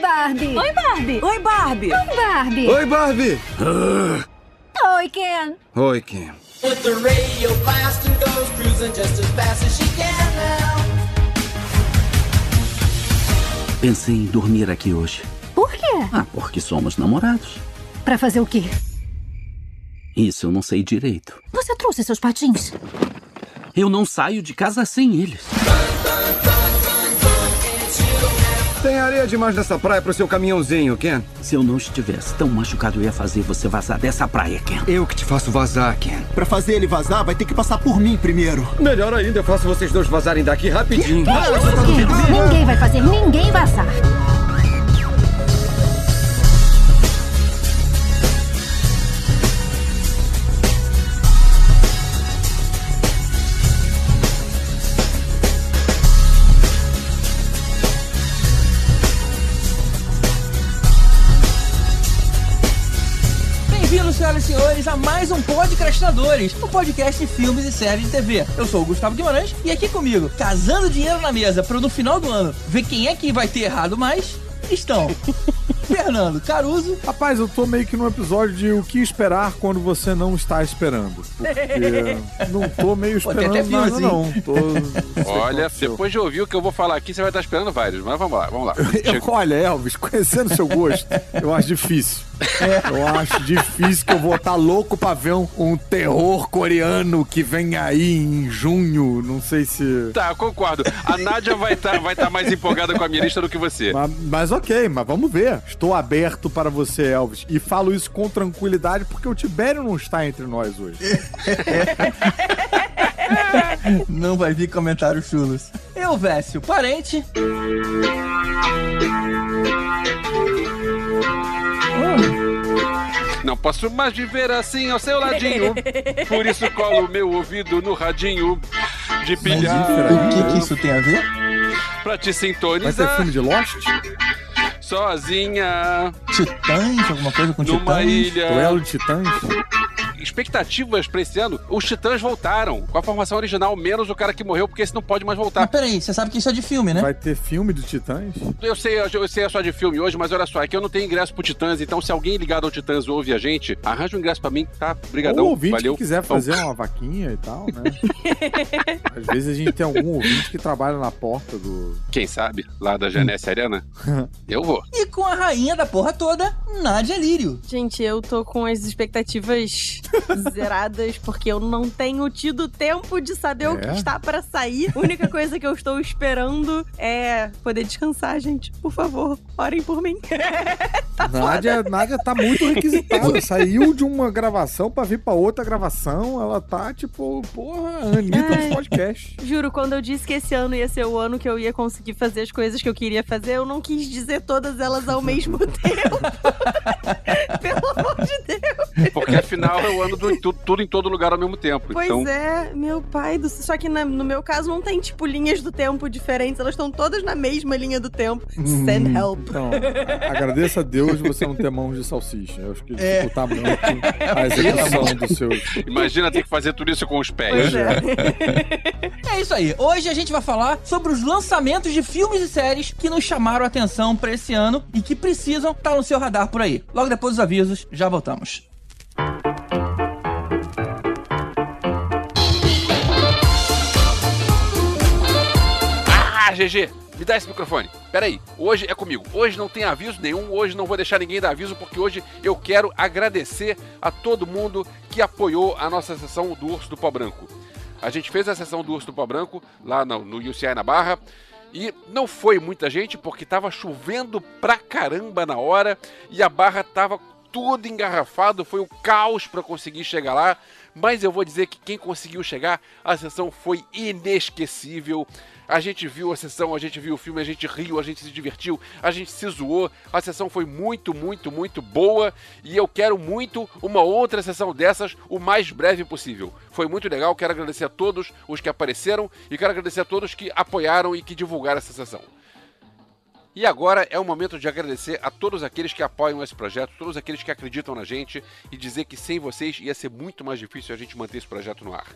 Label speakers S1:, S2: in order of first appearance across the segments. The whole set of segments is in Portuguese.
S1: Barbie!
S2: Oi, Barbie!
S1: Oi, Barbie!
S2: Oi, Barbie!
S3: Oi, Barbie!
S2: Oi, Ken!
S3: Oi, Kim.
S4: With the radio blast and goes cruising just as fast as she can now.
S5: Pensei em dormir aqui hoje.
S2: Por quê?
S5: Ah, porque somos namorados.
S2: Pra fazer o quê?
S5: Isso eu não sei direito.
S2: Você trouxe seus patins?
S5: Eu não saio de casa sem eles.
S3: Tem areia demais nessa praia pro seu caminhãozinho, Ken.
S5: Se eu não estivesse tão machucado, eu ia fazer você vazar dessa praia, Ken.
S3: Eu que te faço vazar, Ken.
S6: Pra fazer ele vazar, vai ter que passar por mim primeiro.
S3: Melhor ainda, eu faço vocês dois vazarem daqui rapidinho.
S1: Ah,
S2: É isso, Ken! Ninguém vai fazer ninguém vazar.
S7: Bem-vindos, senhoras e senhores, a mais um Podcrastinadores, o podcast de filmes e séries de TV. Eu sou o Gustavo Guimarães e aqui comigo, casando dinheiro na mesa para no final do ano ver quem é que vai ter errado mais, estão Fernando Caruso,
S8: Rapaz, eu tô meio que num episódio de o que esperar quando você não está esperando. Porque não tô meio
S7: Pô, tem
S8: esperando
S7: até
S8: nada,
S7: views, hein?
S8: não. Tô...
S9: Olha,
S8: é
S9: depois de ouvir o que eu vou falar aqui, você vai estar esperando vários, mas vamos lá, vamos lá.
S8: Eu, olha, Elvis, conhecendo seu gosto, eu acho difícil.
S7: É.
S8: Eu acho difícil que eu vou estar louco pra ver um, um terror coreano que vem aí em junho. Não sei se.
S9: Tá, eu concordo. A Nádia vai estar vai tá mais empolgada com a minha lista do que você.
S8: Mas, mas ok, mas vamos ver. Estou aberto para você, Elvis. E falo isso com tranquilidade porque o Tibério não está entre nós hoje.
S7: não vai vir comentários chulos. Eu, Vécio Parente.
S9: Não posso mais viver assim ao seu ladinho. Por isso colo meu ouvido no radinho de pilhar
S7: o que, que isso tem a ver?
S9: pra
S8: Vai ter
S9: te sintonizar
S8: filme de Lost?
S9: sozinha
S7: Titãs? Alguma coisa com
S9: numa
S7: titãs?
S9: ilha.
S8: Duelo de Titãs?
S9: Expectativas pra esse ano, os Titãs voltaram com a formação original, menos o cara que morreu, porque esse não pode mais voltar.
S7: Mas peraí, você sabe que isso é de filme, né?
S8: Vai ter filme do Titãs?
S9: Eu sei, eu sei é só de filme hoje, mas olha só, é que eu não tenho ingresso pro Titãs, então se alguém ligado ao Titãs ouve a gente, arranja um ingresso pra mim, tá? Obrigadão,
S8: Ou Um ouvinte
S9: valeu. então.
S8: que quiser fazer uma vaquinha e tal, né? Às vezes a gente tem algum ouvinte que trabalha na porta do.
S9: Quem sabe, lá da Janesse Arena, eu vou.
S7: E com a rainha da porra toda, Nadia Lírio.
S10: Gente, eu tô com as expectativas zeradas porque eu não tenho tido tempo de saber o que
S8: É?
S10: está pra sair. A única coisa que eu estou esperando é poder descansar, gente. Por favor, orem por mim.
S8: Nádia, Nádia tá muito requisitada. Saiu de uma gravação pra vir pra outra gravação. Ela tá tipo, porra, Anitta
S10: Ai.
S8: dos podcast.
S10: Juro, quando eu disse que esse ano ia ser o ano que eu ia conseguir fazer as coisas que eu queria fazer, eu não quis dizer todas elas ao mesmo tempo. Pelo amor de Deus.
S9: Porque afinal é o ano do tu- tudo em todo lugar ao mesmo tempo.
S10: Pois
S9: então,
S10: é, meu pai do céu. Só que na- no meu caso não tem, tipo, linhas do tempo diferentes. Elas estão todas na mesma linha do tempo.
S9: Hum.
S10: Send help.
S8: Então, a- agradeça a Deus você não ter mãos de salsicha. Eu acho que dificultar muito a execução do seu.
S9: imagina ter que fazer tudo isso com os pés.
S10: Pois é.
S7: É isso aí. Hoje a gente vai falar sobre os lançamentos de filmes e séries que nos chamaram a atenção pra esse ano e que precisam estar no seu radar por aí. Logo depois dos avisos, já voltamos.
S9: Ah, GG, me dá esse microfone. Peraí, hoje é comigo. Hoje não tem aviso nenhum, hoje não vou deixar ninguém dar aviso, porque hoje eu quero agradecer a todo mundo que apoiou a nossa sessão do Urso do Pó Branco. A gente fez a sessão do Urso do Pó Branco lá no, no UCI na Barra. E não foi muita gente, porque tava chovendo pra caramba na hora e a barra tava tudo engarrafado, foi um caos pra conseguir chegar lá. Mas eu vou dizer que quem conseguiu chegar, a sessão foi inesquecível. A gente viu a sessão, a gente viu o filme, a gente riu, a gente se divertiu, a gente se zoou. A sessão foi muito, muito, muito boa e eu quero muito uma outra sessão dessas o mais breve possível. Foi muito legal, quero agradecer a todos os que apareceram e quero agradecer a todos que apoiaram e que divulgaram essa sessão. E agora é o momento de agradecer a todos aqueles que apoiam esse projeto, todos aqueles que acreditam na gente e dizer que sem vocês ia ser muito mais difícil a gente manter esse projeto no ar.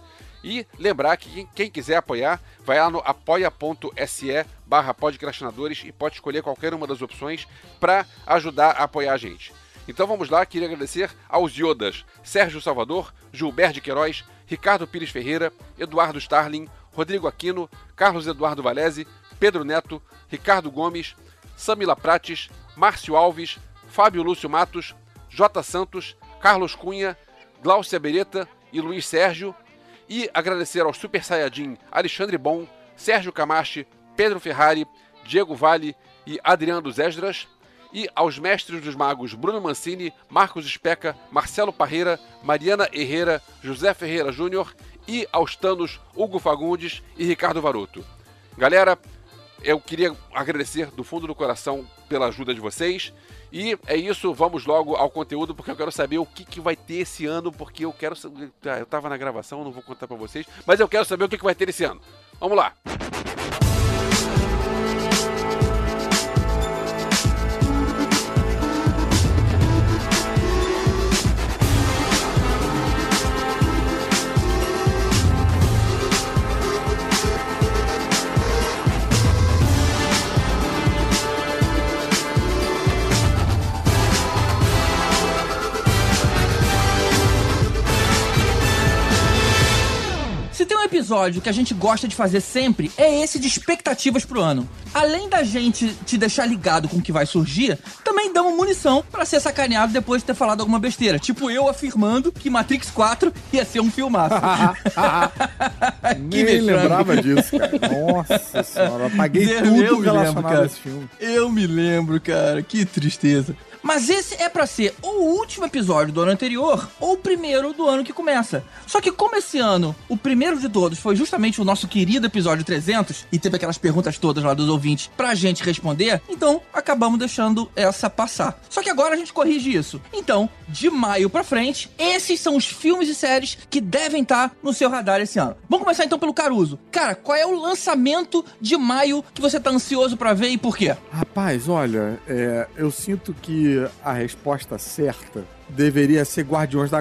S9: E lembrar que quem- quem quiser apoiar, vai lá no apoia.se barra podcrastinadores e pode escolher qualquer uma das opções para ajudar a apoiar a gente. Então vamos lá, queria agradecer aos Iodas, Sérgio Salvador, Gilberto de Queiroz, Ricardo Pires Ferreira, Eduardo Starling, Rodrigo Aquino, Carlos Eduardo Valese, Pedro Neto, Ricardo Gomes, Samila Prates, Márcio Alves, Fábio Lúcio Matos, J. Santos, Carlos Cunha, Glaucia Beretta e Luiz Sérgio. E agradecer ao Super Saiyajin Alexandre Bom, Sérgio Camache, Pedro Ferrari, Diego Vale e Adriano dos Esdras e aos mestres dos magos Bruno Mancini, Marcos Especa, Marcelo Parreira, Mariana Herrera, José Ferreira Júnior e aos tanos Hugo Fagundes e Ricardo Varoto. Galera, eu queria agradecer do fundo do coração pela ajuda de vocês. E é isso, vamos logo ao conteúdo, porque eu quero saber o que, que vai ter esse ano, porque eu quero saber. Ah, eu tava na gravação, não vou contar pra vocês, mas eu quero saber o que, que vai ter esse ano. Vamos lá!
S7: Se tem um episódio que a gente gosta de fazer sempre, é esse de expectativas pro ano. Além da gente te deixar ligado com o que vai surgir, também damos munição pra ser sacaneado depois de ter falado alguma besteira. Tipo eu afirmando que Matrix 4 ia ser um filmaço.
S8: Nem
S7: vexame.
S8: lembrava disso, cara. Nossa senhora, eu apaguei
S7: Eu
S8: tudo
S7: lembro,
S8: relacionado
S7: cara.
S8: a esse filme.
S7: Eu me lembro, cara, que tristeza. Mas esse é pra ser ou o último episódio do ano anterior ou o primeiro do ano que começa. Só que como esse ano, o primeiro de todos foi justamente o nosso querido episódio 300 e teve aquelas perguntas todas lá dos ouvintes pra gente responder, então acabamos deixando essa passar. Só que agora a gente corrige isso. Então, de maio pra frente, esses são os filmes e séries que devem estar no seu radar esse ano. Vamos começar então pelo Caruso. Cara, qual é o lançamento de maio que você tá ansioso pra ver e por quê?
S8: Rapaz, olha, é, eu sinto que a resposta certa deveria ser Guardiões da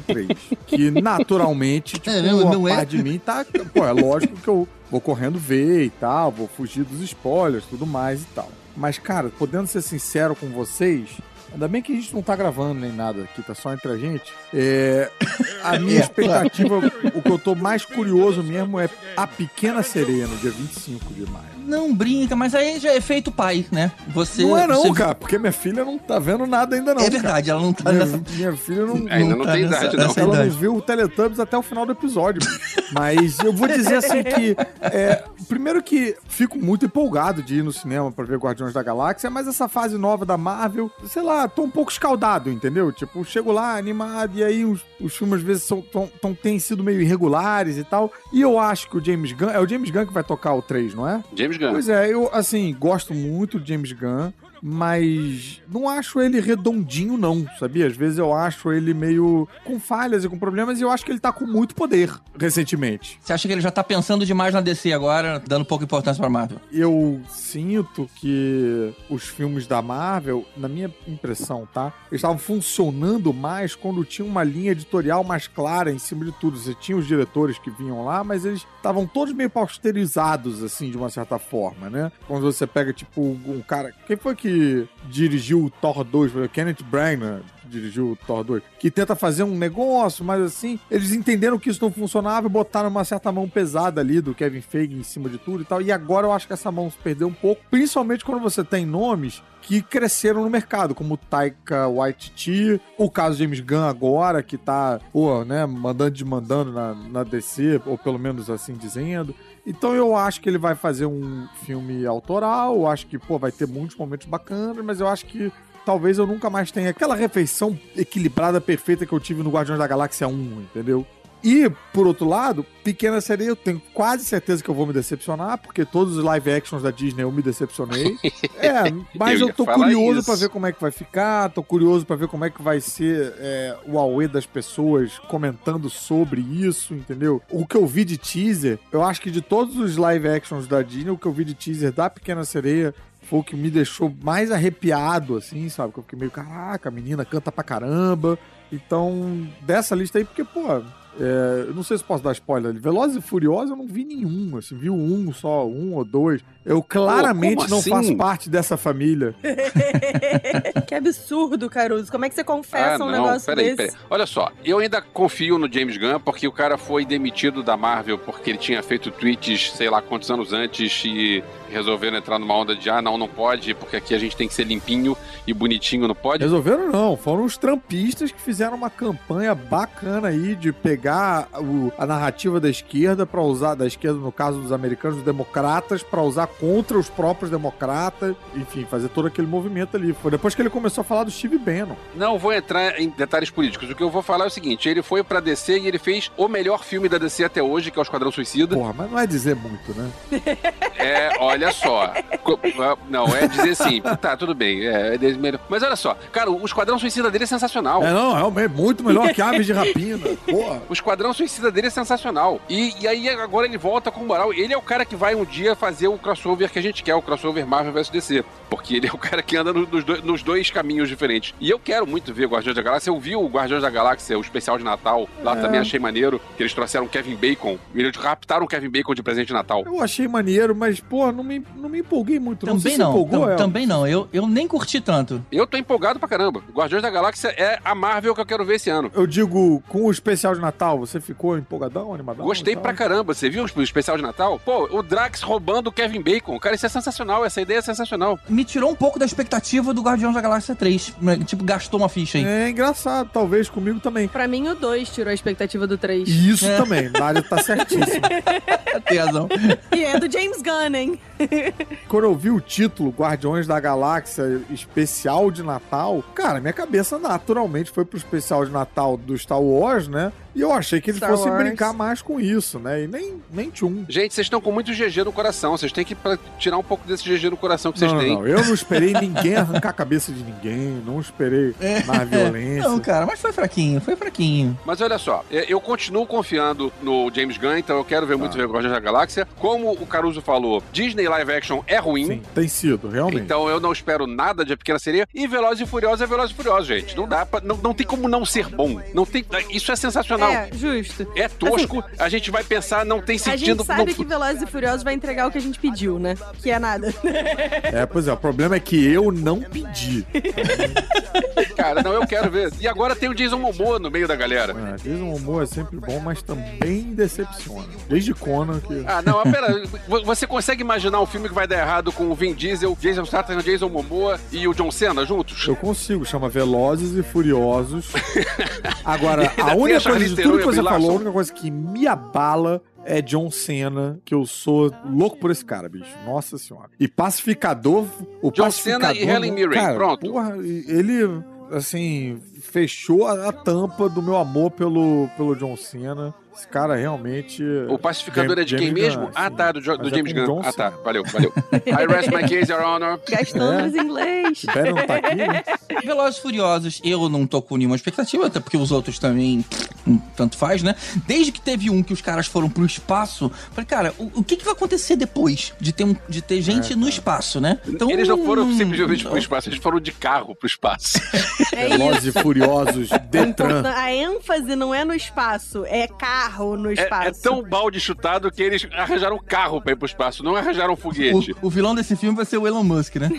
S8: 3. que naturalmente, tipo,
S6: Caramba, não
S8: a
S6: é?
S8: parte de mim tá. Pô, é lógico que eu vou correndo ver e tal, vou fugir dos spoilers, tudo mais e tal. Mas, cara, podendo ser sincero com vocês. Ainda bem que a gente não tá gravando nem nada aqui, tá só entre a gente. É, a minha expectativa, o que eu tô mais curioso mesmo é a Pequena Sereia, no dia 25 de maio.
S7: Não brinca, mas aí já é feito pai, né? Você.
S8: Não é não,
S7: você-
S8: cara, porque minha filha não tá vendo nada ainda não.
S7: é verdade, É, ela não tá
S8: cara.
S7: nessa. tá
S8: Minha, minha filha não,
S9: Ainda
S8: não-
S9: não tem
S7: nessa-
S9: idade, não.
S7: nessa
S8: ela não
S7: idade.
S8: viu o Teletubbies até o final do episódio. Mas eu vou dizer assim que... é, primeiro que fico muito empolgado de ir no cinema pra ver Guardiões da Galáxia, mas essa fase nova da Marvel, sei lá, tô um pouco escaldado, entendeu? Tipo, chego lá animado e aí os, os filmes às vezes são, tão, tão- têm sido meio irregulares e tal. E eu acho que o James Gunn... É o James Gunn que vai tocar o 3, não é?
S9: James Gunn.
S8: Pois é, eu, assim, gosto muito de James Gunn, mas não acho ele redondinho, não, sabia? Às vezes eu acho ele meio com falhas e com problemas, e eu acho que ele tá com muito poder recentemente.
S7: Você acha que ele já tá pensando demais na DC agora, dando pouca importância pra Marvel?
S8: Eu sinto que os filmes da Marvel, na minha impressão, tá? Eles estavam funcionando mais quando tinha uma linha editorial mais clara em cima de tudo. Você tinha os diretores que vinham lá, mas eles estavam todos meio pasteurizados, assim, de uma certa forma, né? Quando você pega, tipo, um cara. Quem foi que dirigiu o Thor 2? Foi o Kenneth Branagh dirigiu o Thor 2, que tenta fazer um negócio, mas assim, eles entenderam que isso não funcionava e botaram uma certa mão pesada ali do Kevin Feige em cima de tudo e tal. E agora eu acho que essa mão se perdeu um pouco, principalmente quando você tem nomes que cresceram no mercado, como o Taika Waititi, o caso James Gunn agora, que tá, pô, né, mandando e desmandando na, na DC, ou pelo menos assim dizendo. Então eu acho que ele vai fazer um filme autoral, eu acho que, pô, vai ter muitos momentos bacanas, mas eu acho que talvez eu nunca mais tenha aquela refeição equilibrada perfeita que eu tive no Guardiões da Galáxia 1, entendeu? E, por outro lado, Pequena Sereia, eu tenho quase certeza que eu vou me decepcionar, porque todos os live actions da Disney eu me decepcionei. é, mas
S9: Eu
S8: eu,
S9: ia
S8: tô
S9: falar
S8: curioso
S9: isso.
S8: pra ver como é que vai ficar, tô curioso pra ver como é que vai ser é, o Aue das pessoas comentando sobre isso, entendeu? O que eu vi de teaser, eu acho que de todos os live actions da Disney, o que eu vi de teaser da Pequena Sereia foi o que me deixou mais arrepiado, assim, sabe? Que eu fiquei meio, caraca, a menina canta pra caramba. Então, dessa lista aí, porque, pô, é, eu não sei se posso dar spoiler. Velozes e Furiosos eu não vi nenhum, assim, vi um só, um ou dois. Eu claramente
S5: como
S8: não
S5: assim?
S8: faço parte dessa família.
S10: que absurdo, Caruso. Como é que você
S9: Ah,
S10: confessa um negócio desse?
S9: Olha só, eu ainda confio no James Gunn porque o cara foi demitido da Marvel porque ele tinha feito tweets, sei lá quantos anos antes e resolveram entrar numa onda de ah, não, não pode, porque aqui a gente tem que ser limpinho e bonitinho, não pode.
S8: Resolveram não, foram os trampistas que fizeram uma campanha bacana aí de pegar o- a narrativa da esquerda para usar, da esquerda no caso dos americanos, dos democratas, para usar contra os próprios democratas, enfim, fazer todo aquele movimento ali. Foi depois que ele começou a falar do Steve Bannon.
S9: Não vou entrar em detalhes políticos. O que eu vou falar é o seguinte: ele foi pra DC e ele fez o melhor filme da DC até hoje, que é o Esquadrão Suicida.
S8: Porra, mas não é dizer muito, né?
S9: É, olha só. Co- ah, Não, é dizer assim, tá, tudo bem. É, é desse melhor. mas olha só, cara, o Esquadrão Suicida dele é sensacional.
S8: É não, realmente, muito melhor que Aves de Rapina. Porra.
S9: O Esquadrão Suicida dele é sensacional. E, e aí agora ele volta com moral. Ele é o cara que vai um dia fazer o crossover que a gente quer, o crossover Marvel vs DC. Porque ele é o cara que anda no- nos, dois, nos dois caminhos diferentes. E eu quero muito ver Guardiões da Galáxia. Eu vi o Guardiões da Galáxia, o especial de Natal, lá também achei maneiro. Que eles trouxeram Kevin Bacon. Eles raptaram o Kevin Bacon de presente de Natal.
S8: Eu achei maneiro, mas, porra, não me, não me empolguei muito. não. Você
S7: Também
S8: se
S7: não,
S8: empolgou, é.
S7: tam-
S8: Elton?
S7: também não. Eu, eu nem curti tanto.
S9: Eu tô empolgado pra caramba. Guardiões da Galáxia é a Marvel que eu quero ver esse ano.
S8: Eu digo, com o especial de Natal, você ficou empolgadão, animadão?
S9: Gostei
S8: e tal?
S9: pra caramba. Você viu o especial de Natal? Pô, o Drax roubando o Kevin Bacon. Cara, isso é sensacional. Essa ideia é sensacional.
S7: Me tirou um pouco da expectativa do Guardiões da Galáxia 3. né, que, Tipo, gastou uma ficha aí.
S8: É engraçado, talvez comigo também.
S10: Pra mim, o 2 tirou a expectativa do 3.
S8: E
S7: É.
S8: Isso também, Nádia tá certíssimo. É.
S7: Tem razão.
S10: E é do James Gunn, hein?
S8: Quando eu vi o título Guardiões da Galáxia Especial de Natal, cara, minha cabeça naturalmente foi pro especial de Natal do Star Wars, né? E eu achei que eles
S10: Star
S8: fossem
S10: Wars.
S8: brincar mais com isso, né? E nem, nem tinha um.
S9: Gente, vocês estão com muito GG no coração. Vocês têm que pra- tirar um pouco desse GG no coração que vocês
S8: não,
S9: têm.
S8: não, eu não esperei ninguém arrancar a cabeça de ninguém, não esperei mais violência.
S7: É. Não, cara, mas foi fraquinho, foi fraquinho.
S9: Mas olha só, é, eu continuo confiando no James Gunn, então eu quero ver
S8: Ah.
S9: muito ver Guardiões da Galáxia. Como o Caruso falou, Disney Live Action é ruim.
S8: Sim, tem sido, realmente.
S9: Então eu não espero nada de A Pequena Sereia. E Veloz e Furiosa é Veloz e Furiosa, gente. Não dá pra, não, não tem como não ser bom. Não tem, isso é sensacional. É,
S10: É, justo. Assim,
S9: tosco, a gente vai pensar, não tem
S10: A
S9: sentido.
S10: gente sabe
S9: não-
S10: que Velozes e Furiosos vai entregar o que a gente pediu, né? Que é nada.
S8: É, pois é, o problema é que eu não pedi.
S9: Cara, não, eu quero ver. E agora tem o Jason Momoa no meio da galera.
S8: Ah, Às vezes um humor é sempre bom, mas também decepciona. Desde Conan que.
S9: Ah, não, mas pera. vo- Você consegue imaginar um filme que vai dar errado com o Vin Diesel, Jason Statham, Jason Momoa e o John Cena juntos?
S8: Eu consigo, chama Velozes e Furiosos. Agora,
S9: tem
S8: a
S9: a
S8: única coisa
S9: Charlize
S8: de tudo
S9: Theron e
S8: que
S9: a Brie
S8: você falou,
S9: Larson.
S8: a única coisa que me abala é John Cena, que eu sou louco por esse cara, bicho. Nossa senhora. E pacificador, o
S9: John
S8: pacificador.
S9: Cena e Helen Mirren,
S8: cara,
S9: pronto.
S8: Porra, e- ele assim, fechou a, a tampa do meu amor pelo, pelo John Cena. Esse cara realmente
S9: O pacificador é de quem
S8: James
S9: mesmo?
S8: Gunn,
S9: ah,
S8: sim.
S9: tá, do, Jo-
S8: Mas
S9: do
S8: é
S9: James
S8: com
S9: Gunn.
S8: John
S9: Ah, tá,
S8: Cena.
S9: valeu, valeu. I rest my case, Your Honor.
S10: Gastando os inglês.
S8: Pera, não tá aqui, né?
S7: Velozes e Furiosos, eu não tô com nenhuma expectativa, até porque os outros também pff, tanto faz, né? Desde que teve um que os caras foram pro espaço, falei, cara, o, o que, que vai acontecer depois de ter, um, de ter gente no espaço, né? Então,
S9: É, Eles não foram
S7: hum,
S9: simplesmente pro espaço, eles foram de carro pro espaço.
S10: É isso. Então,
S8: Velozes e Furiosos, Detran.
S10: A ênfase não é no espaço, é carro no
S9: É,
S10: espaço.
S9: é tão balde chutado que eles arranjaram um carro pra ir pro espaço, não arranjaram um foguete.
S7: O, o vilão desse filme vai ser o Elon Musk, né?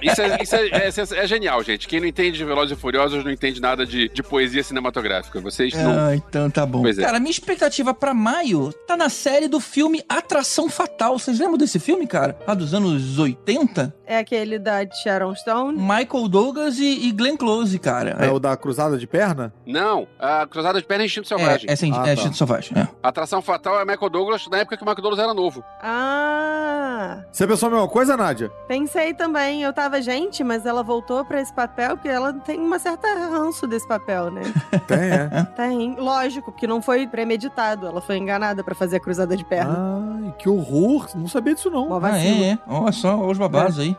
S9: Isso, é, isso é- é sens- é genial, gente. Quem não entende de Velozes e Furiosos não entende nada de, de poesia cinematográfica. Vocês não.
S7: Ah, então tá bom.
S9: Pois é.
S7: Cara, minha expectativa pra maio tá na série do filme Atração Fatal. Vocês lembram desse filme, cara? Lá dos anos 80?
S10: É aquele da Sharon Stone.
S7: Michael Douglas e, e Glenn Close, cara.
S8: É o da cruzada de perna?
S9: Não, a Cruzada de Perna é Instinto Selvagem.
S7: É, é, sem,
S8: Ah,
S7: é
S8: tá.
S7: Instinto Selvagem. É.
S9: Atração Fatal é Michael Douglas na época que o Michael Douglas era novo.
S10: Ah,
S8: Você pensou a mesma coisa, Nádia?
S10: pensei também. Eu tava, gente, mas ela voltou pra esse papel porque ela tem uma certa ranço desse papel, né?
S8: Tem, é.
S10: Tem, lógico, porque não foi premeditado. Ela foi enganada pra fazer a cruzada de
S9: Ah.
S10: perna.
S8: Ai, que horror. Não sabia disso, não.
S10: Uma
S7: Ah,
S10: vacina.
S7: é, é. Olha só, olha os babados aí.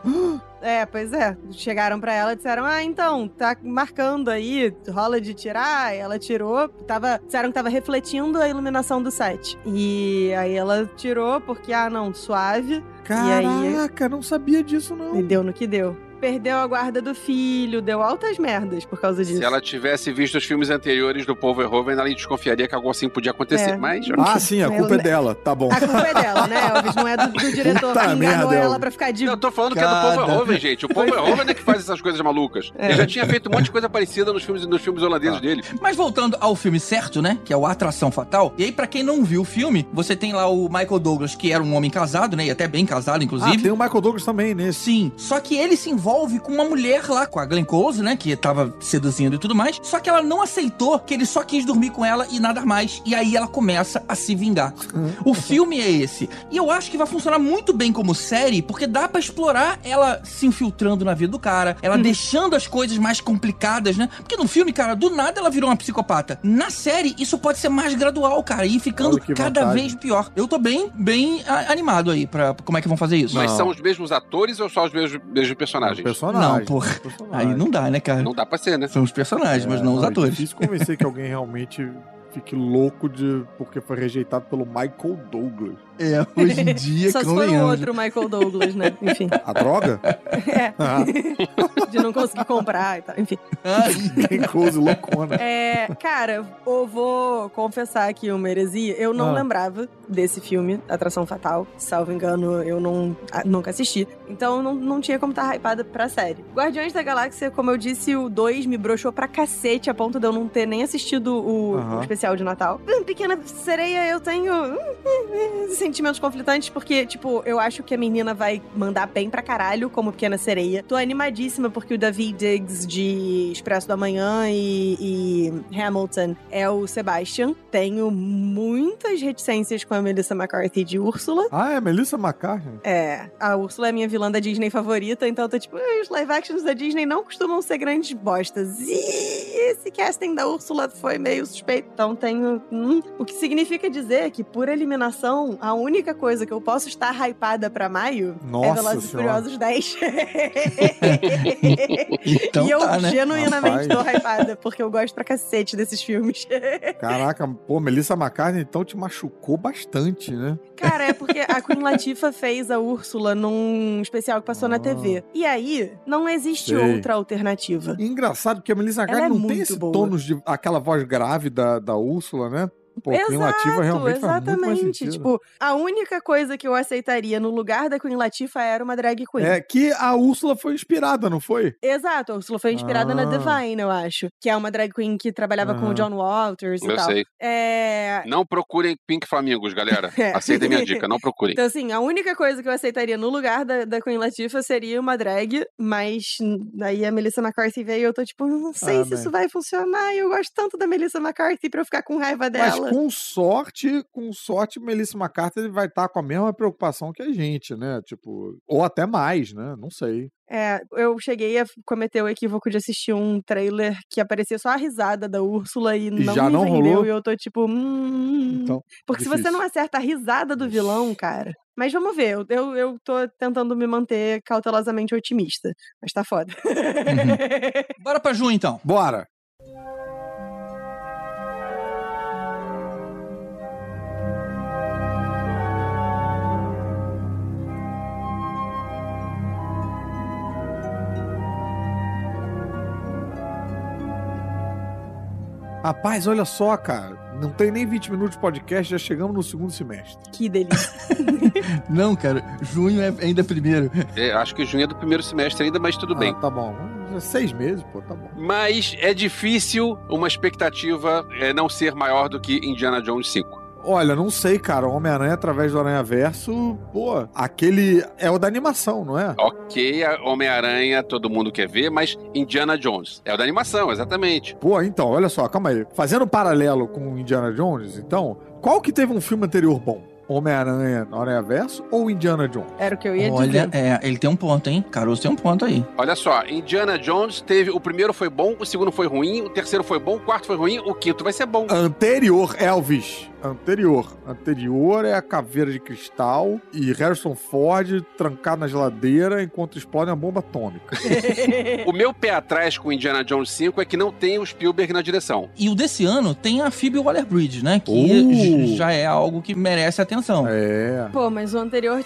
S10: É, pois é. Chegaram pra ela e disseram: Ah, então, tá marcando aí, rola de tirar. Ela tirou, tava, disseram que tava refletindo a iluminação do site. E aí ela tirou, porque, ah, não, suave, aí-
S8: Caraca, não sabia disso,
S10: e
S8: não.
S10: deu no que deu. Perdeu a guarda do filho, deu altas merdas por causa disso.
S9: Se ela tivesse visto os filmes anteriores do Paul Verhoeven, ela desconfiaria que algo assim podia acontecer.
S10: É.
S9: Mas
S8: Ah, sim, a culpa é dela. Tá bom.
S10: A culpa é dela, né, Elvis? Não é do, do diretor
S8: Puta
S10: que enganou
S8: merda,
S10: ela
S8: Elvis.
S10: pra ficar de.
S9: eu tô falando que é do Paul
S7: Cada-
S9: Verhoeven, gente. O Paul Verhoeven é que faz essas coisas malucas.
S10: É.
S9: Ele já tinha feito um monte de coisa parecida nos filmes, nos filmes holandeses dele.
S7: Mas voltando ao filme certo, né? Que é o Atração Fatal. E aí, pra quem não viu o filme, você tem lá o Michael Douglas, que era um homem casado, né? E até bem casado,
S8: Ah,
S7: inclusive.
S8: tem o Michael Douglas também nesse.
S7: Sim, só que ele se envolve com uma mulher lá, com a Glenn Close, né? Que tava seduzindo e tudo mais. Só que ela não aceitou que ele só quis dormir com ela e nada mais. E aí ela começa a se vingar.
S8: Hum.
S7: O filme é esse. E eu acho que vai funcionar muito bem como série, porque dá pra explorar ela se infiltrando na vida do cara,
S8: Hum.
S7: ela deixando as coisas mais complicadas, né? Porque no filme, cara, do nada ela virou uma psicopata. Na série, isso pode ser mais gradual, cara, e ir ficando
S8: Olha que
S7: cada
S8: vantagem.
S7: vez pior. Eu tô bem, bem a- animado aí pra como é que vão fazer isso.
S9: Mas
S8: Não.
S9: são os mesmos atores ou só os mesmos, mesmos personagens?
S8: Personagem.
S7: Não, porra.
S8: Personagem.
S7: Aí não dá, né, cara?
S9: Não dá pra ser, né?
S7: São os personagens, mas não os
S8: é
S7: atores.
S8: difícil convencer que alguém realmente fique louco de porque foi rejeitado pelo Michael Douglas.
S7: É, hoje em dia,
S10: Só se for o outro Michael Douglas, né? Enfim,
S8: A droga?
S10: É.
S8: Ah,
S10: de não conseguir comprar e tal. Enfim. Ah,
S8: tem coisa loucona.
S10: É, cara, eu vou confessar aqui uma heresia. Eu não
S8: Ah.
S10: lembrava desse filme, Atração Fatal. Salvo engano, eu não, a- nunca assisti. Então não, não tinha como estar hypada pra série. Guardiões da Galáxia, como eu disse, o 2 me broxou pra cacete, a ponto de eu não ter nem assistido o,
S8: Aham.
S10: o especial de Natal. Hum, Pequena Sereia, eu tenho hum, hum, hum, sentimentos conflitantes, porque, tipo, eu acho que a menina vai mandar bem pra caralho como Pequena Sereia. Tô animadíssima porque o David Diggs de Expresso da Manhã e, e Hamilton é o Sebastian. Tenho muitas reticências com a Melissa McCarthy de Úrsula.
S8: Ah, é Melissa McCartney?
S10: É, a Úrsula é minha vilã da Disney favorita, então eu tô tipo, "Ah, os live actions da Disney não costumam ser grandes bostas. E esse casting da Úrsula foi meio suspeito, então tenho. hum. O que significa dizer que, por eliminação, a única coisa que eu posso estar hypada pra maio é
S8: Nossa
S10: Velozes e
S8: Senhora.
S10: Furiosos 10.
S7: Então
S10: e é um eu
S7: tá, né?
S10: genuinamente
S8: Rapaz.
S10: tô hypada, porque eu gosto pra cacete desses filmes.
S8: Caraca, pô, Melissa McCartney então te machucou bastante, né?
S10: Cara, é porque a Queen Latifah fez a Úrsula num especial que passou na
S8: Ah.
S10: TV. E aí, não existe
S8: Sei.
S10: outra alternativa.
S8: E engraçado que a Melissa
S10: Uhum. Ela é
S8: McCartney não tem
S10: muito
S8: esse
S10: boa.
S8: tons de aquela voz grave da, da Úrsula, né? Pô, a Queen Latifah realmente faz muito mais sentido.
S10: Tipo, a única coisa que eu aceitaria no lugar da Queen Latifah era uma drag queen.
S8: é que a Úrsula foi inspirada, não foi?
S10: Exato, a Úrsula foi inspirada na
S8: Ah.
S10: Divine, eu acho. Que é uma drag queen que trabalhava com o
S8: Aham.
S10: John Walters e
S9: Eu
S10: tal.
S9: sei.
S10: É,
S9: Não procurem Pink Flamingos, galera.
S10: É.
S9: Aceitem minha dica, não procurem.
S10: Então, assim, a única coisa que eu aceitaria no lugar da, da Queen Latifah seria uma drag, mas hum, daí a Melissa McCarthy veio e eu tô tipo, não sei
S8: Ah,
S10: se
S8: bem.
S10: isso vai funcionar. Eu gosto tanto da Melissa McCarthy pra eu ficar com raiva
S8: Mas
S10: dela.
S8: com sorte, com sorte, Melissa McCarthy vai estar com a mesma preocupação que a gente, né? Tipo, ou até mais, né? Não sei.
S10: É, eu cheguei a f- cometer o equívoco de assistir um trailer que aparecia só a risada da Úrsula e, não
S8: já
S10: me
S8: não
S10: vendeu.
S8: rolou?
S10: E eu tô tipo, hum.
S8: Então,
S10: porque se você
S8: difícil.
S10: não acerta a risada do vilão, cara. Mas vamos ver, eu, eu, eu tô tentando me manter cautelosamente otimista. Mas tá foda.
S7: Bora pra Ju, então.
S8: Bora! Rapaz, olha só, cara. Não tem nem 20 minutos de podcast, já chegamos no segundo semestre.
S10: que delícia.
S7: Não, cara, junho é ainda primeiro.
S9: É, acho que junho é do primeiro semestre ainda, mas tudo bem.
S8: Ah, tá bom. Seis meses, pô, tá bom.
S9: Mas é difícil uma expectativa é, não ser maior do que Indiana Jones 5.
S8: Olha, não sei, cara. O Homem-Aranha através do Aranha Verso, pô, aquele é o da animação, não é?
S9: Ok, a- Homem-Aranha, todo mundo quer ver, mas Indiana Jones. É o da animação, exatamente.
S8: Pô, então, olha só, calma aí. Fazendo um paralelo com Indiana Jones, então, qual que teve um filme anterior bom? Homem-Aranha no Aranha Verso ou Indiana Jones?
S10: Era o que eu ia
S7: Olha,
S10: dizer.
S7: é, ele tem um ponto, hein? Caruso tem um ponto aí.
S9: Olha só, Indiana Jones teve. O primeiro foi bom, o segundo foi ruim, o terceiro foi bom, o quarto foi ruim, o quinto vai ser bom.
S8: Ah. Anterior, Elvis. Anterior. Anterior é a caveira de cristal e Harrison Ford trancado na geladeira enquanto explode uma bomba atômica.
S9: O meu pé atrás com Indiana Jones 5 é que não tem o Spielberg na direção.
S7: E o desse ano tem a Phoebe Waller-Bridge, né? Que
S8: Uh!
S7: j- já é algo que merece atenção.
S8: É.
S10: Pô, mas o anterior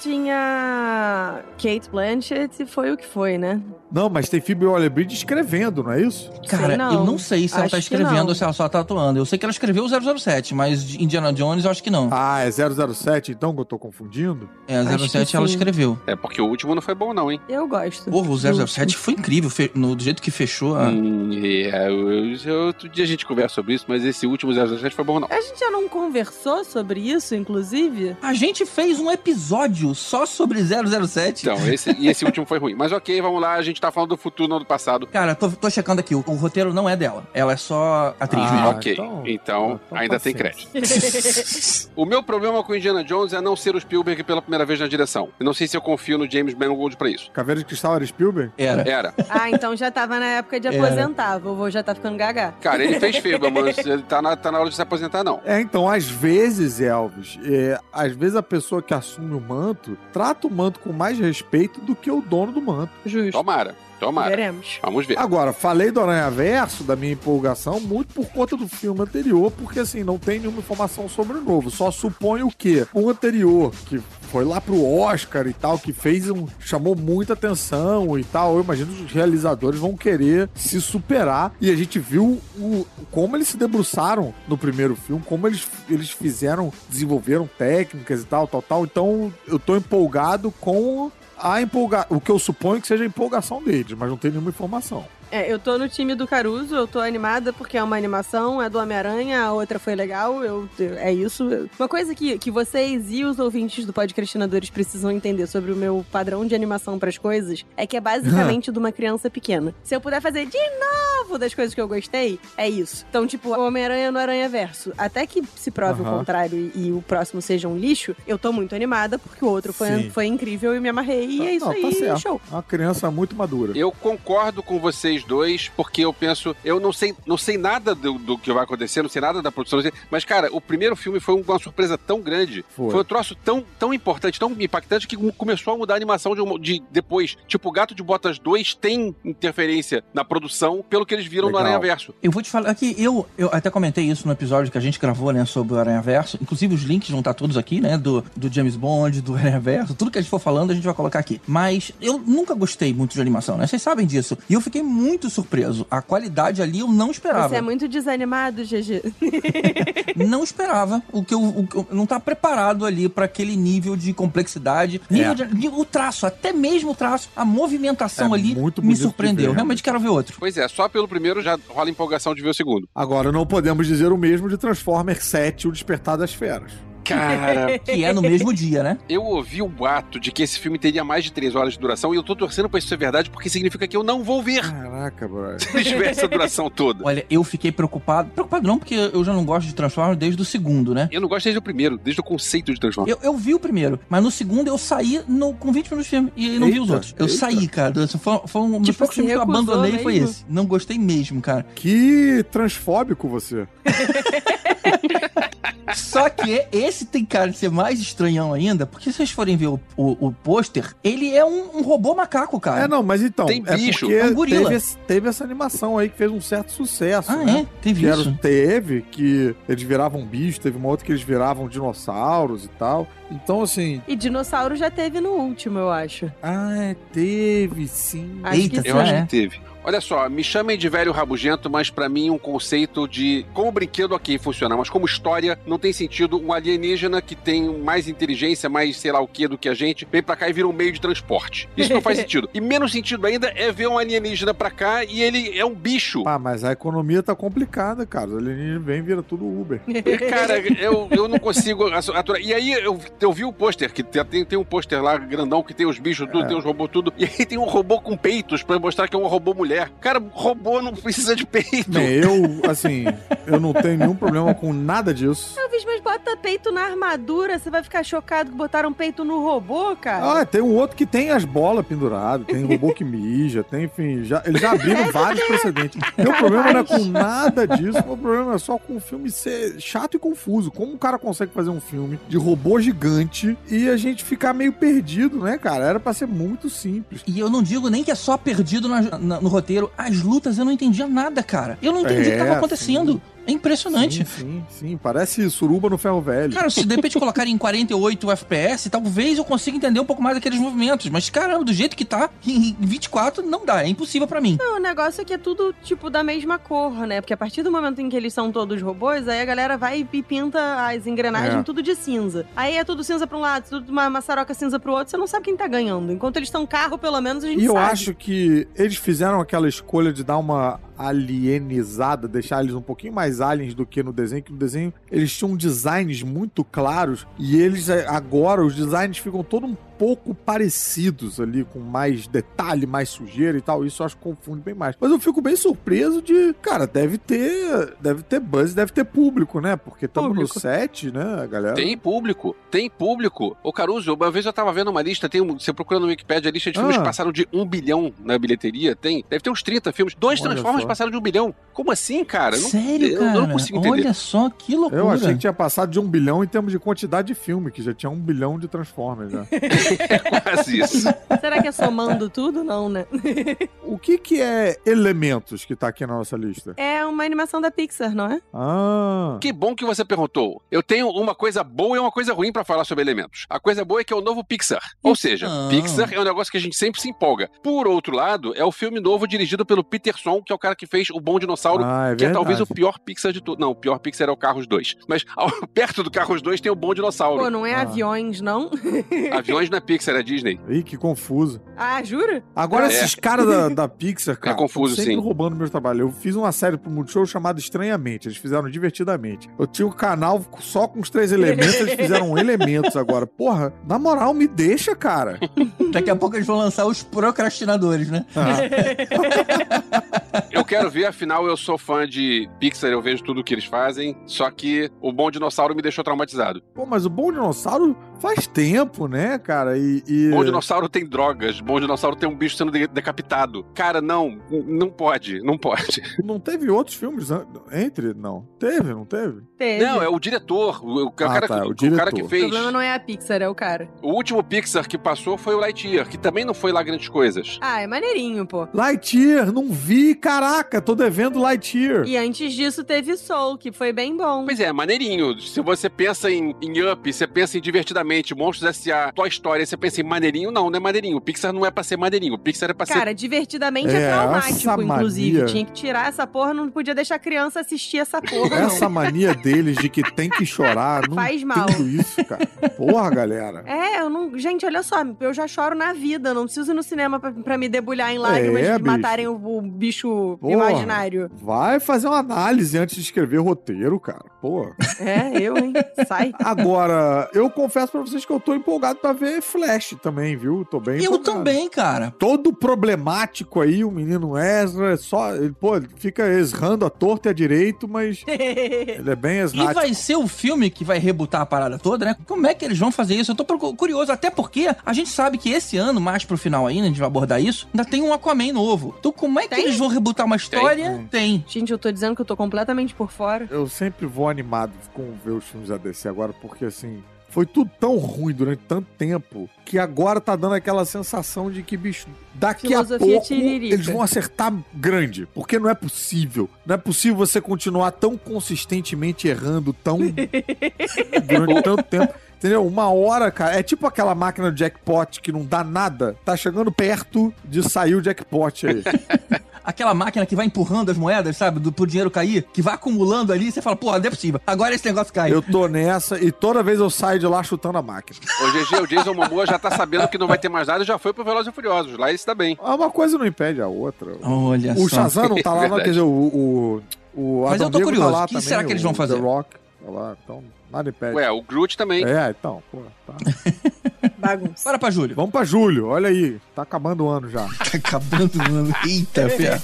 S10: tinha Kate Blanchett e foi o que foi, né?
S8: Não, mas tem Phoebe Waller-Bridge escrevendo, não é isso?
S7: Cara,
S10: Sei não.
S7: eu não sei se ela tá
S10: Acho que
S7: escrevendo
S10: não.
S7: ou se ela só tá atuando. Eu sei que ela escreveu o 007, mas de Indiana Jones eu acho que não.
S8: Ah, é 007 então que eu tô confundindo?
S7: É,
S10: acho que
S7: 007 ela
S10: sim.
S7: escreveu.
S9: É porque o último não foi bom, não, hein?
S10: Eu gosto.
S7: Porra, o
S10: Do-
S7: 007 foi incrível, fe- no, do jeito que fechou a...
S9: Hum, é, eu- eu- outro dia a gente conversa sobre isso, mas esse último 007 foi bom, não.
S10: A gente já não conversou sobre isso, inclusive?
S7: A gente fez um episódio só sobre 007.
S9: Então, esse, e esse último foi ruim. Mas ok, vamos lá, a gente tá falando do futuro, não do passado.
S7: Cara, tô, tô checando aqui, o, o roteiro não é dela. Ela é só atriz
S8: Ah,
S7: mesmo.
S9: ok,
S8: então-
S9: então,
S8: então
S9: ainda tem
S8: paciência.
S9: crédito. O meu problema com Indiana Jones é não ser o Spielberg pela primeira vez na direção. Eu não sei se eu confio no James Mangold pra isso.
S8: Caveira de Cristal era Spielberg?
S7: Era.
S9: Era.
S10: Ah, então já tava na época de
S7: Era.
S10: aposentar. Vovô já tá ficando gaga.
S9: Cara, ele fez feio, mas ele tá na, tá na hora de se aposentar, não.
S8: É, então, às vezes, Elvis, é, às vezes a pessoa que assume o manto trata o manto com mais respeito do que o dono do manto.
S10: Justo.
S9: Tomara,
S10: É.
S9: tomara.
S10: Veremos.
S9: Vamos ver.
S8: Agora, falei do Aranha Verso, da minha empolgação, muito por conta do filme anterior, porque assim, não tem nenhuma informação sobre o novo. Só suponho o quê? O anterior, que foi lá pro Oscar e tal, que fez um. chamou muita atenção e tal. Eu imagino que os realizadores vão querer se superar. E a gente viu o, como eles se debruçaram no primeiro filme, como eles, eles fizeram, desenvolveram técnicas e tal, tal, tal. Então, eu tô empolgado com. A empolga... O que eu suponho que seja a empolgação deles, mas não tem nenhuma informação.
S10: É, eu tô no time do Caruso, eu tô animada porque é uma animação, é do Homem-Aranha, a outra foi legal, eu, eu- é isso. Uma coisa que, que vocês e os ouvintes do Podcastinadores precisam entender sobre o meu padrão de animação pras coisas é que é
S8: Ah.
S10: basicamente de uma criança pequena. Se eu puder fazer de novo das coisas que eu gostei, é isso. Então, tipo, Homem-Aranha no Aranha Verso. Até que se prove
S8: Aham.
S10: o contrário e, e o próximo seja um lixo, eu tô muito animada porque o outro foi,
S8: Sim.
S10: foi incrível e me amarrei e
S8: Tá-
S10: é isso
S8: não, tá
S10: aí,
S8: certo.
S10: show.
S8: É Uma criança muito madura.
S9: Eu concordo com vocês dois, porque eu penso, eu não sei, não sei nada do, do que vai acontecer, não sei nada da produção, não sei- mas cara, o primeiro filme foi uma surpresa tão grande,
S8: Foi.
S9: foi, um troço tão, tão importante, tão impactante que começou a mudar a animação de, um- de- depois. Tipo, o Gato de Botas 2 tem interferência na produção pelo que eles viram
S8: Legal.
S9: no Aranha Verso.
S7: Eu vou te falar que eu, eu até comentei isso no episódio que a gente gravou, né, sobre o Aranha Verso. Inclusive, os links vão estar todos aqui, né, do, do James Bond, do Aranha Verso. Tudo que a gente for falando, a gente vai colocar aqui. Mas eu nunca gostei muito de animação, né? Vocês sabem disso. E eu fiquei muito surpreso. A qualidade ali eu não esperava.
S10: Você é muito desanimado, GG.
S7: não esperava o que eu, o que eu- não tá preparado ali pra aquele nível de complexidade,
S8: É.
S7: nível de- de- o traço, até mesmo o traço, a movimentação
S8: É
S7: ali
S8: muito
S7: me
S8: bonito de
S7: surpreendeu.
S8: ver.
S7: Realmente quero ver outro.
S9: Pois é, só pelo primeiro já rola a empolgação de ver o segundo.
S8: Agora, não podemos dizer o mesmo de Transformers 7, O Despertar das Feras.
S9: Cara,
S7: Que é no mesmo dia, né?
S9: eu ouvi o boato de que esse filme teria mais de três horas de duração e eu tô torcendo pra isso ser verdade porque significa que eu não vou ver
S8: Caraca, brother.
S9: se tiver essa duração toda.
S7: Olha, eu fiquei preocupado. Preocupado não, porque eu já não gosto de Transformers desde o segundo, né?
S9: Eu não gosto desde o primeiro, desde o conceito de Transformers.
S7: Eu, eu vi o primeiro, mas no segundo eu saí no, com 20 minutos de filme e não vi os
S8: Eita,
S7: outros. Eu
S8: eita.
S7: saí, cara. Isso Foi, foi um dos
S10: Tipo,
S7: poucos
S10: se
S7: filmes que eu
S10: recusou né?
S7: abandonei foi
S10: mesmo?
S7: esse. Não gostei mesmo, cara.
S8: Que transfóbico você.
S7: Só que é, esse tem cara de ser mais estranhão ainda, porque se vocês forem ver o, o, o pôster, ele é um, um robô macaco, cara.
S8: É, não, mas então.
S9: Tem
S8: é
S9: bicho.
S8: porque
S7: É um gorila.
S8: Teve, esse- teve essa animação aí que fez um certo sucesso.
S7: ah,
S8: né?
S7: é? Teve
S8: Que era,
S7: isso.
S8: teve, que eles viravam bichos, teve uma outra que eles viravam dinossauros e tal. Então, assim.
S10: E dinossauro já teve no último, eu acho.
S8: Ah, teve sim.
S10: Acho
S7: Eita,
S10: que
S9: Eu
S10: sim.
S9: acho
S7: é.
S9: que teve. Olha só, me chamem de velho rabugento, mas pra mim um conceito de como brinquedo ok funciona, mas como história não tem sentido um alienígena que tem mais inteligência, mais sei lá o que do que a gente, vem pra cá e vira um meio de transporte. Isso não faz sentido. E menos sentido ainda é ver um alienígena pra cá e ele é um bicho.
S8: Ah, mas a economia tá complicada, cara. O alienígena vem e vira tudo Uber.
S9: E, Cara, eu, eu não consigo asso- aturar. E aí eu, eu vi o pôster, que tem, tem um pôster lá grandão que tem os bichos,
S8: É.
S9: tudo, tem os robôs, tudo. E aí tem um robô com peitos pra mostrar que é um robô mulher. Cara, robô não precisa de peito.
S8: Bem, eu, assim, eu não tenho nenhum problema com nada disso.
S10: Talvez, mas bota peito na armadura. Você vai ficar chocado que botaram peito no robô, cara?
S8: Ah, tem um outro que tem as bolas penduradas, tem robô que mija, tem, enfim, já, eles já abriram vários precedentes. Meu problema não é com nada disso, meu problema é só com o filme ser chato e confuso. Como o cara consegue fazer um filme de robô gigante e a gente ficar meio perdido, né, cara? Era pra ser muito simples.
S7: E eu não digo nem que é só perdido na- na- no roteiro. As lutas eu não entendia nada, cara. Eu não entendi o que
S8: É,
S7: tava acontecendo. É impressionante.
S8: Sim, sim, sim, parece suruba no ferro velho.
S7: Cara, se de repente colocarem em 48 FPS, talvez eu consiga entender um pouco mais aqueles movimentos. Mas caramba, do jeito que tá, em 24 não dá, é impossível pra mim.
S10: Não, o negócio é que é tudo, tipo, da mesma cor, né? Porque a partir do momento em que eles são todos robôs, aí a galera vai e pinta as engrenagens
S8: É.
S10: tudo de cinza. Aí é tudo cinza pra um lado, tudo uma maçaroca cinza pro outro, você não sabe quem tá ganhando. Enquanto eles estão carro, pelo menos, a gente
S8: E eu
S10: sabe.
S8: acho que eles fizeram aquela escolha de dar uma alienizada, deixar eles um pouquinho mais aliens do que no desenho, que no desenho eles tinham designs muito claros e eles eh, agora, os designs ficam todo um pouco parecidos ali, com mais detalhe, mais sujeira e tal. Isso eu acho que confunde bem mais. Mas eu fico bem surpreso de, cara, deve ter, deve ter buzz, deve ter público, né? Porque estamos no
S10: Público.
S8: set, né, galera?
S9: Tem público, tem público. Ô Caruso, uma vez eu tava vendo uma lista, tem um, você procura no Wikipedia a lista de filmes
S8: Ah.
S9: que passaram de um bilhão na bilheteria, tem. Deve ter uns 30 filmes. Dois
S8: Olha
S9: Transformers
S8: só.
S9: passaram de um bilhão. Como assim, cara? Não-
S7: Sério,
S9: eu
S7: cara?
S9: não consigo entender.
S7: Olha só que loucura.
S8: Eu achei que tinha passado de um bilhão em termos de quantidade de filme, que já tinha um bilhão de Transformers, né?
S9: Quase isso.
S10: Será que é somando tudo? Não, né?
S8: O que que é Elementos que tá aqui na nossa lista?
S10: É uma animação da Pixar, não é?
S8: Ah,
S9: Que bom que você perguntou. Eu tenho uma coisa boa e uma coisa ruim pra falar sobre elementos. A coisa boa é que é o novo Pixar.
S8: Então.
S9: Ou seja,
S7: Ah.
S9: Pixar é um negócio que a gente sempre se empolga. Por outro lado, é o filme novo dirigido pelo Peterson, que é o cara que fez O Bom Dinossauro,
S8: ah é
S9: que é
S8: verdade.
S9: talvez o pior Pixar de tudo. Não, o pior Pixar é o Carros 2. Mas ao- perto do Carros 2 tem o Bom Dinossauro.
S10: Pô, não é
S8: Ah.
S10: aviões, não?
S9: Aviões na Pixar, é Disney.
S8: Ih, que confuso.
S10: Ah, jura?
S8: Agora
S9: É.
S8: esses caras da, da Pixar, cara,
S9: confuso,
S8: tão sempre
S9: sim.
S8: roubando meu trabalho. Eu fiz uma série pro Multishow chamada Estranhamente. Eles fizeram divertidamente. Eu tinha um canal só com os três elementos, eles fizeram um elementos agora. Porra, na moral, me deixa, cara.
S7: Daqui a pouco eles vão lançar os procrastinadores, né?
S8: Ah.
S9: Eu quero ver, afinal, eu sou fã de Pixar, eu vejo tudo que eles fazem. Só que o Bom Dinossauro me deixou traumatizado.
S8: Pô, mas o Bom Dinossauro faz tempo, né, cara? E, e-
S9: Bom dinossauro tem drogas, bom dinossauro tem um bicho sendo de- decapitado. Cara, não, n- não pode, não pode.
S8: não teve outros filmes an- entre? Não. Teve, não teve?
S10: Teve.
S9: Não, é o diretor, o, o cara,
S8: tá,
S9: que-
S8: o
S9: o cara que
S8: diretor.
S10: O
S9: fez.
S10: problema não é a Pixar, é o cara.
S9: O último Pixar que passou foi o Lightyear, que também não foi lá grandes coisas.
S10: Ah, é maneirinho, pô.
S8: Lightyear, não vi, caraca, tô devendo Lightyear.
S10: E antes disso teve Soul, que foi bem bom.
S9: Pois é, maneirinho. Se você pensa em, em Up, você pensa em Divertidamente, Monstros S.A., Toy Story, você pensa em maneirinho, não, não é maneirinho. Pixar não é pra ser maneirinho, Pixar é pra ser...
S10: Cara, divertidamente é,
S8: É, essa
S10: traumático,
S8: mania.
S10: inclusive. Tinha que tirar essa porra, não podia deixar a criança assistir essa porra,
S8: Essa
S10: não.
S8: mania deles de que tem que chorar, não
S10: Faz mal.
S8: entendo isso, cara. Porra, galera.
S10: É, eu não. Gente, olha só, eu já choro na vida, não preciso ir no cinema pra, pra me debulhar em lágrimas
S8: É,
S10: de
S8: bicho.
S10: matarem o, o bicho
S8: Porra.
S10: imaginário.
S8: Vai fazer uma análise antes de escrever roteiro, cara. Pô.
S10: É, eu, hein? Sai.
S8: Agora, eu confesso pra vocês que eu tô empolgado pra ver Flash também, viu? Tô bem
S7: Eu
S8: empolgado.
S7: também, cara.
S8: Todo problemático aí, o menino Ezra, é só, ele, pô, ele fica esrando a torta e a direito, mas ele é bem
S7: E
S8: esrático.
S7: vai ser o filme que vai rebutar a parada toda, né? Como é que eles vão fazer isso? Eu tô procu- curioso, até porque a gente sabe que esse ano, mais pro final ainda, a gente vai abordar isso, ainda tem um Aquaman novo. Então como é que
S10: Tem?
S7: eles vão rebutar uma história? tem.
S10: Gente, eu tô dizendo que eu tô completamente por fora.
S8: Eu sempre vou animado com ver os filmes da DC agora, porque assim, foi tudo tão ruim durante tanto tempo que agora tá dando aquela sensação de que, bicho, daqui
S10: Filosofia
S8: a pouco
S10: tiririca.
S8: eles vão acertar grande. Porque não é possível. Não é possível você continuar tão consistentemente errando tão durante tanto tempo. Entendeu? Uma hora, cara. É tipo aquela máquina de jackpot que não dá nada. Tá chegando perto de sair o jackpot aí.
S7: aquela máquina que vai empurrando as moedas, sabe? Do, pro dinheiro cair, que vai acumulando ali, você fala, porra, não é possível. Agora esse negócio cai.
S8: Eu tô nessa e toda vez eu saio de lá chutando a máquina.
S9: Ô, GG, o Jason Momoa já tá sabendo que não vai ter mais nada e já foi pro Velozes e Furiosos. Lá ele está bem.
S8: Ah, Uma coisa não impede a outra.
S7: Olha
S8: O
S7: É só.
S8: Shazam não tá lá, não, quer dizer, o, o, o
S7: Mas
S8: Adam
S7: eu tô
S8: Negro
S7: curioso,
S8: tá lá
S7: o que
S8: também,
S7: será que eles
S8: o
S7: vão fazer?
S8: The Rock tá lá, então nada impede.
S9: Ué, o Groot também.
S8: é, então, pô, tá.
S10: Bagunça.
S7: Bora pra Júlio.
S8: Vamos pra julho, olha aí, tá acabando o ano já.
S7: Tá acabando o ano. Eita, fé.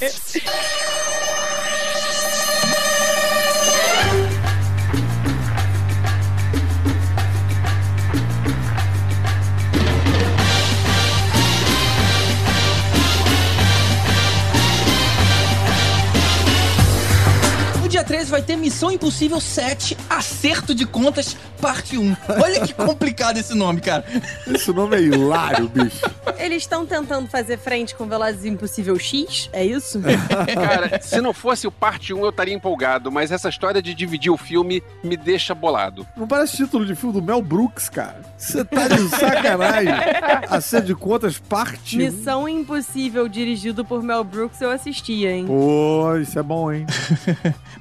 S7: No dia 13 vai ter Missão Impossível 7, Acerto de Contas, parte 1. Olha que complicado esse nome, cara.
S8: Esse nome é hilário, bicho.
S10: Eles estão tentando fazer frente com Velozes e Impossível X? É isso?
S9: Cara, se não fosse o parte 1, eu estaria empolgado, mas essa história de dividir o filme me deixa bolado.
S8: Não parece título de filme do Mel Brooks, cara. Você tá de sacanagem. Acerto de contas, parte. um.
S10: Missão Impossível, dirigido por Mel Brooks, eu assistia, hein?
S8: Pô, isso é bom, hein?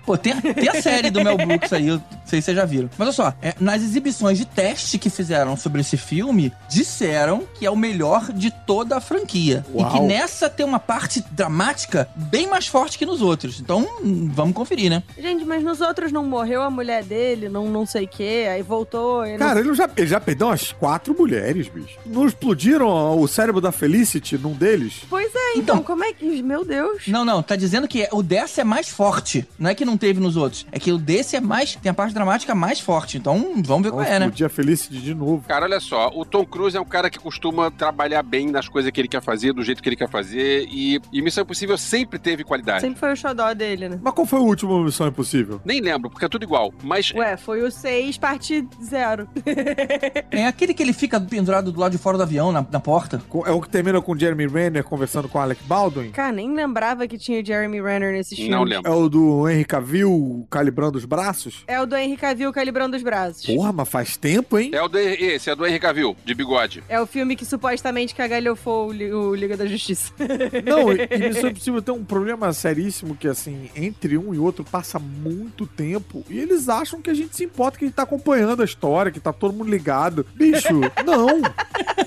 S7: Pô, tem, tem a série do Mel Brooks aí, eu não sei se vocês já viram. Mas olha só, é, nas exibições de teste que fizeram sobre esse filme, disseram que é o melhor de toda a franquia.
S8: Uau.
S7: E que nessa tem uma parte dramática bem mais forte que nos outros. Então, hum, vamos conferir, né?
S10: Gente, mas nos outros não morreu a mulher dele, não, não sei o quê, aí voltou. ele-
S8: Cara, ele já, ele já perdeu umas quatro mulheres, bicho. Não explodiram o cérebro da Felicity num deles?
S10: Pois é, então,
S7: Então-
S10: como é que. Meu Deus.
S7: Não, não, tá dizendo que o dessa é mais forte. Não é que não teve nos outros. É que o desse é mais. Tem a parte dramática mais forte. Então, hum, vamos ver
S8: Não
S7: qual é, né?
S8: explodia a Felicity de novo.
S9: Cara, olha só, o Tom Cruise é um cara que costuma trabalhar bem nas coisas que ele quer fazer, do jeito que ele quer fazer, e, e Missão Impossível sempre teve qualidade.
S10: Sempre foi o xodó dele, né?
S8: Mas qual foi o último Missão Impossível?
S9: Nem lembro, porque é tudo igual. Mas
S10: Ué, foi o 6, parte 0.
S7: É aquele que ele fica pendurado do lado de fora do avião, na, na porta.
S8: Co- É o que termina com o Jeremy Renner conversando com o Alec Baldwin?
S10: Cara, nem lembrava que tinha Jeremy Renner nesse filme.
S9: não lembro.
S8: É o do Henry Cavill calibrando os braços?
S10: É o do Henry Cavill calibrando os braços.
S8: Porra, mas faz tempo, hein?
S9: É o do, esse, é do Henry Cavill, de bigode.
S10: É o filme que supostamente cagalhofou o, Li- o Liga da Justiça.
S8: Não, e e Missão Impossível tem um problema seríssimo que, assim, entre um e outro passa muito tempo e eles acham que a gente se importa, que a gente tá acompanhando a história, que tá todo mundo ligado. Bicho, não!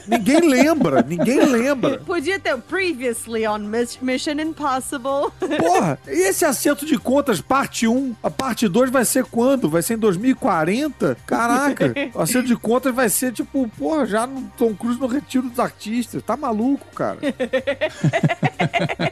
S8: Ninguém lembra, ninguém lembra.
S10: Podia ter o Previously on Miss- Mission Impossible.
S8: Porra, e esse acerto de contas, parte 1, a parte 2 vai ser quando? Vai ser em 2040? Caraca, o acerto de contas vai ser tipo, porra, já no Tom Cruise no Retiro dos Artistas. Tá maluco, cara.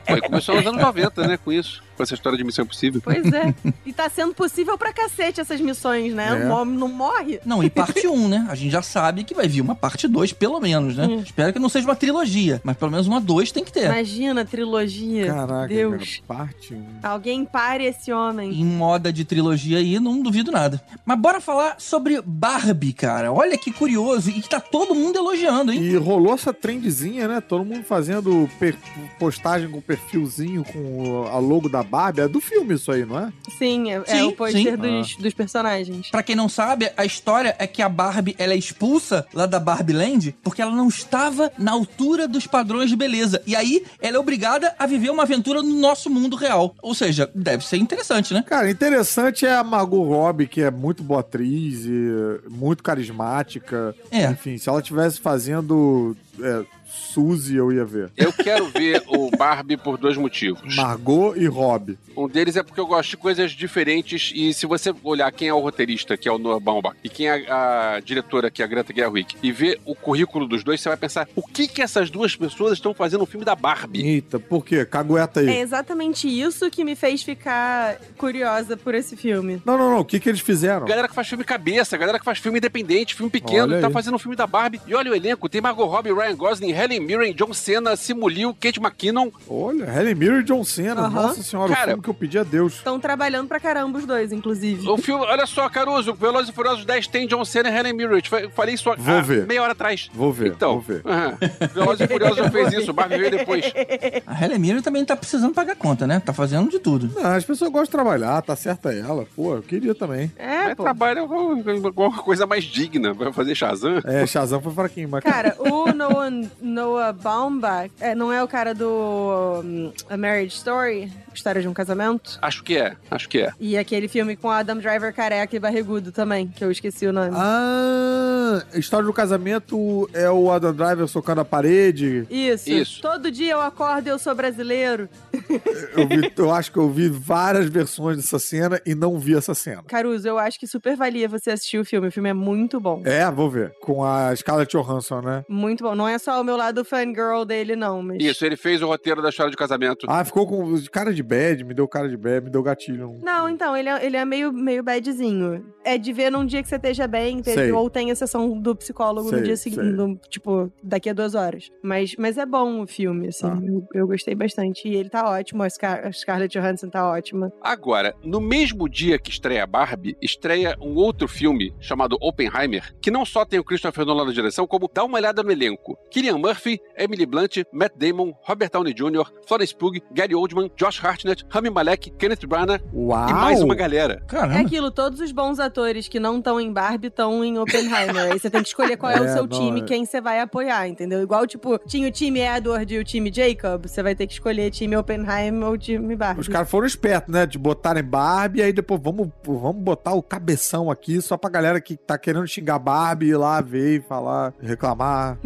S9: Foi, começou nos anos 90, né, com isso. Com essa história de Missão Impossível.
S10: Pois é. E tá sendo possível pra cacete essas missões, né?
S8: É.
S10: O homem não morre.
S7: Não, e parte 1, né? A gente já sabe que vai vir uma parte 2, pelo menos, né? Espero que não seja uma trilogia, mas pelo menos uma 2 tem que ter.
S10: Imagina a trilogia.
S8: É. Caraca,
S10: Deus.
S8: cara, parte 1.
S10: Alguém pare esse homem.
S7: Em moda de trilogia aí, não duvido nada. Mas bora falar sobre Barbie, cara. Olha que curioso e que tá todo mundo elogiando, hein?
S8: E rolou essa trendzinha, né? Todo mundo fazendo per- postagem com perfilzinho com a logo da Barbie. É do filme isso aí, não é?
S10: Sim, é, é
S7: Sim,
S10: o pôster
S7: sim.
S10: dos,
S8: Ah.
S10: dos personagens.
S7: Pra quem não sabe, a história é que a Barbie ela é expulsa lá da Barbie Land porque ela não estava na altura dos padrões de beleza. E aí ela é obrigada a viver uma aventura no nosso mundo real. Ou seja, deve ser interessante, né?
S8: Cara, interessante é a Margot Robbie, que é muito boa atriz e muito carismática.
S7: É.
S8: Enfim, se ela tivesse fazendo é, Suzy, eu ia ver.
S9: Eu quero ver o Barbie por dois motivos.
S8: Margot e Robbie.
S9: Um deles é porque eu gosto de coisas diferentes e se você olhar quem é o roteirista, que é o Noah Baumbach, e quem é a diretora, que é a Greta Gerwig, e ver o currículo dos dois, você vai pensar, o que que essas duas pessoas estão fazendo no filme da Barbie?
S8: Eita, por quê? Cagueta aí.
S10: É exatamente isso que me fez ficar curiosa por esse filme.
S8: Não, não, não. O que, que eles fizeram?
S9: Galera que faz filme cabeça, galera que faz filme independente, filme pequeno,
S8: Olha
S9: tá
S8: aí.
S9: fazendo o filme da Barbie. E olha o elenco, tem Margot Robbie, Ryan Gosling, Helen Mirren, John Cena, Simulio, Kate McKinnon.
S8: Olha, Helen Mirren e John Cena.
S10: Aham.
S8: Nossa senhora,
S9: Cara-
S8: o filme que eu pedi a Deus.
S10: Estão trabalhando pra caramba os dois, inclusive.
S8: Oh.
S9: O filme, olha só, Caruso, Velozes e Furiosos 10 tem John Cena e Helen Mirren. Eu te fa- eu falei isso há
S8: Vou
S9: há
S8: ver.
S9: meia hora atrás.
S8: Vou ver,
S9: Então,
S8: vou ver.
S9: aham. Velozes e Furiosos já fez isso, Barbie veio depois.
S7: A Helen Mirren também tá precisando pagar conta, né? Tá fazendo de tudo.
S8: Não, as pessoas gostam de trabalhar, tá certa ela. Pô, eu queria também.
S10: É,
S9: Mas
S10: pô.
S9: trabalha com, com- com uma coisa mais digna. Vai fazer Shazam?
S8: É, Shazam foi fraquinho, mas.
S10: Cara, o Noah o Noah Baumbach é, não é o cara do hum, A Marriage Story? História de um casamento?
S9: Acho que é, acho que é.
S10: E aquele filme com Adam Driver careca e barrigudo também, que eu esqueci o nome.
S8: Ah, história do casamento é o Adam Driver socando a parede.
S10: Isso.
S9: Isso.
S10: Todo dia eu acordo e eu sou brasileiro.
S8: Eu, vi- eu acho que eu vi várias versões dessa cena e não vi essa cena.
S10: Caruso, eu acho que super valia você assistir o filme. O filme é muito bom.
S8: É, vou ver. Com a Scarlett Johansson, né?
S10: Muito bom. Não é só o meu lado fangirl dele, não. Mas...
S9: Isso, ele fez o roteiro da história de casamento.
S8: Ah, ficou com cara de bad, me deu cara de bad, me deu gatilho.
S10: Não, então, ele é, ele é meio, meio badzinho. É de ver num dia que você esteja bem, teve-
S8: Sei.
S10: ou tem a sessão do psicólogo
S8: Sei,
S10: no dia seguinte,
S8: sei.
S10: no- tipo, daqui a duas horas. Mas, mas é bom o filme, assim,
S8: Tá.
S10: eu, eu gostei bastante. E ele tá ótimo, a, Scar- a Scarlett Johansson tá ótima.
S9: Agora, no mesmo dia que estreia Barbie, estreia um outro filme chamado Oppenheimer, que não só tem o Christopher Nolan na direção, como dá uma olhada no elenco. Killian Murphy, Emily Blunt, Matt Damon, Robert Downey Jr., Florence Pugh, Gary Oldman, Josh Hartnett, Rami Malek, Kenneth Branagh
S8: Uau!
S9: e mais uma galera.
S10: É
S7: Caramba.
S10: aquilo, todos os bons atores que não estão em Barbie estão em Oppenheimer. Aí você tem que escolher qual é, o
S8: É,
S10: seu
S8: não,
S10: time,
S8: é.
S10: quem você vai apoiar, entendeu? Igual, tipo, tinha o time Edward e o time Jacob, você vai ter que escolher time Oppenheimer ou time Barbie.
S8: Os caras foram espertos, né? De botarem Barbie, aí depois vamos, vamos botar o cabeção aqui só pra galera que tá querendo xingar Barbie ir lá ver e falar, reclamar.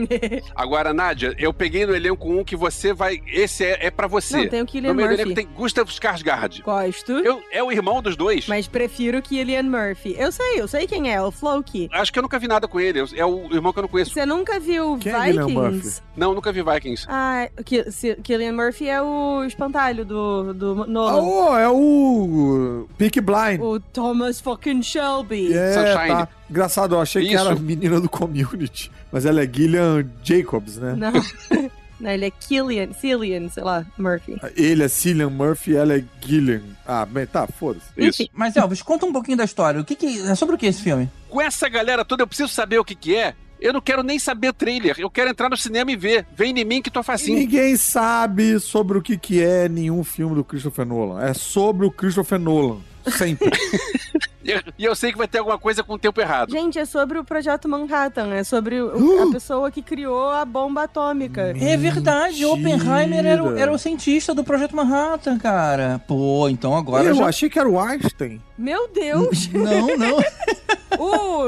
S9: Agora, Nádia, eu peguei no elenco um que você vai. Esse é, é para você.
S10: Não, tem o Killian
S9: no meu elenco
S10: Murphy.
S9: tem Gustav Skarsgård.
S10: Gosto.
S9: Eu- é o irmão dos dois.
S10: Mas prefiro Killian Murphy. Eu sei, eu sei quem é, o Floki.
S9: Acho que eu nunca vi nada com ele. eu- É o irmão que eu não conheço.
S10: Você nunca viu
S8: Quem é Cillian
S10: Vikings?
S9: Não, nunca vi Vikings.
S10: ah, o Ki- Ci- Cillian Murphy é o espantalho do, do
S8: Ah,
S10: Nolan.
S8: ô, é o Pick Blind.
S10: O Thomas fucking Shelby.
S8: É,
S9: Sunshine.
S8: tá. Engraçado, eu achei que
S9: Isso.
S8: era a menina do community. Mas ela é Gillian Jacobs, né?
S10: Não. Não, ele é Killian, Cillian, sei lá, Murphy.
S8: Ele é Cillian Murphy e ela é Gillian. Ah, bem, tá, foda-se.
S9: Isso.
S7: Mas, Elvis, conta um pouquinho da história. O que que... É sobre o que esse filme?
S9: com essa galera toda, eu preciso saber o que que é. Eu não quero nem saber trailer, eu quero entrar no cinema e ver. Vem em mim que tô
S8: E
S9: facinho.
S8: Ninguém sabe sobre o que, que é nenhum filme do Christopher Nolan. É sobre o Christopher Nolan. Sempre.
S9: E eu- E eu sei que vai ter alguma coisa com o tempo errado.
S10: Gente, é sobre o Projeto Manhattan. É sobre o- a pessoa que criou a bomba atômica.
S7: É verdade, Oppenheimer era, o-
S8: Mentira.
S7: era o cientista do Projeto Manhattan, cara. Pô, então agora
S8: eu
S7: já...
S8: achei que era o Einstein.
S10: Meu Deus!
S7: Não, não.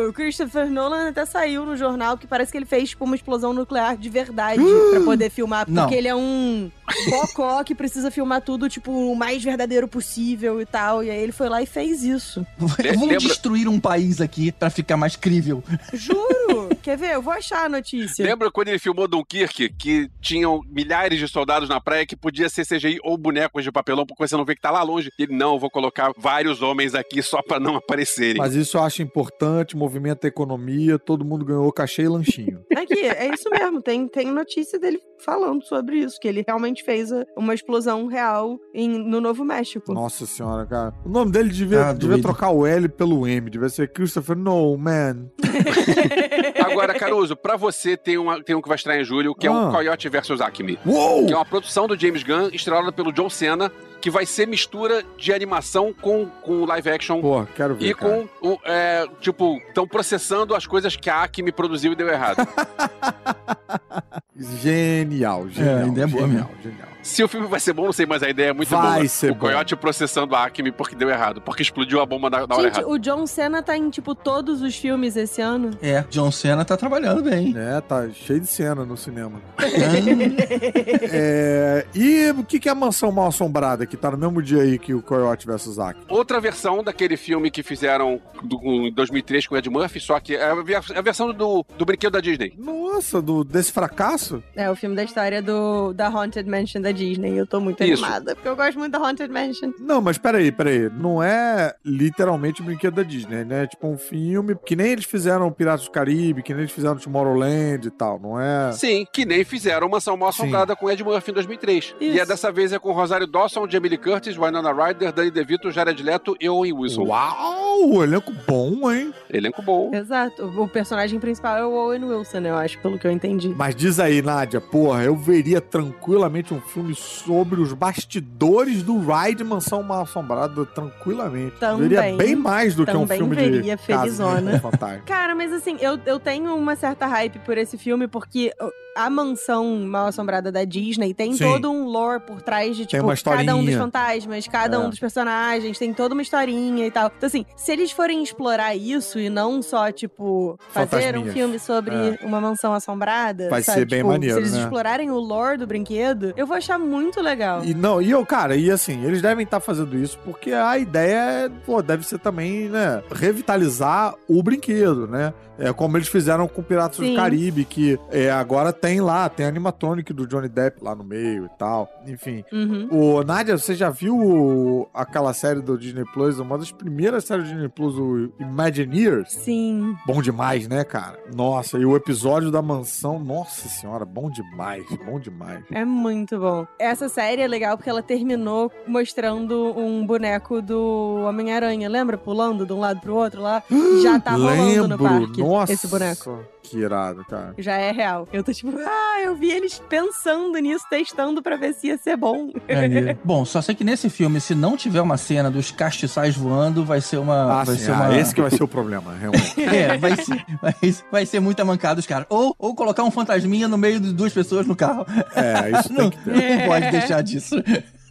S10: o Christopher Nolan até saiu no jornal que parece que ele fez tipo, uma explosão nuclear de verdade pra poder filmar, porque
S7: Não.
S10: ele é um bocó que precisa filmar tudo, tipo, o mais verdadeiro possível e tal. E aí ele foi lá e fez isso.
S7: Vamos
S9: lembra-
S7: destruir um país aqui pra ficar mais crível.
S10: Juro! Quer ver? Eu vou achar a notícia.
S9: Lembra quando ele filmou Dunkirk, que tinham milhares de soldados na praia que podia ser CGI ou bonecos de papelão, porque você não vê que tá lá longe. Ele, não, eu vou colocar vários homens aqui só pra não aparecerem.
S8: Mas isso eu acho importante, movimenta a economia, todo mundo ganhou cachê e lanchinho.
S10: Aqui, é isso mesmo. Tem, tem notícia dele falando sobre isso, que ele realmente fez a- uma explosão real em- no Novo México.
S8: Nossa senhora, cara. O nome dele devia,
S7: Tá
S8: devia
S7: doido.
S8: trocar o L pelo M, devia ser Christopher Nolan.
S9: Agora, Caruso, pra você tem, uma, tem um que vai estrear em julho, que é o
S8: Ah.
S9: Coyote vs. Acme.
S8: Uou!
S9: Que é uma produção do James Gunn, estrelada pelo John Cena, que vai ser mistura de animação com, com live action
S8: Pô, quero ver.
S9: E
S8: cara.
S9: com, o, é, tipo, estão processando as coisas que a Acme produziu e deu errado.
S8: Genial, genial.
S7: É, a ideia é boa
S8: genial, genial.
S9: Se o filme vai ser bom, não sei, mas a ideia é muito
S8: Vai
S9: boa.
S8: ser
S9: o Coyote processando a Acme porque deu errado, porque explodiu a bomba na, na hora
S10: Gente,
S9: errada.
S10: o John Cena tá em, tipo, todos os filmes esse ano.
S7: É, John Cena tá trabalhando bem.
S8: É, tá cheio de cena no cinema. É, e o que, que é a Mansão Mal Assombrada, que tá no mesmo dia aí que o Coyote vs. Zack?
S9: Outra versão daquele filme que fizeram do- com- em 2003 com o Ed Murphy, só que é a, ver- a versão do, do brinquedo da Disney.
S8: Nossa, do, desse fracasso?
S10: É o filme da história do, da Haunted Mansion da Disney. Eu tô muito
S9: Isso.
S10: animada, porque eu gosto muito da Haunted Mansion.
S8: Não, mas peraí, peraí. Não é literalmente o brinquedo da Disney, né? É tipo um filme que nem eles fizeram Piratas do Caribe, que nem eles fizeram Tomorrowland e tal, não é?
S9: Sim, que nem fizeram Mansão Mal Assombrada com o Ed Murphy em 2003. E
S10: Isso.
S9: é dessa vez é com Rosário Dawson, Jamie Lee Curtis, Winona Ryder, Danny DeVito, Jared Leto e Owen Wilson.
S8: Uau! o elenco bom, hein?
S9: Elenco bom.
S10: Exato. O personagem principal é o Owen Wilson, eu acho, pelo que eu entendi.
S8: Mas diz aí, Nádia, porra, eu veria tranquilamente um filme sobre os bastidores do Ride Mansão Mal Assombrada, tranquilamente.
S10: Também.
S8: veria bem mais do que um
S10: Também
S8: filme
S10: veria,
S8: de casos
S10: felizona.
S8: fantásticos.
S10: Cara, mas assim, eu, eu tenho uma certa hype por esse filme, porque a mansão mal-assombrada da Disney tem
S8: Sim.
S10: todo um lore por trás de,
S8: Tem
S10: tipo,
S8: uma
S10: cada um dos
S8: historinha. É.
S10: fantasmas, cada um dos personagens, tem toda uma historinha e tal. Então, assim, se eles forem explorar isso e não só, tipo, fazer um
S8: Fantasminhas. É.
S10: filme sobre uma mansão assombrada.
S8: Vai
S10: sabe?
S8: ser bem
S10: Tipo,
S8: maneiro,
S10: Se eles
S8: né?
S10: explorarem o lore do brinquedo, eu vou achar muito legal.
S8: E não, e eu, cara, e assim, eles devem estar fazendo isso porque a ideia, é, pô, deve ser também, né, revitalizar o brinquedo, né? É como eles fizeram com Piratas
S10: Sim.
S8: do Caribe, que é, agora tem lá, tem animatronic do Johnny Depp lá no meio e tal. Enfim.
S10: Uhum.
S8: O Nádia, você já viu o- aquela série do Disney Plus? Uma das primeiras séries do Disney Plus, o Imagineers?
S10: Sim.
S8: Bom demais, né, cara? Nossa, e o episódio da mansão, nossa senhora, bom demais, bom demais.
S10: É muito bom. Essa série é legal porque ela terminou mostrando um boneco do Homem-Aranha, lembra? Pulando de um lado pro outro lá. Já tá rolando no
S8: Lembro,
S10: parque
S8: nossa,
S10: esse boneco.
S8: Que irado, cara.
S10: Já é real. Eu tô tipo, ah, eu vi eles pensando nisso, testando pra ver se ia ser bom.
S7: É Bom, só sei que nesse filme, se não tiver uma cena dos castiçais voando, vai ser uma.
S8: Ah,
S7: vai
S8: sim,
S7: ser
S8: ah,
S7: uma...
S8: esse que vai ser o problema, realmente.
S7: É, vai ser, vai, vai ser muita mancada os caras. Ou, ou colocar um fantasminha no meio de duas pessoas no carro.
S8: É, isso
S7: Não,
S8: tem que ter.
S7: não pode deixar disso.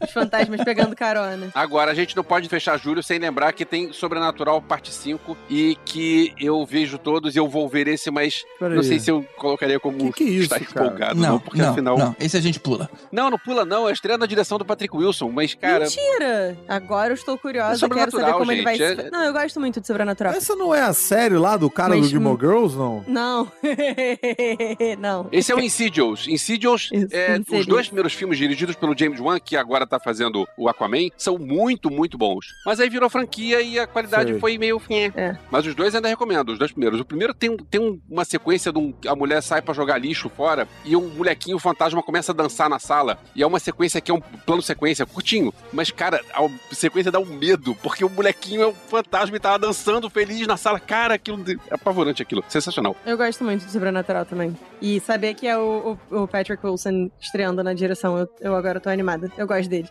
S10: Os fantasmas pegando carona.
S9: Agora, a gente não pode fechar julho sem lembrar que tem Sobrenatural parte 5 e que eu vejo todos e eu vou ver esse, mas
S8: Peraí.
S9: não sei se eu colocaria como
S8: Que que é isso,
S9: está
S8: cara?
S9: empolgado, Ah, não,
S7: Não,
S9: porque
S7: não,
S9: afinal. Não.
S7: não, esse a gente pula.
S9: não, pula, não. É estreia na direção do Patrick Wilson, mas, cara.
S10: Mentira! Agora eu estou curiosa,
S9: É
S10: quero saber como ele vai.
S9: sobrenatural,
S10: se-
S9: gente, é-
S10: Não, eu gosto muito de sobrenatural.
S8: Essa não é a série lá do cara
S10: Mas- hum.
S8: do Gilmore Girls, não?
S10: Não. não.
S9: Esse é o Insidious. Insidious,
S10: Isso,
S9: é,
S10: Insidious.
S9: os dois primeiros filmes dirigidos pelo James Wan, que agora tá fazendo o Aquaman, são muito, muito bons. Mas aí virou franquia e a qualidade
S8: Sei.
S9: foi meio...
S10: É.
S9: Mas os dois ainda recomendo, os dois primeiros. O primeiro tem, um- tem um- uma sequência de um, a mulher sai pra jogar lixo fora e um molequinho fantasma começa a dançar na sala. E é uma sequência que é um plano sequência, curtinho. Mas, cara, a sequência dá um medo, porque o molequinho é um fantasma e tava dançando feliz na sala. Cara, aquilo... É apavorante aquilo. Sensacional.
S10: Eu gosto muito de Sobrenatural também. E saber que é o, o- o Patrick Wilson estreando na direção, eu, eu agora tô animada. Eu gosto dele.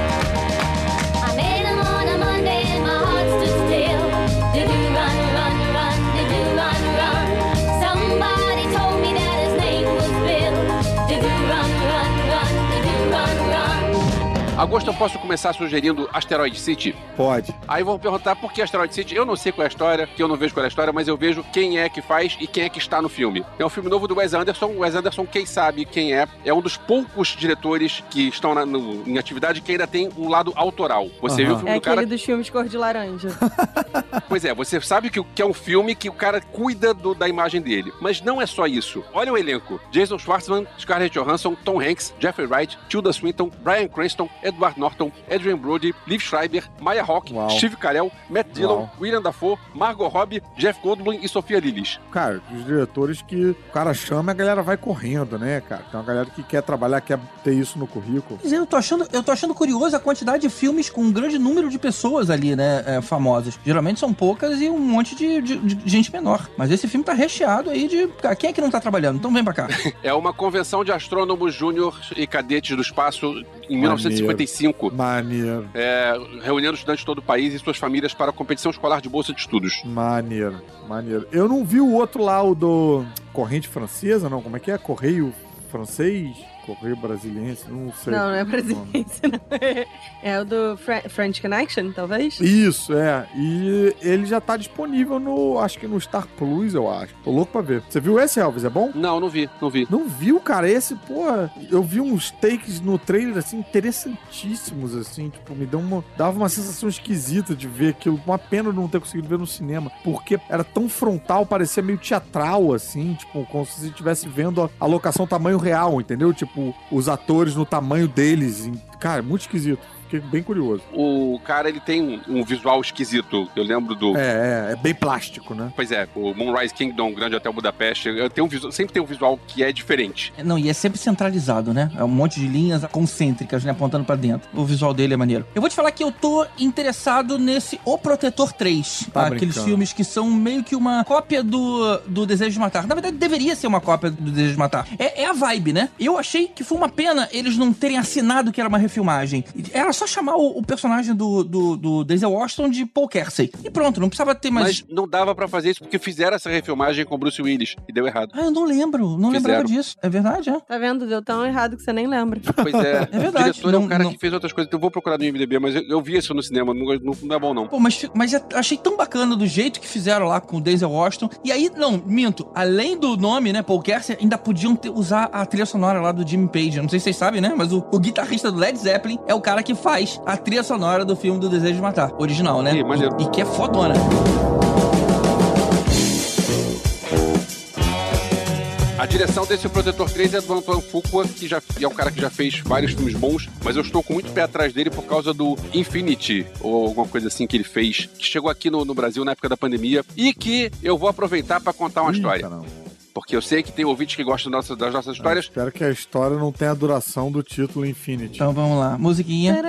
S1: I made them on a Monday and my heart stood still. Did you run, run, run? Did you run, run? Somebody told me that his name was Bill. Did you run, run, run? Did you run, run?
S9: Agosto eu posso começar sugerindo Asteroid City?
S8: Pode.
S9: Aí vão perguntar por que Asteroid City. Eu não sei qual é a história, que eu não vejo qual é a história, mas eu vejo quem é que faz e quem é que está no filme. É um filme novo do Wes Anderson. O Wes Anderson, quem sabe quem é, é um dos poucos diretores que estão na- no- em atividade que ainda tem um lado autoral. Você
S8: Aham.
S9: viu o filme
S10: É
S9: do cara?
S10: aquele dos filmes cor de laranja.
S9: Pois é, você sabe que, o- que é um filme que o cara cuida do- da imagem dele. Mas não é só isso. Olha o elenco: Jason Schwartzman, Scarlett Johansson, Tom Hanks, Jeffrey Wright, Tilda Swinton, Brian Cranston, Edward Norton, Adrian Brody, Liv Schreiber, Maya Hawke,
S8: Uau.
S9: Steve Carell, Matt Dillon,
S8: Uau.
S9: William Dafoe, Margot Robbie, Jeff Goldblum e Sofia Lillis.
S8: Cara, os diretores que o cara chama, a galera vai correndo, né, cara? Tem uma galera que quer trabalhar, quer ter isso no currículo.
S7: Mas Eu tô, achando, eu tô achando curioso a quantidade de filmes com um grande número de pessoas ali, né? é, famosas. Geralmente são poucas e um monte de, de- de gente menor. Mas esse filme tá recheado aí de. Cara, quem é que não tá trabalhando? Então vem pra cá.
S9: É uma convenção de astrônomos júnior e cadetes do espaço em 1955.
S8: Maneiro,
S9: É, reunindo estudantes de todo o país e suas famílias para a competição escolar de bolsa de estudos.
S8: maneiro, maneiro. Eu não vi o outro lá, o do Corrente Francesa, não? Como é que é? Correio francês? Correio brasiliense? Não sei.
S10: Não, não é presidência, não. É o do Fre- French Connection, talvez?
S8: Isso, é. E ele já tá disponível no, acho que no Star Plus, eu acho. Tô louco pra ver. Você viu esse, Elvis? É bom?
S9: Não, não vi, não vi.
S8: Não viu, cara? Esse, porra, eu vi uns takes no trailer, assim, interessantíssimos, assim, tipo, me deu uma, dava uma sensação esquisita de ver aquilo. Uma pena não ter conseguido ver no cinema, porque era tão frontal, parecia meio teatral, assim, tipo, como se você estivesse vendo a, a locação tamanho real, entendeu? Tipo, os atores no tamanho deles, em- cara, muito esquisito. fiquei bem curioso.
S9: O cara, ele tem um, um visual esquisito. Eu lembro do...
S8: É, é, é bem plástico, né?
S9: Pois é, o Moonrise Kingdom, o Grande Hotel Budapeste, eu tenho um visual, sempre tem um visual que é diferente.
S7: Não, e é sempre centralizado, né? É um monte de linhas concêntricas, né? Apontando pra dentro. O visual dele é maneiro. Eu vou te falar que eu tô interessado nesse O Protetor 3.
S8: Tá
S7: aqueles
S8: brincando.
S7: filmes que são meio que uma cópia do, do Desejo de Matar. Na verdade, deveria ser uma cópia do Desejo de Matar. É, é a vibe, né? Eu achei que foi uma pena eles não terem assinado que era uma refilmagem. Era só chamar o, o personagem do, do, do Denzel Washington de Paul Kersey. E pronto, não precisava ter mais...
S9: Mas não dava pra fazer isso porque fizeram essa refilmagem com Bruce Willis e deu errado.
S7: Ah, eu não lembro. Não lembrava
S9: Fizeram.
S7: disso. É verdade, é?
S10: Tá vendo? Deu tão errado que você nem lembra.
S9: Pois é.
S7: É verdade,
S9: O diretor é
S7: não-
S9: um cara
S7: não-
S9: que fez outras coisas. Então eu vou procurar no IMDB, mas eu, eu vi isso no cinema. Não, não- não é bom, não.
S7: Pô, mas, fi- mas é, eu achei tão bacana do jeito que fizeram lá com o Denzel Washington. E aí, não, minto, além do nome, né, Paul Kerser, ainda podiam ter- usar a trilha sonora lá do Jimmy Page. Eu Não sei se vocês sabem, né, mas o, o guitarrista do Led Zeppelin é o cara que faz a trilha sonora do filme do Desejo de Matar, original, né?
S9: Ih, maneiro.
S7: E que é fodona.
S9: A direção desse Protetor 3 é do Antoine Fuqua, que já que é um cara que já fez vários filmes bons, mas eu estou com muito pé atrás dele por causa do Infinity, ou alguma coisa assim que ele fez, que chegou aqui no, no Brasil na época da pandemia, e que eu vou aproveitar para contar uma
S8: Ih,
S9: história.
S8: caramba.
S9: Porque eu sei que tem ouvintes que gostam da nossa- das nossas histórias.
S8: Espero que a história não tenha a duração do título Infinity.
S7: Então vamos lá, musiquinha.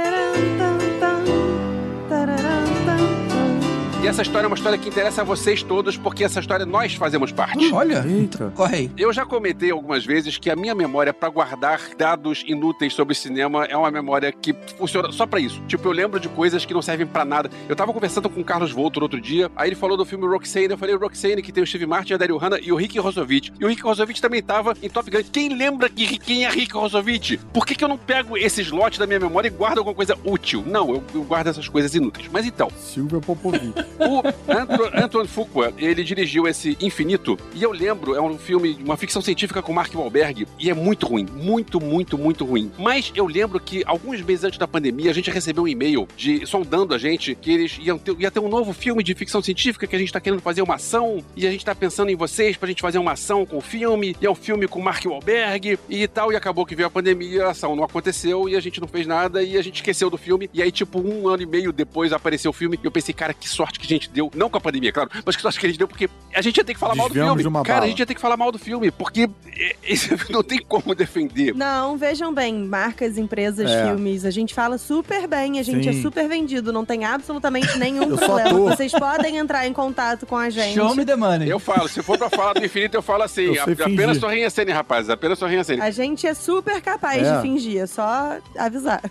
S9: E essa história é uma história que interessa a vocês todos, porque essa história nós fazemos parte.
S7: Olha,
S8: Eita.
S7: corre aí.
S9: Eu já comentei algumas vezes que a minha memória para guardar dados inúteis sobre cinema é uma memória que funciona só pra isso. Tipo, eu lembro de coisas que não servem pra nada. Eu tava conversando com o Carlos Voltor outro dia, aí ele falou do filme Roxane, eu falei Roxane, que tem o Steve Martin, a Daryl Hannah e o Rick Rosovich. E o Rick Rosovich também tava em Top Gun. Quem lembra que Rick- quem é Rick Rosovich? Por que, que eu não pego esse slot da minha memória e guardo alguma coisa útil? Não, eu- eu guardo essas coisas inúteis. Mas então,
S8: Silvia Popovic.
S9: o Anto- Antoine Fuqua, ele dirigiu esse Infinito, e eu lembro, é um filme, uma ficção científica com Mark Wahlberg, e é muito ruim, muito, muito, muito ruim. Mas eu lembro que alguns meses antes da pandemia, a gente recebeu um e-mail de sondando a gente que eles iam ter, ia ter um novo filme de ficção científica que a gente tá querendo fazer uma ação, e a gente tá pensando em vocês pra gente fazer uma ação com o filme, e é um filme com Mark Wahlberg e tal, e acabou que veio a pandemia, a ação não aconteceu, e a gente não fez nada, e a gente esqueceu do filme, e aí, tipo, um ano e meio depois apareceu o filme, e eu pensei, cara, que sorte que a gente deu, não com a pandemia, claro, mas que sorte que a gente deu, porque a gente ia ter que falar mal
S8: Desviamos
S9: do filme.
S8: de uma
S9: cara,
S8: bala.
S9: a gente ia ter que falar mal do filme, porque é, esse não tem como defender.
S10: Não, vejam bem, marcas, empresas,
S8: É.
S10: filmes, a gente fala super bem, a gente
S8: Sim.
S10: é super vendido, não tem absolutamente nenhum
S8: Eu só
S10: problema.
S8: tô.
S10: Vocês podem entrar em contato com a gente.
S7: Show me the money.
S9: Eu falo, se for pra falar do infinito, eu falo assim,
S8: Eu sei
S9: a- apenas
S8: fingir.
S9: sorrinha cena, rapaz, apenas sorrinha cena.
S10: A gente é super capaz
S8: É.
S10: de fingir, é só avisar.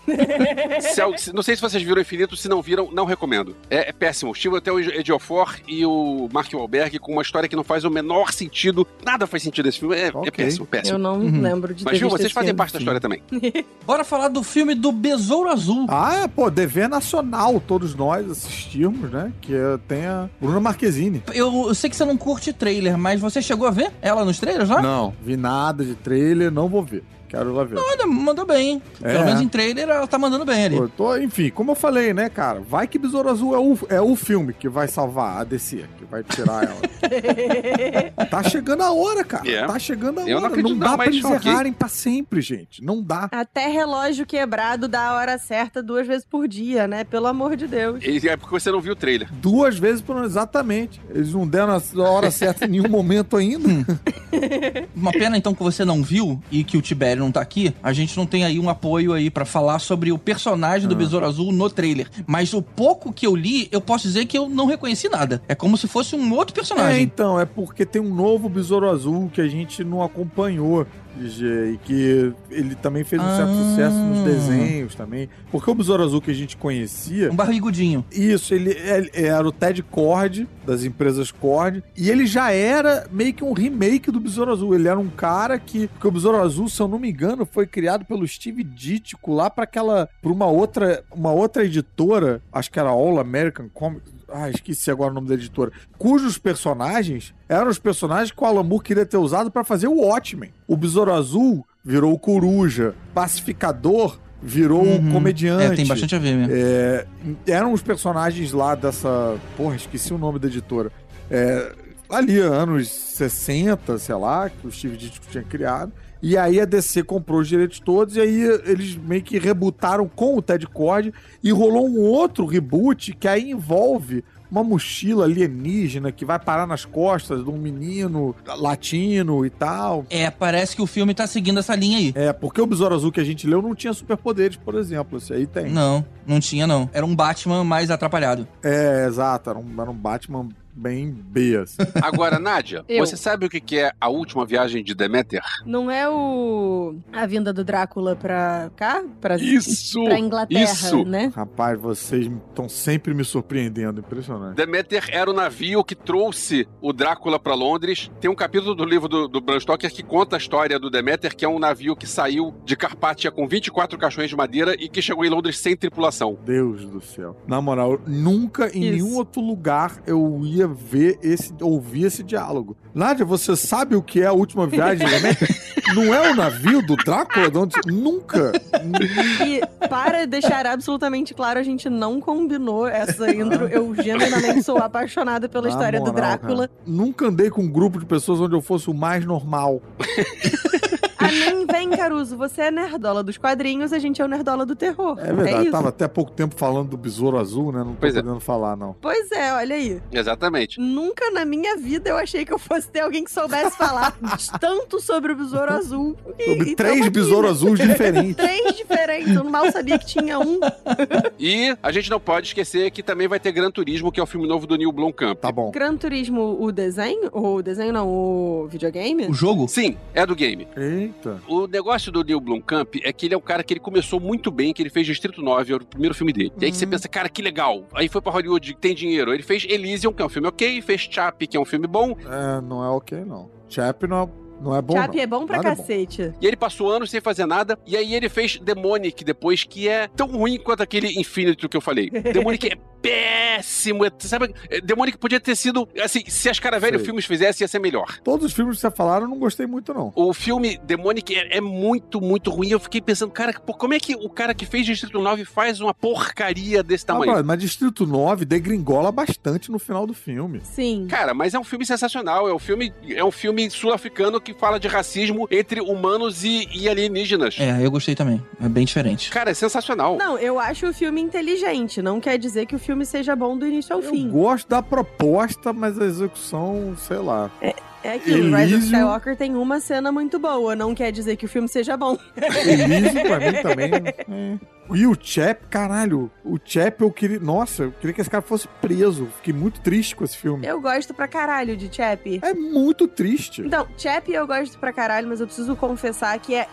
S9: Se al- se- não sei se vocês viram Infinito, se não viram, não recomendo. É, é péssimo. Estive até o Ediofor e o Mark Wahlberg com uma história que não faz o menor sentido. Nada faz sentido nesse filme. É, é
S8: Ok.
S9: péssimo, péssimo.
S10: Eu não
S7: Uhum.
S10: lembro de ter
S9: Mas, viu,
S10: visto
S9: vocês
S10: esse
S9: fazem
S10: filme.
S9: parte da história também.
S7: Bora falar do filme do Besouro Azul.
S8: Ah, pô, dever nacional, todos nós assistimos, né? Que é- tem a Bruna Marquezine.
S7: Eu, eu sei que você não curte trailer, mas você chegou a ver ela nos trailers lá?
S8: Não, vi nada de trailer, não vou ver. Quero lá ver.
S7: Olha, mandou bem. hein?
S8: É.
S7: Pelo menos em trailer ela tá mandando bem ali.
S8: Pô, eu tô- enfim, como eu falei, né, cara? Vai que Besouro Azul é o, é o filme que vai salvar a DC, que vai tirar ela. tá chegando a hora, cara.
S9: É.
S8: Tá chegando a
S9: Eu não
S8: hora. Não,
S9: acredito, não,
S8: dá pra
S9: mas
S8: eles
S9: ok.
S8: errarem pra sempre, gente. Não dá.
S10: Até relógio quebrado dá a hora certa duas vezes por dia, né? Pelo amor de Deus.
S9: E É porque você não viu o trailer.
S8: Duas vezes por ano, exatamente. Eles não deram a hora certa em nenhum momento ainda.
S7: Uma pena então que você não viu e que o Tibério não tá aqui. A gente não tem aí um apoio aí pra falar sobre o personagem do Besouro Azul no trailer. Mas o pouco que eu li, eu posso dizer que eu não reconheci nada. É como se fosse um outro
S8: É,
S7: personagem.
S8: então, é porque tem um novo Besouro Azul que a gente não acompanhou, Gê, e que ele também fez um certo
S7: Ah.
S8: sucesso nos desenhos também. Porque o Besouro Azul que a gente conhecia,
S7: Um barrigudinho.
S8: isso, ele, ele era o Ted Cord, das empresas Cord, e ele já era meio que um remake do Besouro Azul. Ele era um cara que. Porque o Besouro Azul, se eu não me engano, foi criado pelo Steve Ditko lá pra aquela. pra uma outra, uma outra editora, acho que era All American Comics. Ah, esqueci agora o nome da editora. Cujos personagens eram os personagens que o Alan Moore queria ter usado pra fazer o Watchmen. O Besouro Azul virou o Coruja. Pacificador virou
S7: Uhum.
S8: o Comediante.
S7: É, tem bastante a ver mesmo.
S8: É, eram os personagens lá dessa. Porra, esqueci o nome da editora. É, ali, anos 60, sei lá, que o Steve Ditko tinha criado. E aí a DC comprou os direitos todos e aí eles meio que rebutaram com o Ted Cord e rolou um outro reboot que aí envolve uma mochila alienígena que vai parar nas costas de um menino latino e tal.
S7: É, parece que o filme tá seguindo essa linha aí.
S8: É, porque o Besouro Azul que a gente leu não tinha superpoderes, por exemplo. Esse aí tem.
S7: Não, não tinha não. Era um Batman mais atrapalhado.
S8: É, exato. Era um, era um Batman bem B, assim.
S9: Agora, Nádia,
S10: Eu.
S9: você sabe o que que é a última viagem de Demeter?
S10: Não é o. A vinda do Drácula pra cá? Pra,
S9: Isso!
S10: pra Inglaterra,
S9: isso.
S10: né?
S8: Rapaz, vocês estão sempre me surpreendendo. Impressionante.
S9: Demeter era o navio que trouxe o Drácula pra Londres. Tem um capítulo do livro do, do Bram Stoker que conta a história do Demeter, que é um navio que saiu de Carpátia com 24 caixões de madeira e que chegou em Londres sem tripulação.
S8: Deus do céu. Na moral, eu nunca em
S10: Isso.
S8: nenhum outro lugar eu ia ver esse, ouvir esse diálogo. Nádia, você sabe o que é a última viagem de Demeter? Não é o navio do Drácula? De onde... Nunca.
S10: E para deixar absolutamente claro, a gente não combinou essa intro. Eu genuinamente sou apaixonada pela
S8: Na
S10: história do
S8: moral,
S10: Drácula.
S8: cara. Nunca andei com um grupo de pessoas onde eu fosse o mais normal.
S10: A mim vem, Caruso, você é nerdola dos quadrinhos, a gente é o nerdola do terror.
S8: É verdade.
S10: isso.
S8: tava até pouco tempo falando do Besouro Azul, né? Não tô
S9: Pois é.
S8: podendo falar, não.
S10: Pois é, olha aí.
S9: Exatamente.
S10: Nunca na minha vida eu achei que eu fosse ter alguém que soubesse falar tanto sobre o Besouro Azul. E,
S8: Sobre
S10: e tamo
S8: três
S10: aqui.
S8: Besouro Azuis diferentes.
S10: Três diferentes, eu mal sabia que tinha um.
S9: E a gente não pode esquecer que também vai ter Gran Turismo, que é o filme novo do Neil Blomkamp.
S8: Tá bom.
S10: Gran Turismo, o desenho? O desenho não, o videogame?
S7: O jogo?
S9: Sim, é do game.
S8: Eita.
S9: O negócio do Neil Blomkamp é que ele é um cara que ele começou muito bem, que ele fez Distrito 9, era o primeiro filme dele. E aí que você pensa, cara, que legal. Aí foi pra Hollywood, tem dinheiro. Ele fez Elysium, que é um filme ok, fez Chappie, que é um filme bom.
S8: É, não é ok, não. Chap não é, não é bom,
S10: Chape
S8: não.
S10: é bom pra
S8: Nada é bom.
S10: cacete.
S9: E ele passou anos sem fazer nada. E aí ele fez Demonic depois, que é tão ruim quanto aquele Infinity que eu falei. Demonic é péssimo. é- Sabe, é, Demonic podia ter sido, assim, se as Caravelho
S8: Sei.
S9: Filmes fizessem, ia ser melhor.
S8: Todos os filmes que você falaram, eu não gostei muito, não.
S9: O filme Demonic é, é muito, muito ruim. Eu fiquei pensando, cara, pô, como é que o cara que fez Distrito 9 faz uma porcaria desse
S8: Ah,
S9: tamanho?
S8: brother, mas Distrito 9 degringola bastante no final do filme.
S10: Sim.
S9: Cara, mas é um filme sensacional. É um filme, é um filme sul-africano que fala de racismo entre humanos e, e alienígenas.
S7: É, eu gostei também. É bem diferente.
S9: Cara, é sensacional.
S10: Não, eu acho o filme inteligente. Não quer dizer que o filme seja bom do início ao
S8: Eu
S10: fim.
S8: gosto da proposta, mas a execução, sei lá.
S10: É que o Rise of
S8: Elysium-
S10: Skywalker tem uma cena muito boa. Não quer dizer que o filme seja bom.
S8: Elísio pra mim também. é. E o Chap, caralho, o Chap eu queria. Nossa, eu queria que esse cara fosse preso. Fiquei muito triste com esse filme.
S10: Eu gosto pra caralho de Chappie.
S8: É muito triste.
S10: Então, Chappie eu gosto pra caralho, mas eu preciso confessar que é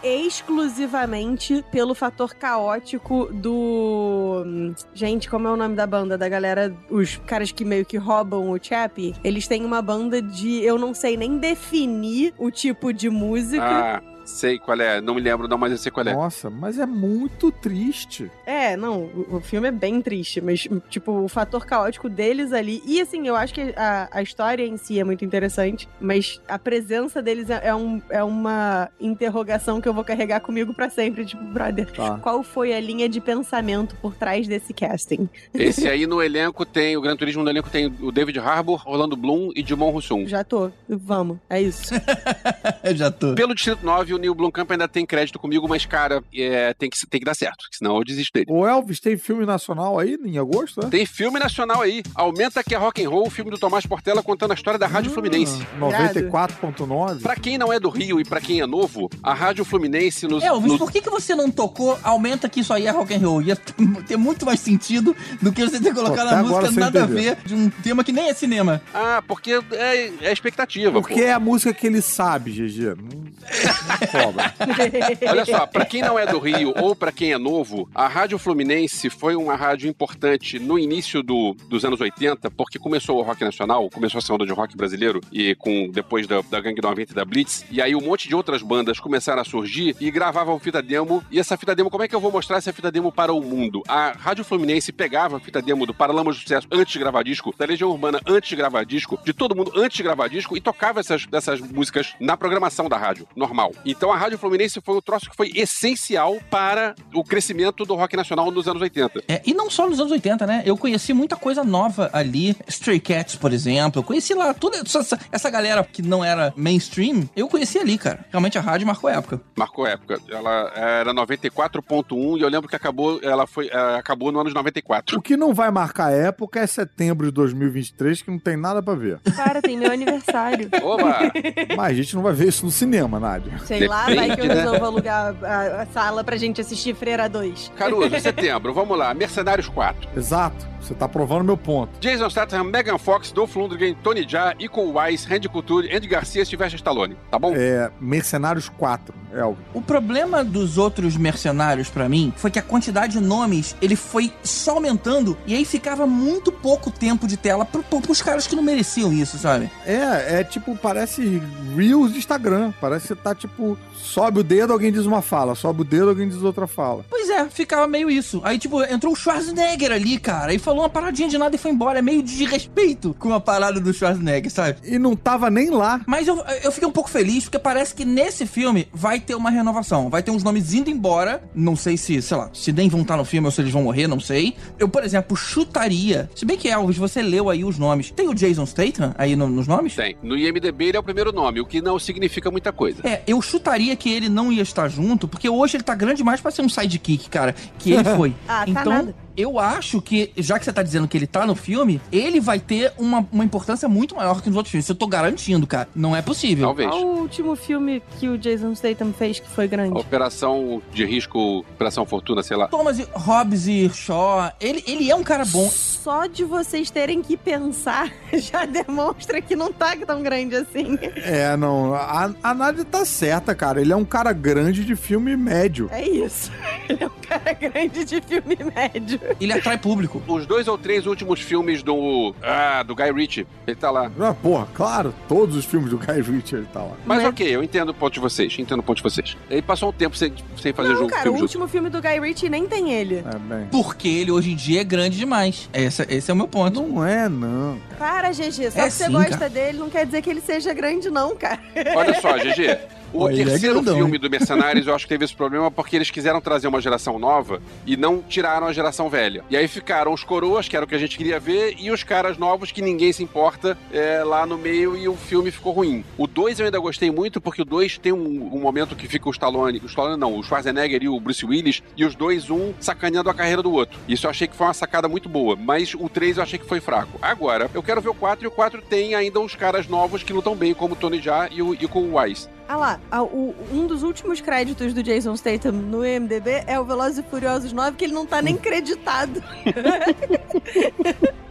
S10: exclusivamente pelo fator caótico do. hum, Gente, como é o nome da banda? Da galera. Os caras que meio que roubam o Chappie. Eles têm uma banda de. Eu não sei nem definir o tipo de música.
S9: Ah, sei qual é. Não me lembro, não, mas eu sei qual é.
S8: Nossa, mas é muito triste.
S10: É, não, o- o filme é bem triste, mas, tipo, o fator caótico deles ali. E, assim, eu acho que a, a história em si é muito interessante, mas a presença deles é, é um, é uma interrogação que eu vou carregar comigo pra sempre. Tipo, brother,
S8: Tá.
S10: qual foi a linha de pensamento por trás desse casting?
S9: Esse aí no elenco tem, o Gran Turismo no elenco tem o David Harbour, Orlando Bloom e Dimon Rousson.
S10: Já tô, vamos, é isso.
S7: Eu já tô.
S9: Pelo Distrito 9, o Neil Blomkamp ainda tem crédito comigo, mas, cara, é, tem, que, tem que dar certo, senão eu desisto dele.
S8: O Elvis tem filme nacional aí em agosto, né?
S9: Tem filme nacional aí. Aumenta que é rock and roll, o filme do Tomás Portela contando a história da Rádio Fluminense.
S8: Ah, 94.9.
S9: Pra quem não é do Rio e pra quem é novo, a Rádio Fluminense nos,
S8: É,
S7: Elvis,
S9: nos-
S7: por que, que você não tocou Aumenta que isso aí é rock and roll? Ia t- ter muito mais sentido do que você ter colocado
S8: Até
S7: a
S8: agora
S7: música
S8: você
S7: nada
S8: entendeu.
S7: a ver de um tema que nem é cinema.
S9: Ah, porque é, é expectativa.
S8: Porque é a música que ele sabe, GG. Não, não cobra.
S9: pô. Olha só, pra quem não é do Rio ou pra quem é novo, a Rádio Fluminense foi uma rádio importante no início do- dos anos 80, porque começou o rock nacional, começou essa onda de rock brasileiro e com depois da, da Gangue 90 e da Blitz, e aí um monte de outras bandas começaram a surgir e gravavam fita demo. E essa fita demo, como é que eu vou mostrar essa fita demo para o mundo? A Rádio Fluminense pegava a fita demo do Paralamas do Sucesso antes de gravar disco, da Legião Urbana antes de gravar disco, de todo mundo antes de gravar disco e tocava essas, essas músicas na programação da rádio, normal. E Então a Rádio Fluminense foi um troço que foi essencial para o crescimento do rock nacional nos anos 80.
S7: É, e não só nos anos 80, né? Eu conheci muita coisa nova ali. Stray Cats, por exemplo. Eu conheci lá toda essa- essa, essa galera que não era mainstream. Eu conheci ali, cara. Realmente a rádio marcou a época.
S9: Marcou a época. Ela era 94.1 e eu lembro que acabou, ela foi, eh, acabou no anos 94.
S8: O que não vai marcar época é setembro de 2023, que não tem nada pra ver.
S10: Cara, tem meu aniversário.
S9: Oba!
S8: Mas a gente não vai ver isso no cinema, Nádia.
S10: Sei lá, vai que eu
S9: Depende, né?
S10: resolvo alugar a, a sala pra gente assistir Freira 2.
S9: Caruso, setembro, vamos lá. Mercenários 4.
S8: Exato. Você tá provando meu ponto.
S9: Jason Statham, Megan Fox, Dolph Lundgren, Tony Jaa, Icon Wise, Randy Couture, Andy Garcia, Sylvester Stallone. Tá bom?
S8: É Mercenários 4, Elvio.
S7: O problema dos outros mercenários pra mim foi que a quantidade de nomes ele foi só aumentando e aí ficava muito pouco tempo de tela pro, pro, pros caras que não mereciam isso, sabe?
S8: É, é tipo, parece Reels de Instagram. Parece que você tá tipo, sobe o dedo, alguém diz uma fala. Sobe o dedo, alguém diz outra fala.
S7: Pois é, ficava meio isso. Aí, tipo, entrou o Schwarzenegger ali, cara, e falou uma paradinha de nada e foi embora. É meio de respeito com a parada do Schwarzenegger, sabe?
S8: E não tava nem lá.
S7: Mas eu, eu fiquei um pouco feliz, porque parece que nesse filme vai ter uma renovação. Vai ter uns nomes indo embora. Não sei se, sei lá, se nem vão estar no filme ou se eles vão morrer, não sei. Eu, por exemplo, chutaria. Se bem que Elvis, você leu aí os nomes. Tem o Jason Statham aí no- nos nomes?
S9: Tem. No IMDB ele é o primeiro nome, o que não significa muita coisa.
S7: É, eu chutaria que ele não ia estar junto, porque hoje ele tá grande demais pra ser um sidekick, cara. Que ele foi.
S10: Ah, tá
S7: então,
S10: nada.
S7: eu acho que, já que você tá dizendo que ele tá no filme, ele vai ter uma, uma importância muito maior que nos outros filmes. Isso eu tô garantindo, cara. Não é possível.
S9: Talvez.
S10: Qual o último filme que o Jason Statham fez que foi grande?
S9: Operação de risco, Operação Fortuna, sei lá.
S7: Thomas Hobbes e Shaw, ele, ele é um cara bom.
S10: Só de vocês terem que pensar já demonstra que não tá tão grande assim.
S8: É, não. A, a Nádia tá certa, cara. Ele é um cara grande de filme médio.
S10: É isso. Ele é um cara grande de filme médio.
S7: Ele atrai público.
S9: Os dois ou três últimos filmes do. Ah, do Guy Ritchie. Ele tá lá.
S8: Ah, porra, claro, todos os filmes do Guy Ritchie ele tá lá.
S9: Mas
S10: Né?
S9: ok, eu entendo o ponto de vocês. Entendo o ponto de vocês. Ele passou um tempo sem, sem fazer
S10: Não,
S9: jogo,
S10: cara, o
S9: filme junto.
S10: último filme do Guy Ritchie nem tem ele.
S8: É, bem.
S7: Porque ele hoje em dia é grande demais. Essa, esse é o meu ponto.
S8: Não é, não.
S10: Para, GG, só
S7: É
S10: que você
S7: sim,
S10: gosta
S7: cara.
S10: dele não quer dizer que ele seja grande, não, cara.
S9: Olha só, GG. O
S7: Olha, ele é
S9: terceiro
S7: grandão,
S9: filme do Mercenários, eu acho que teve esse problema porque eles quiseram trazer uma geração nova e não tiraram a geração velha. E aí ficaram os coroas, que era o que a gente queria ver, e os caras novos que ninguém se importa é, lá no meio e o filme ficou ruim. O 2 eu ainda gostei muito porque o 2 tem um, um momento que fica o Stallone, o Stallone não, o Schwarzenegger e o Bruce Willis, e os dois, um sacaneando a carreira do outro. Isso eu achei que foi uma sacada muito boa, mas o 3 eu achei que foi fraco. Agora, eu quero ver o 4 e o 4 tem ainda uns caras novos que lutam bem, como o Tony Jaa e o, e com o Wise.
S10: Ah lá, ah, o- um dos últimos créditos do Jason Statham no IMDB é o Velozes e Furiosos 9, que ele não tá nem
S9: Hum.
S10: creditado.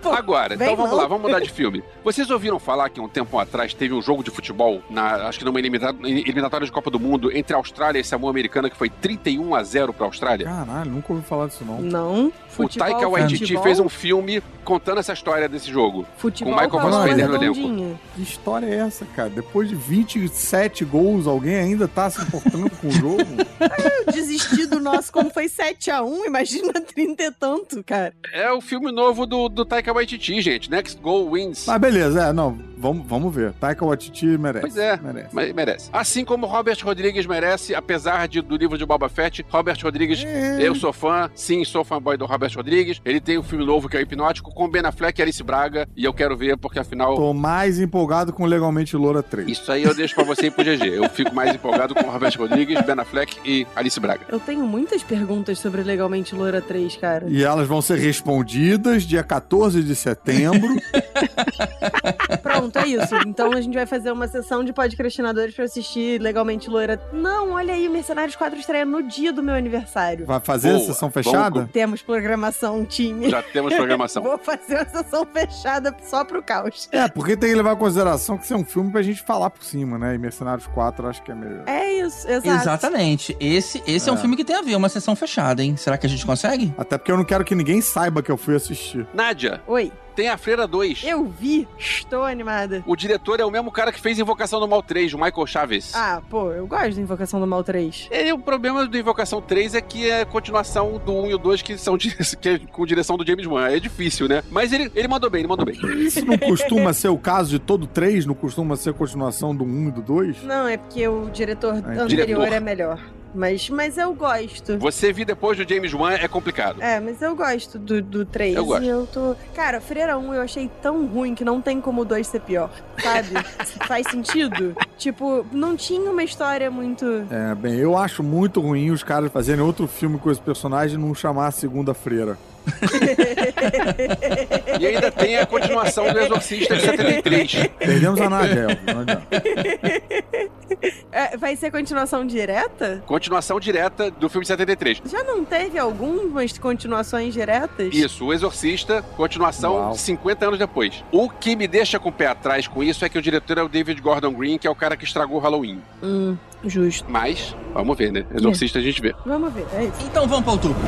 S10: Pô,
S9: Agora, então
S10: vem
S9: vamos
S10: não.
S9: lá, vamos mudar de filme. Vocês ouviram falar que um tempo atrás teve um jogo de futebol, na, acho que numa elimina- eliminatória de Copa do Mundo, entre a Austrália e Samoa Americana, que foi 31 a 0 pra Austrália?
S8: Caralho, nunca ouvi falar disso, não.
S10: Não.
S9: o Taika Waititi
S10: futebol,
S9: fez um filme contando essa história desse jogo.
S10: futebol
S9: com Michael
S10: a
S9: Fassbender
S10: bola
S9: no elenco.
S10: redondinha.
S8: Que história é essa, cara? Depois de 27 gols, alguém ainda tá se importando com o jogo?
S10: Eu desisti do nosso como foi 7x1, imagina 30 e tanto, cara.
S9: É o filme novo do, do Taika Waititi, gente. Next Goal Wins.
S8: Mas beleza, é, não, vamos, vamos ver. Taika Waititi merece.
S9: Pois é.
S8: Merece.
S9: Mas merece. Assim como Robert Rodrigues merece, apesar de, do livro de Boba Fett, Robert Rodrigues, eu sou fã, sim, sou fanboy do Robert Rodrigues. Ele tem um filme novo que é o Hipnótico com Ben Affleck e Alice Braga, e eu quero ver porque afinal
S8: Tô mais empolgado com Legalmente Loura 3.
S9: Isso aí eu deixo pra você e pro GG. Eu fico mais empolgado com o Robert Rodrigues, Ben Affleck e Alice Braga.
S10: Eu tenho muitas perguntas sobre Legalmente Loura 3, cara.
S8: E elas vão ser respondidas dia 14 de setembro.
S10: Pronto, é isso. Então a gente vai fazer uma sessão de podcastinadores pra assistir Legalmente Loira. Não, olha aí, Mercenários 4 estreia no dia do meu aniversário.
S8: Vai fazer
S9: Boa,
S8: a sessão
S9: bom
S8: fechada?
S10: Temos programação, time.
S9: Já temos programação.
S10: Vou fazer uma sessão fechada só pro caos.
S8: É, porque tem que levar em consideração que isso é um filme pra gente falar por cima, né? E Mercenários 4 eu acho que é melhor.
S10: É isso, exato.
S7: Exatamente. Esse, esse é. um
S8: É.
S7: filme que tem a ver, uma sessão fechada, hein? Será que a gente consegue?
S8: Até porque eu não quero que ninguém saiba que eu fui assistir.
S9: Nádia,
S10: Oi.
S9: tem a Freira 2.
S10: Eu vi, estou animada.
S9: O diretor é o mesmo cara que fez Invocação do Mal 3, o Michael Chaves.
S10: Ah, pô, eu gosto de Invocação do Mal 3.
S9: É, o problema do Invocação 3 é que é a continuação do 1 e o 2 que são dire- que é com direção do James Wan. É difícil, né? Mas ele, ele mandou bem, ele mandou bem.
S8: Isso não costuma ser o caso de todo três? Não costuma ser a continuação do um e do dois?
S10: Não, é porque o diretor
S8: Ah,
S10: anterior
S9: diretor.
S10: é melhor. Mas, mas eu gosto.
S9: Você vir depois do James Wan é complicado.
S10: É, mas eu gosto do, do 3.
S9: Eu gosto.
S10: E eu tô. Cara, Freira 1 eu achei tão ruim que não tem como o 2 ser pior. Sabe? Faz sentido? Tipo, não tinha uma história muito.
S8: É, bem, eu acho muito ruim os caras fazerem outro filme com esse personagem e não chamar a segunda-feira.
S9: E ainda tem a continuação do Exorcista de 73.
S8: Perdemos a Nagel. não adianta.
S10: É, vai ser continuação direta?
S9: Continuação direta do filme de 73.
S10: Já não teve algumas continuações diretas?
S9: Isso, o Exorcista, continuação
S8: Uau.
S9: 50 anos depois. O que me deixa com o pé atrás com isso é que o diretor é o David Gordon Green, que é o cara que estragou o Halloween.
S10: Hum, justo.
S9: Mas, vamos ver, né? Exorcista a gente vê.
S10: Vamos ver, é isso.
S7: Então vamos pra outubro.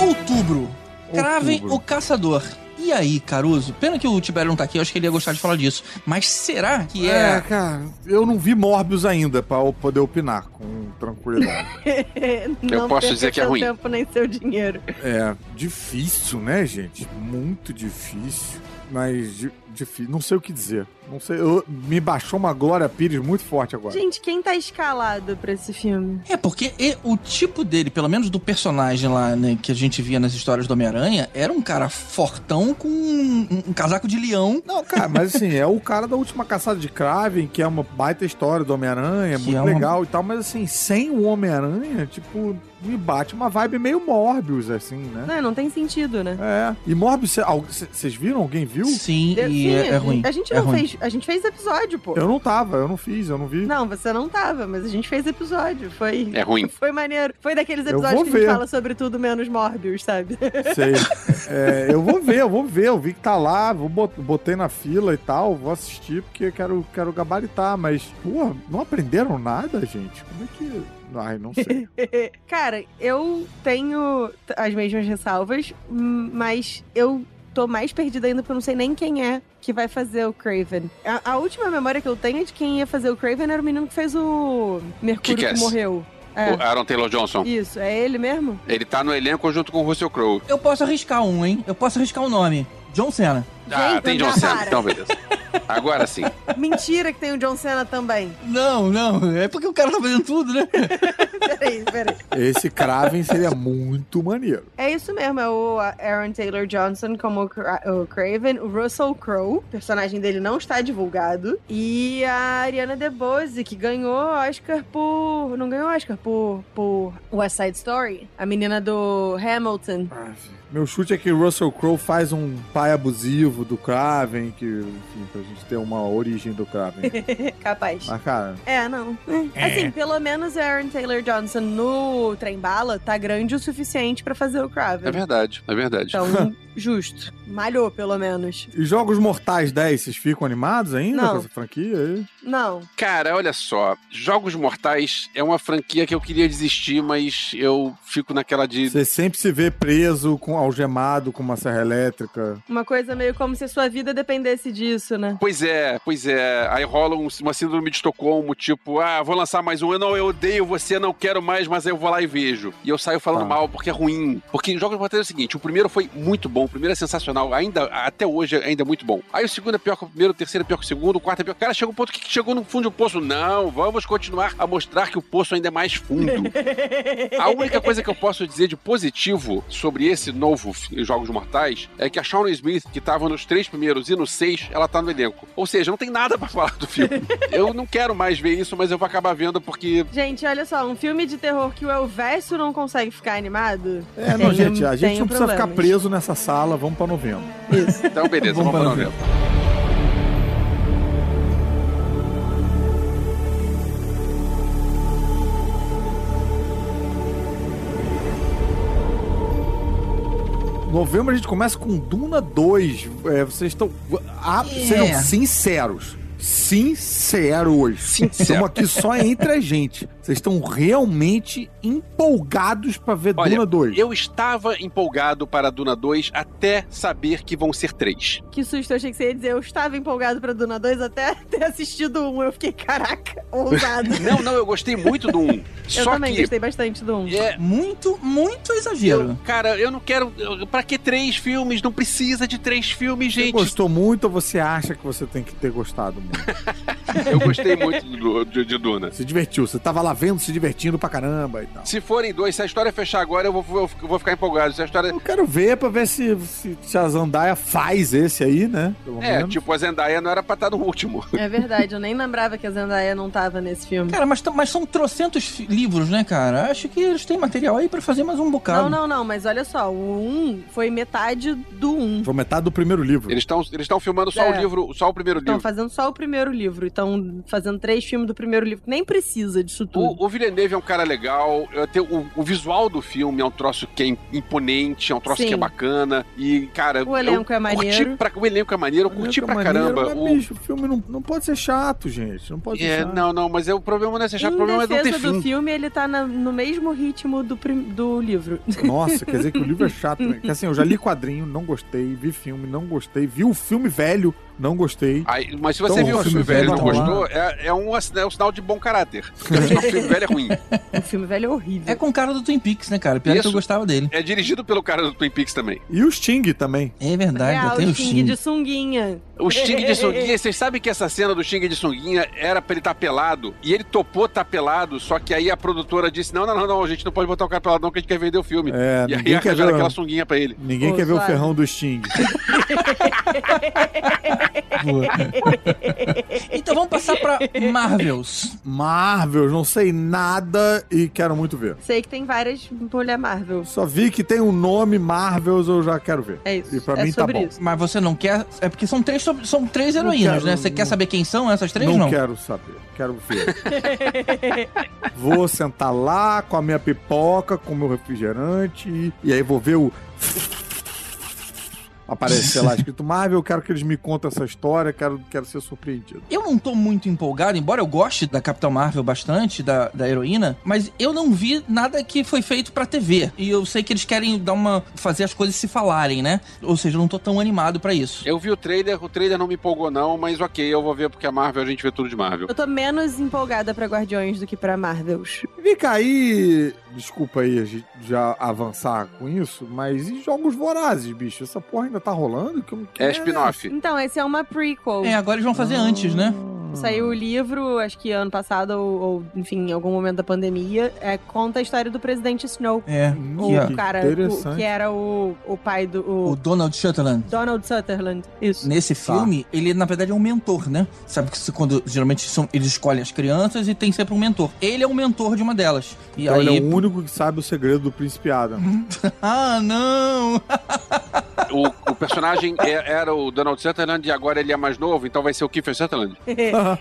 S7: Outubro. Cravem
S8: Outubro.
S7: o caçador. E aí, Caruso? Pena que o Tibério não tá aqui, eu acho que ele ia gostar de falar disso. Mas será que
S8: É,
S7: é.
S8: cara, eu não vi Morbius ainda pra eu poder opinar com tranquilidade.
S10: não
S9: posso
S10: perca
S9: dizer que é
S10: seu
S9: ruim.
S10: tempo nem seu dinheiro.
S8: É, difícil, né, gente? Muito difícil. Mas di- difícil. Não sei o que dizer. Não sei. eu- me baixou uma Glória Pires muito forte agora.
S10: Gente, quem tá escalado pra esse filme?
S7: É, porque e- o tipo dele, pelo menos do personagem lá, né, que a gente via nas histórias do Homem-Aranha, era um cara fortão com um, um- um casaco de leão.
S8: Não, cara, mas assim, é o cara da última caçada de Kraven, que é uma baita história do Homem-Aranha,
S7: Que
S8: muito
S7: é uma-
S8: legal e tal, mas assim, sem o Homem-Aranha, tipo, me bate uma vibe meio Morbius, assim, né?
S10: Não, não tem sentido, né?
S8: É. E Morbius, cê- al- cê- vocês viram? Alguém viu?
S7: Sim,
S10: De-
S7: e
S10: sim,
S7: é, é ruim.
S10: A gente
S7: é
S10: não
S7: ruim.
S10: fez. A gente fez episódio, pô.
S8: Eu não tava, eu não fiz, eu não vi.
S10: Não, você não tava, mas a gente fez episódio. Foi.
S9: É ruim.
S10: Foi maneiro. Foi daqueles
S8: Eu
S10: episódios
S8: vou
S10: que a gente
S8: ver.
S10: fala sobre tudo menos Morbius, sabe?
S8: Sei. É, eu vou ver, eu vou ver. Eu vi que tá lá, vou bot- botei na fila e tal, vou assistir porque eu quero, quero gabaritar, mas, porra, não aprenderam nada, gente? Como é que. Ai, não sei.
S10: Cara, eu tenho t- as mesmas ressalvas, hum, mas eu tô mais perdida ainda porque eu não sei nem quem é que vai fazer o Craven. A, a última memória que eu tenho é de quem ia fazer o Craven era o menino que fez o Mercúrio que,
S9: Kick-Ass.
S10: morreu. É,
S9: O Aaron Taylor Johnson.
S10: isso, é ele mesmo?
S9: Ele tá no elenco junto com o Russell Crowe.
S7: Eu posso arriscar um, hein? Eu posso arriscar um nome. John Cena.
S9: Ah,
S10: Gente,
S9: tem John
S10: não,
S9: Cena.
S10: para.
S9: Então, beleza. Agora sim.
S10: Mentira que tem o John Cena também.
S7: Não, não. É porque o cara tá fazendo tudo, né?
S10: Peraí, peraí.
S8: Esse Kraven seria muito maneiro.
S10: É isso mesmo, é o Aaron Taylor Johnson como o Cra- o Craven, o Russell Crowe, o personagem dele não está divulgado, e a Ariana DeBose, que ganhou Oscar por... não ganhou Oscar, por, por West Side Story, a menina do Hamilton.
S8: Meu chute é que Russell Crowe faz um pai abusivo do Kraven, que, enfim, pra gente ter uma origem do Kraven.
S10: Capaz.
S9: Ah.
S8: Mas, cara,
S10: É, não. É. Assim, pelo menos a Aaron Taylor Johnson no Trem-Bala tá grande o suficiente pra fazer o
S9: É
S10: Craven.
S9: verdade, é verdade.
S10: Então, justo. Malhou, pelo menos.
S8: e Jogos Mortais 10, vocês ficam animados ainda
S10: Não.
S8: com essa franquia aí?
S10: Não.
S9: Cara, olha só. Jogos Mortais é uma franquia que eu queria desistir, mas eu fico naquela de.
S8: Você sempre se vê preso, com algemado, com uma serra elétrica.
S10: Uma coisa meio como se a sua vida dependesse disso, né?
S9: Pois é, pois é. Aí rola um- uma síndrome de Estocolmo, tipo, ah, vou lançar mais um. Eu não, eu odeio você, não quero mais, mas aí eu vou lá e vejo. E eu saio falando
S8: Tá.
S9: mal porque é ruim. Porque Jogos Mortais é o seguinte: o primeiro foi muito bom, o primeiro é sensacional, ainda, até hoje ainda é muito bom. Aí o segundo é pior que o primeiro, o terceiro é pior que o segundo, o quarto é pior. Cara, chega um ponto que chegou no fundo do poço. Não, vamos continuar a mostrar que o poço ainda é mais fundo. A única coisa que eu posso dizer de positivo sobre esse novo f- Jogos Mortais é que a Sharon Smith, que tava nos três primeiros e no seis, ela tá no elenco. Ou seja, não tem nada pra falar do filme. Eu não quero mais ver isso, mas eu vou acabar vendo porque.
S10: Gente, olha só, um filme de terror que o Elvésio não consegue ficar animado.
S8: É,
S10: Tenho-
S8: não, gente, a gente
S10: tenho
S8: não precisa
S10: problemas.
S8: ficar preso nessa sala, vamos pra novembro.
S9: Então, beleza,
S7: Vamos
S9: vamos pra
S7: para
S9: novembro.
S8: No Novembro a gente começa com Duna 2. É, vocês estão. ah,
S7: É.
S8: Sejam sinceros. Sinceros. Estamos aqui só entre a gente. Vocês estão realmente empolgados pra ver
S9: Olha,
S8: Duna 2.
S9: Eu estava empolgado para a Duna 2 até saber que vão ser três.
S10: Que susto, eu achei que você ia dizer. Eu estava empolgado pra Duna 2 até ter assistido um. Eu fiquei, caraca, ousado.
S9: Não, não, eu gostei muito do 1.
S10: eu
S9: só
S10: também
S9: que.
S10: gostei bastante do 1.
S9: É,
S7: Muito, muito exagero.
S9: cara, eu não quero. eu- Pra que três filmes? Não precisa de três filmes,
S8: Você
S9: gente.
S8: gostou muito ou você acha que você tem que ter gostado muito?
S9: Eu gostei muito do- de, de Duna.
S8: Se divertiu. Você tava lá vendo, se divertindo pra caramba e tal.
S9: Se forem dois, se a história fechar agora, eu vou, eu vou ficar empolgado. Se a história.
S8: Eu quero ver pra ver se, se, se a Zandaia faz esse aí, né? Pelo
S9: É,
S8: menos.
S9: tipo, a Zendaya não era pra estar no último.
S10: É verdade, eu nem lembrava que a Zendaya não tava nesse filme.
S7: Cara, mas, t- mas são trocentos fi- livros, né, cara? Acho que eles têm material aí pra fazer mais um bocado.
S10: Não, não, não, mas olha só, o 1 foi metade do
S9: tipo,
S10: 1.
S8: Foi metade do primeiro livro.
S9: Eles estão eles tão filmando só
S10: É.
S9: o livro, só o primeiro
S10: Estão
S9: livro.
S10: fazendo só o primeiro livro, estão fazendo três filmes do primeiro livro. Nem precisa disso tá tudo.
S9: O, o Villeneuve é um cara legal, eu tenho- o, o visual do filme é um troço que é im- imponente, é um troço
S10: Sim.
S9: que é bacana. E, cara,
S10: O elenco é
S9: eu curti
S10: maneiro.
S9: pra- o elenco é maneiro, é eu curti pra caramba.
S8: Mas,
S9: o,
S8: bicho, o filme não, não pode ser chato, gente. Não pode
S9: é,
S8: ser chato.
S9: não, não, mas é, o problema não é ser chato, o
S10: Em
S9: problema é não ter
S10: defesa do
S9: fim.
S10: filme, ele tá na- no mesmo ritmo do, prim- do livro.
S8: Nossa, quer dizer que o livro é chato. Né? Porque, assim, eu já li quadrinho, não gostei. Vi filme, não gostei. Vi o filme velho, não gostei.
S9: Aí, mas se você
S8: Então,
S9: viu o filme velho e não
S8: tá lá.
S9: gostou, é, é um, ass- é um sinal de bom caráter. Porque o filme velho é ruim.
S10: o filme velho é horrível.
S7: É com o cara do Twin Peaks, né, cara? Pior que eu
S9: Isso.
S7: gostava dele.
S9: É dirigido pelo cara do Twin Peaks também.
S8: E o Sting também.
S7: É verdade,
S10: Real,
S7: eu tenho
S10: o Xing de sunguinha.
S9: O Sting de sunguinha, vocês sabem que essa cena do Sting de sunguinha era pra ele estar pelado, e ele topou estar pelado, só que aí a produtora disse, não, não, não, não, a gente não pode botar o cara pelado não, que a gente quer vender o filme.
S8: É,
S9: e aí
S8: ninguém quer ver,
S9: arranjaram aquela sunguinha pra ele.
S8: ninguém
S10: Ô,
S8: quer ver o
S10: Suave.
S8: ferrão do Sting.
S7: Boa. então vamos passar pra Marvels.
S8: Marvel, não sei nada e quero muito ver.
S10: Sei que tem várias mulher Marvel.
S8: Só vi que tem um nome Marvels, eu já quero ver.
S10: É isso.
S8: E pra
S10: é
S8: mim tá
S10: sobre
S8: bom.
S10: isso.
S7: Mas você não quer. É porque são três, sobre- são três heroínas,
S8: quero,
S7: né? Você quer
S8: não-
S7: saber quem são essas três?
S8: não,
S7: Não,
S8: quero saber, quero ver. vou sentar lá com a minha pipoca, com o meu refrigerante, e aí vou ver o. Aparecer lá escrito Marvel, eu quero que eles me contem essa história, quero, quero ser surpreendido.
S7: Eu não tô muito empolgado, embora eu goste da Capitão Marvel bastante, da, da heroína, mas eu não vi nada que foi feito pra TV. E eu sei que eles querem dar uma. fazer as coisas se falarem, né? Ou seja, eu não tô tão animado pra isso.
S9: Eu vi o trailer, o trailer não me empolgou não, mas ok, eu vou ver porque a Marvel, a gente vê tudo de Marvel.
S10: Eu tô menos empolgada pra Guardiões do que pra Marvels.
S8: Vem cá aí, desculpa aí a gente já avançar com isso, mas e jogos vorazes, bicho? Essa porra ainda tá rolando? Que eu não
S9: É
S8: quero-
S9: spin-off.
S10: Então, esse é uma prequel.
S7: É, agora eles vão fazer antes, né?
S8: Hum,
S10: Saiu o livro, acho que ano passado, ou, ou, enfim, em algum momento da pandemia, é, conta a história do presidente Snow.
S7: É.
S8: Nossa,
S10: O
S7: Yeah.
S10: cara, o,
S8: interessante.
S10: que era o, o pai do. o
S7: O Donald Sutherland.
S10: Donald Sutherland. Isso.
S7: Nesse
S8: Tá.
S7: filme, ele na verdade é um mentor, né? Sabe que se- quando geralmente são, eles escolhem as crianças e tem sempre um mentor. Ele é o mentor de uma delas. E
S8: Então
S7: aí.
S8: ele é o único que sabe o segredo do príncipe Adam.
S7: Ah, não!
S9: O, o personagem é- era o Donald Sutherland e agora ele é mais novo, então vai ser o Kiefer Sutherland.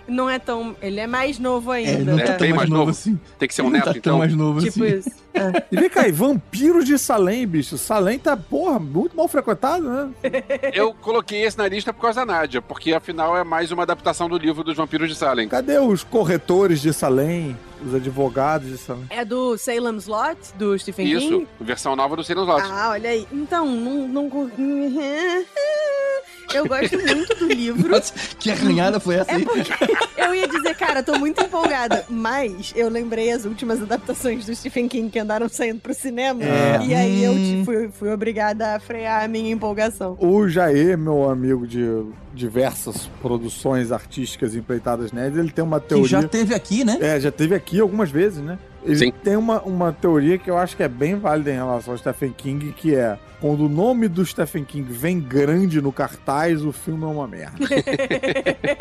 S10: Não é tão. Ele é mais novo ainda. É.
S9: não tá tão- bem mais novo.
S7: assim.
S9: Tem que ser
S8: Tá
S9: um neto, então.
S7: novo
S10: Tipo isso. É.
S8: E vem cá, e vampiros de Salem, bicho. Salem tá, porra, muito mal frequentado, né?
S9: Eu coloquei esse na lista por causa da Nádia, porque afinal é mais uma adaptação do livro dos vampiros de Salem.
S8: Cadê os corretores de Salem? Os advogados de Salem?
S10: É do Salem Slot, do Stephen King?
S9: Isso, versão nova do Sirius Lost.
S10: Ah, olha aí. Então, não. não... cur- Eu gosto muito do livro.
S7: Nossa, que arranhada foi essa
S10: É
S7: aí?
S10: porque eu ia dizer, cara, tô muito empolgada, mas eu lembrei as últimas adaptações do Stephen King que andaram saindo pro cinema,
S7: É.
S10: e aí eu
S7: Hum.
S10: te- fui, fui obrigada a frear a minha empolgação.
S8: O Jair, meu amigo de diversas produções artísticas empreitadas nerds, ele tem uma
S7: Que
S8: teoria.
S7: já teve aqui, né?
S8: É, já teve aqui algumas vezes, né? Ele
S9: Sim.
S8: tem uma, uma teoria que eu acho que é bem válida em relação ao Stephen King, que é quando o nome do Stephen King vem grande no cartaz, o filme é uma merda.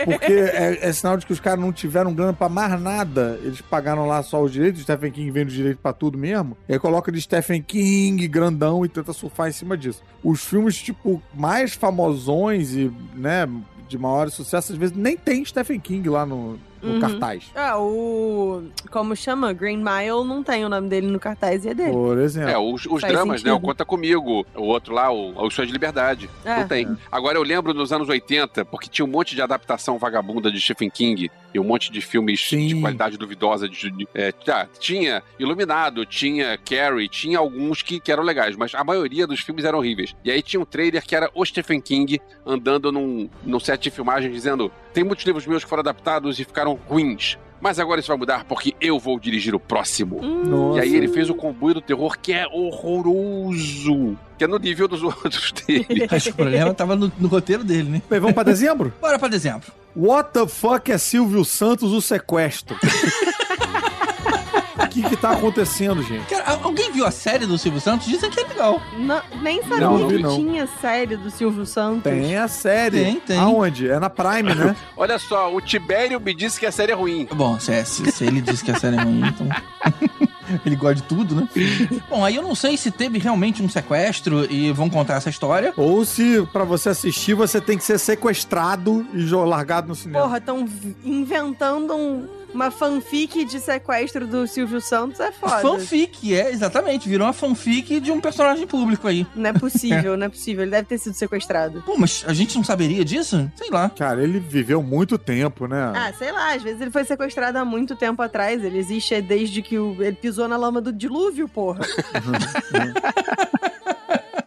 S8: Porque é, é sinal de que os caras não tiveram grana pra mais nada. Eles pagaram lá só os direitos, o Stephen King vende os direitos pra tudo mesmo. E aí coloca de Stephen King, grandão, e tenta surfar em cima disso. Os filmes, tipo, mais famosões e, né, de maior sucesso, às vezes nem tem Stephen King lá no, no
S10: Uhum.
S8: cartaz.
S10: Ah, o. Como chama? Green Mile não tem o nome dele no cartaz e é dele.
S8: Por exemplo.
S9: É, os, os
S10: Faz
S9: dramas,
S10: sentido.
S9: né? O Conta Comigo, o outro lá, o, o Sonho de Liberdade.
S10: É.
S9: Não tem. Agora, eu lembro nos anos 80, porque tinha um monte de adaptação vagabunda de Stephen King e um monte de filmes de
S8: Sim.
S9: qualidade duvidosa. De, de- é, tá, tinha Iluminado, tinha Carrie, tinha alguns que, que eram legais, mas a maioria dos filmes eram horríveis. E aí tinha um trailer que era o Stephen King andando num, num set de filmagem dizendo tem muitos livros meus que foram adaptados e ficaram ruins. Mas agora isso vai mudar porque eu vou dirigir o próximo.
S10: Hum,
S9: E aí ele fez o comboio do terror que é horroroso. Que é no nível dos outros dele.
S7: Acho que o problema tava no, no roteiro dele, né?
S8: Bem, vamos pra dezembro?
S7: Bora pra dezembro.
S8: What the fuck é Silvio Santos o sequestro? O que que tá acontecendo, gente?
S7: Cara, al- alguém viu a série do Silvio Santos? Dizem que é legal.
S10: não- nem sabia
S9: Não, não
S10: que
S8: vi, não.
S10: tinha série do Silvio Santos.
S8: Tem a série.
S7: Tem, tem.
S8: Aonde? É na Prime, né?
S9: Olha só, o Tibério me disse que a série é ruim.
S7: Bom, se, é- se- se ele disse que a série é ruim, então. Ele gosta de tudo, né? Bom, aí eu não sei se teve realmente um sequestro e vão contar essa história.
S8: Ou se pra você assistir, você tem que ser sequestrado e jo- largado no cinema.
S10: Porra, estão inventando um- uma fanfic de sequestro do Silvio Santos. É foda.
S7: Fanfic, é, exatamente. Virou uma fanfic de um personagem público aí.
S10: Não é possível, não é possível. Ele deve ter sido sequestrado.
S7: Pô, mas a gente não saberia disso? Sei lá.
S8: Cara, ele viveu muito tempo, né?
S10: Ah, sei lá, às vezes ele foi sequestrado há muito tempo atrás. Ele existe é desde que o- ele pisou na lama do dilúvio, porra.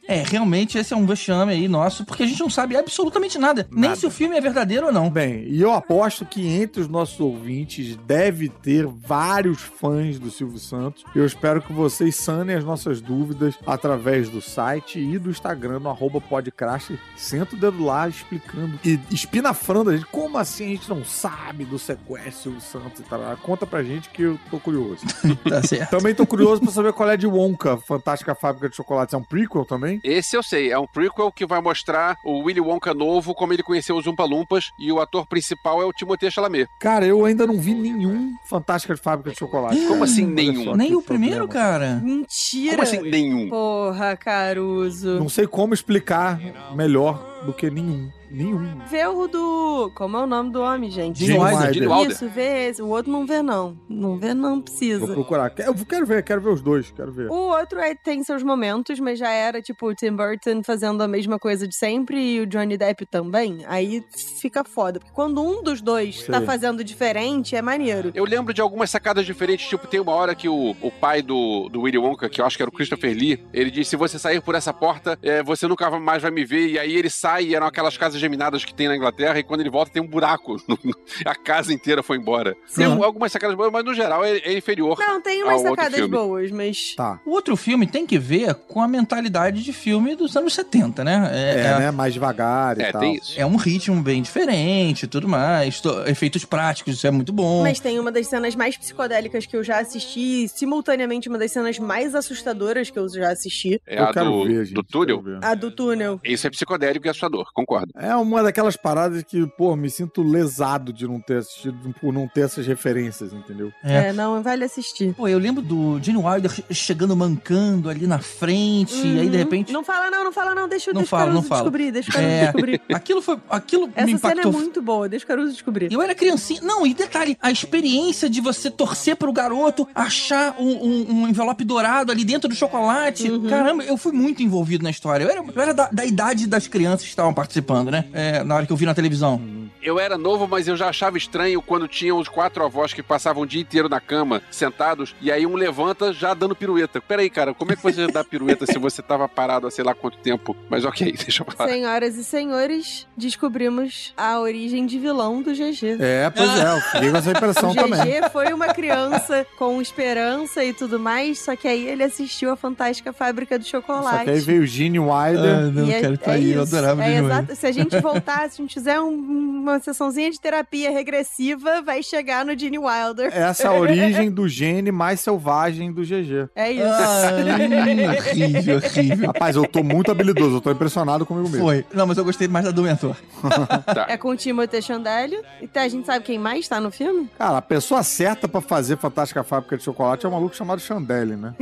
S7: É, realmente esse é um vexame aí nosso, porque a gente não sabe absolutamente nada. Nem
S8: Nada.
S7: se o filme é verdadeiro ou não.
S8: Bem, e eu aposto que entre os nossos ouvintes deve ter vários fãs do Silvio Santos. Eu espero que vocês sanem as nossas dúvidas através do site e do Instagram, no arroba podcast. Senta o dedo lá explicando e espinafrando a gente. Como assim a gente não sabe do sequestro do Silvio Santos e tal? Conta pra gente que eu tô curioso.
S7: Tá certo.
S8: também tô curioso pra saber qual é de Wonka, Fantástica Fábrica de Chocolate. É um prequel também?
S9: Esse eu sei, é um prequel que vai mostrar o Willy Wonka novo, como ele conheceu os Umpa Lumpas, e o ator principal é o Timothée Chalamet.
S8: Cara, eu ainda não vi nenhum Fantástica de Fábrica de Chocolate.
S9: Como assim
S8: Hum, Olha
S9: nenhum?
S8: só que
S7: Nem o
S8: problema.
S7: primeiro, cara.
S10: Mentira!
S9: Como assim nenhum?
S10: Porra, Caruso.
S8: Não sei como explicar melhor do que nenhum. Nenhum.
S10: Vê o do. Como é o nome do homem, gente?
S7: Gene Wilder.
S9: Gene
S8: Wilder.
S9: Wilder.
S10: Isso, vê esse. O outro não vê, não. Não vê, não
S8: Vou
S10: precisa.
S8: procurar. Eu quero ver, quero ver os dois, quero ver.
S10: O outro é- tem seus momentos, mas já era tipo o Tim Burton fazendo a mesma coisa de sempre e o Johnny Depp também. Aí fica foda. Porque quando um dos dois
S8: Sei.
S10: tá fazendo diferente, é maneiro.
S9: Eu lembro de algumas sacadas diferentes, tipo, tem uma hora que o, o pai do, do Willy Wonka, que eu acho que era o Christopher Lee, ele diz, se você sair por essa porta, eh, você nunca va- mais vai me ver, e aí ele sai, e eram aquelas casas geminadas que tem na Inglaterra, e quando ele volta tem um buraco, a casa inteira foi embora. Tem
S7: Sim.
S9: algumas sacadas boas, mas no geral é, é inferior.
S10: Não, tem
S9: Ah, o
S7: um
S10: umas
S9: outro
S10: sacadas
S9: filme.
S10: boas, mas.
S8: Tá.
S7: O outro filme tem que ver com a mentalidade de filme dos anos 70, né?
S8: É,
S7: É, é,
S8: né? Mais devagar e
S9: É,
S8: tal.
S9: tem isso.
S7: é um ritmo bem diferente e tudo mais. To- Efeitos práticos, isso é muito bom.
S10: Mas tem uma das cenas mais psicodélicas que eu já assisti, e, simultaneamente uma das cenas mais assustadoras que eu já assisti.
S9: É
S8: Eu
S9: a
S8: quero
S9: do,
S8: ver, gente.
S9: do túnel.
S8: quero ver.
S10: A do túnel.
S9: Isso é psicodélico e assustador, concordo.
S8: É uma daquelas paradas que, pô, me sinto lesado de não ter assistido, por não ter essas referências, entendeu?
S7: É.
S10: É, não, vale assistir.
S7: Pô, eu lembro do Gene Wilder che- chegando mancando ali na frente, e aí de
S10: Uhum.
S7: repente.
S10: Não fala, não, não fala, não. Deixa,
S7: Não
S10: deixa
S7: falo,
S10: o Caruso
S7: não falo.
S10: descobrir, deixa o Caruso
S7: É.
S10: descobrir.
S7: Aquilo foi. Aquilo me
S10: Essa cena é
S7: impactou.
S10: muito boa, deixa o Caruso descobrir.
S7: eu era criancinha. Não, e detalhe, a experiência de você torcer pro garoto achar um, um- um envelope dourado ali dentro do chocolate.
S10: Uhum.
S7: Caramba, eu fui muito envolvido na história. Eu era, eu era da, da idade das crianças que estavam participando, né? É, na hora que eu vi na televisão.
S9: Eu era novo, mas eu já achava estranho quando tinham os quatro avós que passavam o dia inteiro na cama, sentados, e aí um levanta já dando pirueta. Peraí, cara, como é que você dá pirueta se você tava parado há sei lá quanto tempo? Mas ok, deixa eu falar.
S10: Senhoras e senhores, descobrimos a origem de vilão do GG.
S8: É, pois é, eu fiquei com essa
S10: O
S8: impressão também.
S10: GG foi uma criança com esperança e tudo mais, só que aí ele assistiu a Fantástica Fábrica do
S8: Só
S10: Chocolate.
S8: que aí veio o Gene Wilder.
S7: não,
S10: E é-
S7: cara,
S10: é
S7: tá aí, eu
S10: isso.
S7: adorava
S10: É
S7: Gene Wilder.
S10: exato. Se a gente voltar, se a gente fizer um- uma sessãozinha de terapia regressiva, vai chegar no Gene Wilder.
S8: Essa é a origem do Gene mais selvagem do GG.
S10: É isso.
S7: Ah, horrível, horrível.
S8: Rapaz, eu tô muito habilidoso, eu tô impressionado comigo mesmo.
S7: Foi. Não, mas eu gostei mais da do mentor.
S9: Tá,
S10: É com o Timothée Chandelier. E tá, a gente sabe quem mais tá no filme?
S8: Cara, a pessoa certa pra fazer Fantástica Fábrica de Chocolate é um maluco chamado Chandelle, né?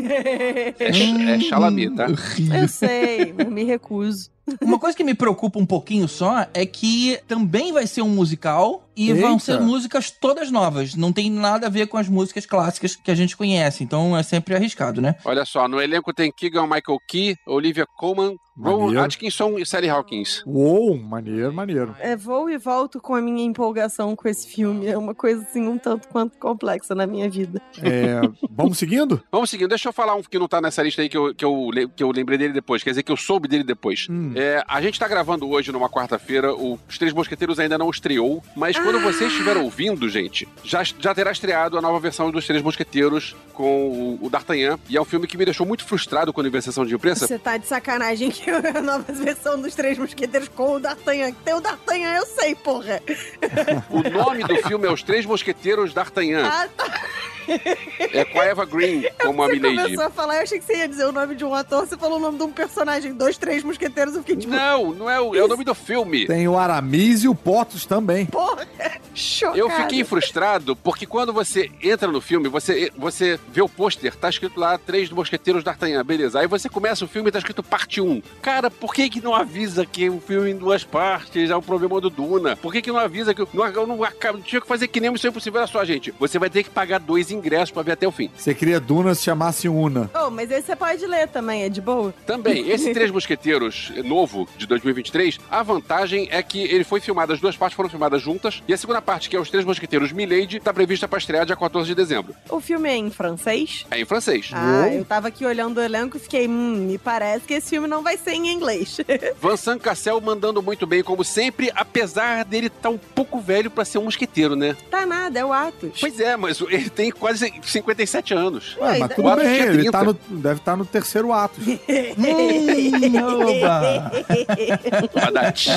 S9: É, ch- é Chalamet, tá?
S7: Horrível.
S10: Eu sei, eu me recuso.
S7: Uma coisa que me preocupa um pouquinho só é que também vai ser um musical E vão
S8: Eita.
S7: ser músicas todas novas. Não tem nada a ver com as músicas clássicas que a gente conhece. Então é sempre arriscado, né?
S9: Olha só, no elenco tem Keegan Michael Key, Olivia Colman, Rowan
S8: Maneiro.
S9: Atkinson e Sally Hawkins.
S8: Uou, maneiro, maneiro.
S10: É, vou e volto com a minha empolgação com esse filme. É uma coisa assim um tanto quanto complexa na minha vida.
S8: É, vamos seguindo?
S9: Vamos seguindo, deixa eu falar um que não tá nessa lista aí que eu, que eu, le- que eu lembrei dele depois, quer dizer que eu soube dele depois.
S8: Hum.
S9: É, a gente tá gravando hoje numa quarta-feira, o- os Três Mosqueteiros ainda não estreou, mas
S10: Ah.
S9: quando você estiver ouvindo, gente, já, já terá estreado a nova versão dos Três Mosqueteiros com o, o D'Artagnan, e é um filme que me deixou muito frustrado quando eu vi a sessão de imprensa.
S10: Você tá de sacanagem que a nova versão dos Três Mosqueteiros com o D'Artagnan. Que tem o D'Artagnan, eu sei, porra.
S9: É, O nome do filme é Os Três Mosqueteiros D'Artagnan,
S10: Ah, tá.
S9: é com a Eva Green como a
S10: Você
S9: Milady.
S10: começou a falar, eu achei que você ia dizer o nome de um ator, você falou o nome de um personagem, dois, três mosqueteiros, eu fiquei tipo,
S9: Não, não é o, é o nome do filme.
S8: Tem o Aramis e o Portos também.
S10: porra, chocado.
S9: Eu fiquei frustrado porque quando você entra no filme, você, você vê o pôster, tá escrito lá Três Mosqueteiros D'Artagnan, beleza. Aí você começa o filme e tá escrito parte 1. Cara, por que que não avisa que o filme em duas partes é o problema do Duna? Por que que não avisa que não, não, não, acaba- não tinha que fazer que nem Missão Impossível, era só, gente. Você vai ter que pagar dois ingressos pra ver até o fim.
S8: Você queria Duna se chamasse Una.
S10: Oh, mas esse você pode ler também, é de boa.
S9: Também, esse Três Mosqueteiros eh, novo, de 2023, a vantagem é que ele foi filmado, as duas partes foram filmadas juntas, e a segunda parte, que é os Três Mosqueteiros Milady, tá prevista pra estrear dia 14 de dezembro.
S10: O filme é em francês?
S9: É em francês.
S10: Ah, eu tava aqui olhando o elenco e fiquei, hum, me parece que esse filme não vai ser em inglês.
S8: é
S9: Vincent Cassel mandando muito bem, como sempre, apesar dele estar um pouco velho pra ser um mosqueteiro, né?
S10: tá nada, é o Atos.
S9: Pois é, mas ele tem quase 57 anos.
S8: Ué,
S10: Ué,
S8: Ah, mas
S10: e-
S8: tudo
S9: É, o Atos
S8: bem,
S9: tinha né?
S8: ele tá
S9: 30.
S8: no, deve estar no terceiro ato.
S7: Hum, oba.
S9: Badate.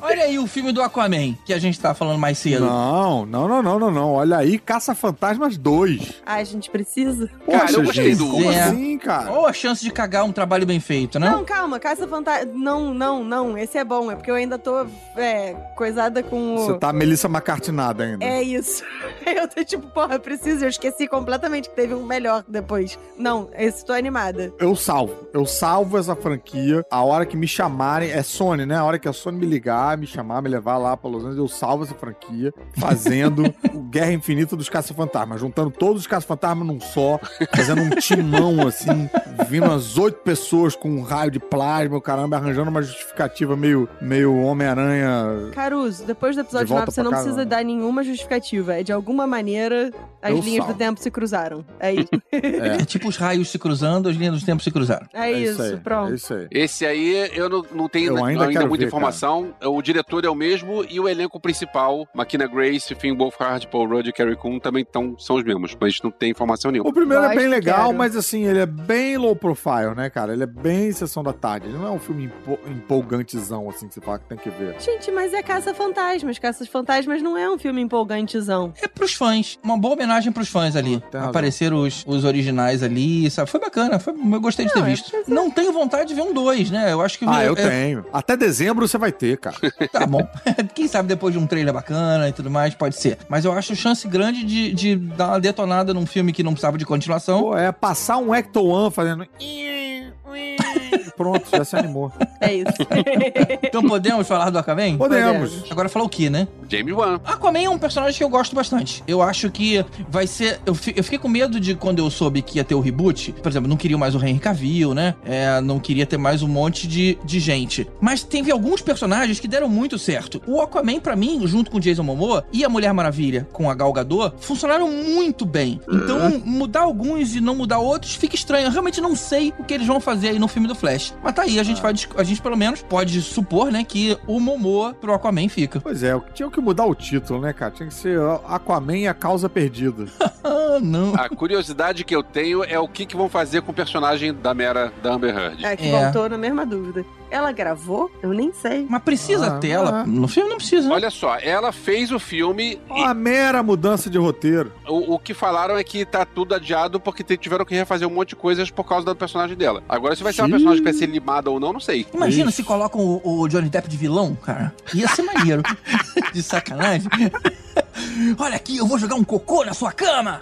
S7: Olha aí o filme do Aquaman, que a gente tá falando mais cedo.
S8: Não, não, não, não, não, não. Olha aí, Caça Fantasmas 2.
S10: Ai, a gente precisa?
S9: Cara, eu gostei do
S8: Como
S7: Uma.
S8: assim, cara?
S7: Ou a chance de cagar um trabalho bem feito, né?
S10: Não, calma, Caça Fantasma. Não, não, não, esse é bom, é porque eu ainda tô é, coisada com o.
S8: Você tá Melissa McCartinada ainda.
S10: É isso. Eu tô tipo, porra, eu preciso, eu esqueci completamente que teve um melhor depois. Não, esse tô animada.
S8: Eu salvo. Eu salvo essa franquia. A hora que me chamarem. É Sony, né? A hora que a Sony me ligar, me chamar, me levar lá pra Los Angeles, eu salvo essa franquia. Fazendo o Guerra Infinita dos Caça-Fantasmas. Juntando todos os Caça-Fantasmas num só. Fazendo um timão, assim. Vindo as oito pessoas com um raio de plasma, o caramba, arranjando uma justificativa meio, meio Homem-Aranha.
S10: Caruso, depois do
S8: De
S10: episódio
S8: volta
S10: 9, você
S8: pra
S10: não
S8: casa,
S10: precisa
S8: né?
S10: dar nenhuma justificativa. É de alguma maneira as
S8: Eu
S10: linhas
S8: salvo.
S10: do tempo se cruzaram. É isso.
S7: É tipo os raios se cruzando, as linhas do tempo se cruzaram.
S10: É, isso,
S8: aí,
S10: pronto.
S8: É isso aí.
S9: Esse aí eu não, não tenho
S8: Eu ainda
S9: ainda,
S8: quero
S9: muita
S8: ver,
S9: informação. O diretor é o mesmo e o elenco principal, Makina Grace, Finn Wolfhard, Paul Rudd e Carrie Coon também tão, são os mesmos, mas não tem informação nenhuma.
S8: O primeiro é
S10: Gosto,
S8: bem legal,
S10: quero.
S8: mas assim, ele é bem low profile, né, cara? Ele é bem sessão da tarde. Ele não é um filme empo- empolgantezão, assim, que você fala que tem que ver.
S10: Gente, mas é Caça Fantasmas. Caça Fantasmas não é um filme empolgantezão.
S7: É pros fãs. Uma boa homenagem pros fãs ali.
S8: Tem razão.
S7: Apareceram os, os originais ali, sabe? Foi bacana, foi, eu gostei de ter visto. Não tenho vontade de ver um dois, né? Eu acho que...
S8: é Ah, eu
S7: é-
S8: tenho. Até dezembro você vai ter, cara.
S7: Tá bom. Quem sabe depois de um trailer bacana e tudo mais, pode ser. Mas eu acho chance grande de, de dar uma detonada num filme que não precisava de continuação.
S8: Pô, é passar um Ecto One fazendo. Pronto, já se animou.
S10: É isso.
S7: Então podemos falar do Aquaman?
S8: Podemos.
S7: Agora falar o que, né?
S9: James Wan.
S7: Aquaman é um personagem que eu gosto bastante. Eu acho que vai ser. Eu, fi- eu fiquei com medo de quando eu soube que ia ter o reboot. Por exemplo, não queria mais o Henry Cavill, né? É, não queria ter mais um monte de, de gente. Mas teve alguns personagens que deram muito certo. O Aquaman, pra mim, junto com o Jason Momoa e a Mulher Maravilha com a Gal Gadot, funcionaram muito bem. Então, mudar alguns e não mudar outros fica estranho. Eu realmente não sei o que eles vão fazer aí no filme do Flash. Mas tá aí, a gente, vai, dis- a gente pelo menos pode supor, né, que o Momoa pro Aquaman fica.
S8: Pois é, tinha que mudar o título, né, cara? Tinha que ser Aquaman e a causa perdida.
S7: Ah, não.
S9: A curiosidade que eu tenho é o que, que vão fazer com o personagem da Mera da Amber Heard.
S10: É, que
S7: É.
S10: voltou na mesma dúvida. Ela gravou? Eu nem sei.
S7: Mas precisa
S8: Ah,
S7: ter ela.
S8: ah.
S7: No filme não precisa, né?
S9: Olha só, ela fez o filme e
S8: Uma mera mudança de roteiro.
S9: O, o que falaram é que tá tudo adiado porque te- tiveram que refazer um monte de coisas por causa do personagem dela. Agora, se vai ser uma
S8: Xiii.
S9: personagem que vai ser limada ou não, não sei.
S7: Imagina se
S8: Ixi.
S7: colocam o, o Johnny Depp de vilão, cara. Ia ser maneiro. de sacanagem. Olha aqui, eu vou jogar um cocô na sua cama.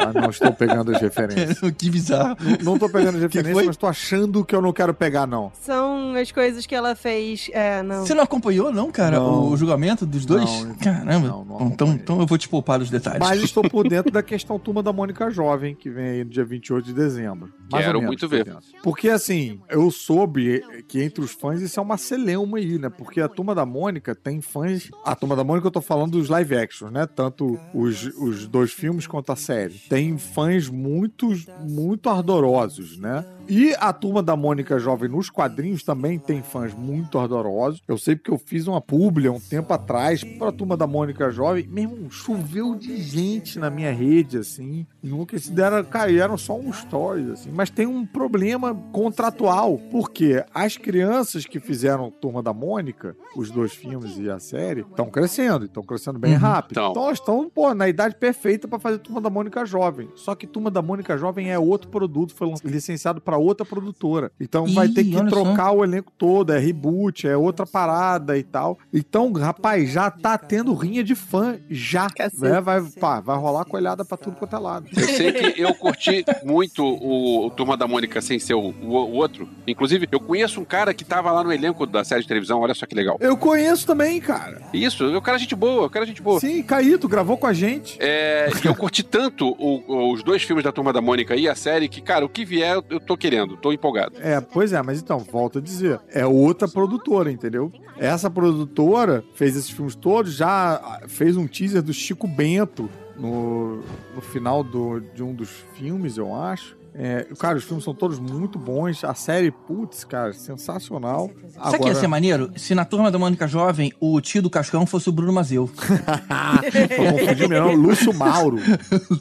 S8: Ah, não estou pegando as referências.
S7: que bizarro.
S8: Não estou pegando as referências,
S7: foi?
S8: mas estou achando que eu não quero pegar, não.
S10: São as coisas que ela fez. É, não.
S7: Você não acompanhou, não, cara,
S8: Não.
S7: o julgamento dos dois?
S8: Não, eu-
S7: Caramba.
S8: não, não
S7: então,
S8: acompanhei.
S7: então eu vou te poupar dos detalhes.
S8: Mas estou por dentro da questão Turma da Mônica Jovem, que vem aí no dia 28 de dezembro. Mais
S9: Quero
S8: ou menos,
S9: muito
S8: por
S9: ver.
S8: dentro. Porque, assim, eu soube que entre os fãs isso é uma celeuma aí, né? Porque a Turma da Mônica tem fãs... A Turma da Mônica eu tô falando dos live actions, né? Tanto os, os dois filmes quanto a série. Tem fãs muito, muito ardorosos, né? E a Turma da Mônica Jovem nos quadrinhos também tem fãs muito ardorosos. Eu sei porque eu fiz uma publi há um tempo atrás pra Turma da Mônica Jovem. Meu irmão, choveu de gente na minha rede, assim. Nunca se deram, cara, e eram só uns stories, assim. Mas tem um problema contratual, porque as crianças que fizeram Turma da Mônica, os dois filmes e a série, estão crescendo, estão crescendo bem
S7: Uhum.
S8: rápido.
S9: Tão.
S8: Então elas estão, pô, na idade perfeita pra fazer Turma da Mônica Jovem. Só que Turma da Mônica Jovem é outro produto, foi lan- licenciado pra outra produtora. Então vai
S7: Ih,
S8: ter que
S7: olha só.
S8: trocar o elenco todo, é reboot, é outra parada e tal. Então, rapaz, já tá tendo rinha de fã já.
S10: Cacete.
S8: Né? Vai, pá, vai rolar coelhada pra tudo quanto é lado.
S9: Eu sei que eu curti muito o, o Turma da Mônica sem ser o, o- o outro. Inclusive, eu conheço um cara que tava lá no elenco da série de televisão, olha só que legal.
S8: Eu conheço também, cara.
S9: Isso, o cara é gente boa, o cara é gente boa.
S8: Sim, Caíto gravou com a gente.
S9: É, eu curti tanto o- o- os dois filmes da Turma da Mônica e a série que, cara, o que vier eu- eu tô querendo, tô empolgado.
S8: É, pois é, mas então, volto a dizer, é outra produtora, entendeu? Essa produtora fez esses filmes todos, já fez um teaser do Chico Bento no, no final do- de um dos filmes, eu acho. É, cara, os filmes são todos muito bons. A série, putz, cara, sensacional.
S7: Sabe o que ia ser
S8: Agora,
S7: maneiro? Se na turma da Mônica Jovem o tio do Cascão fosse o Bruno Mazeu.
S8: vou confundir melhor, Lúcio Mauro.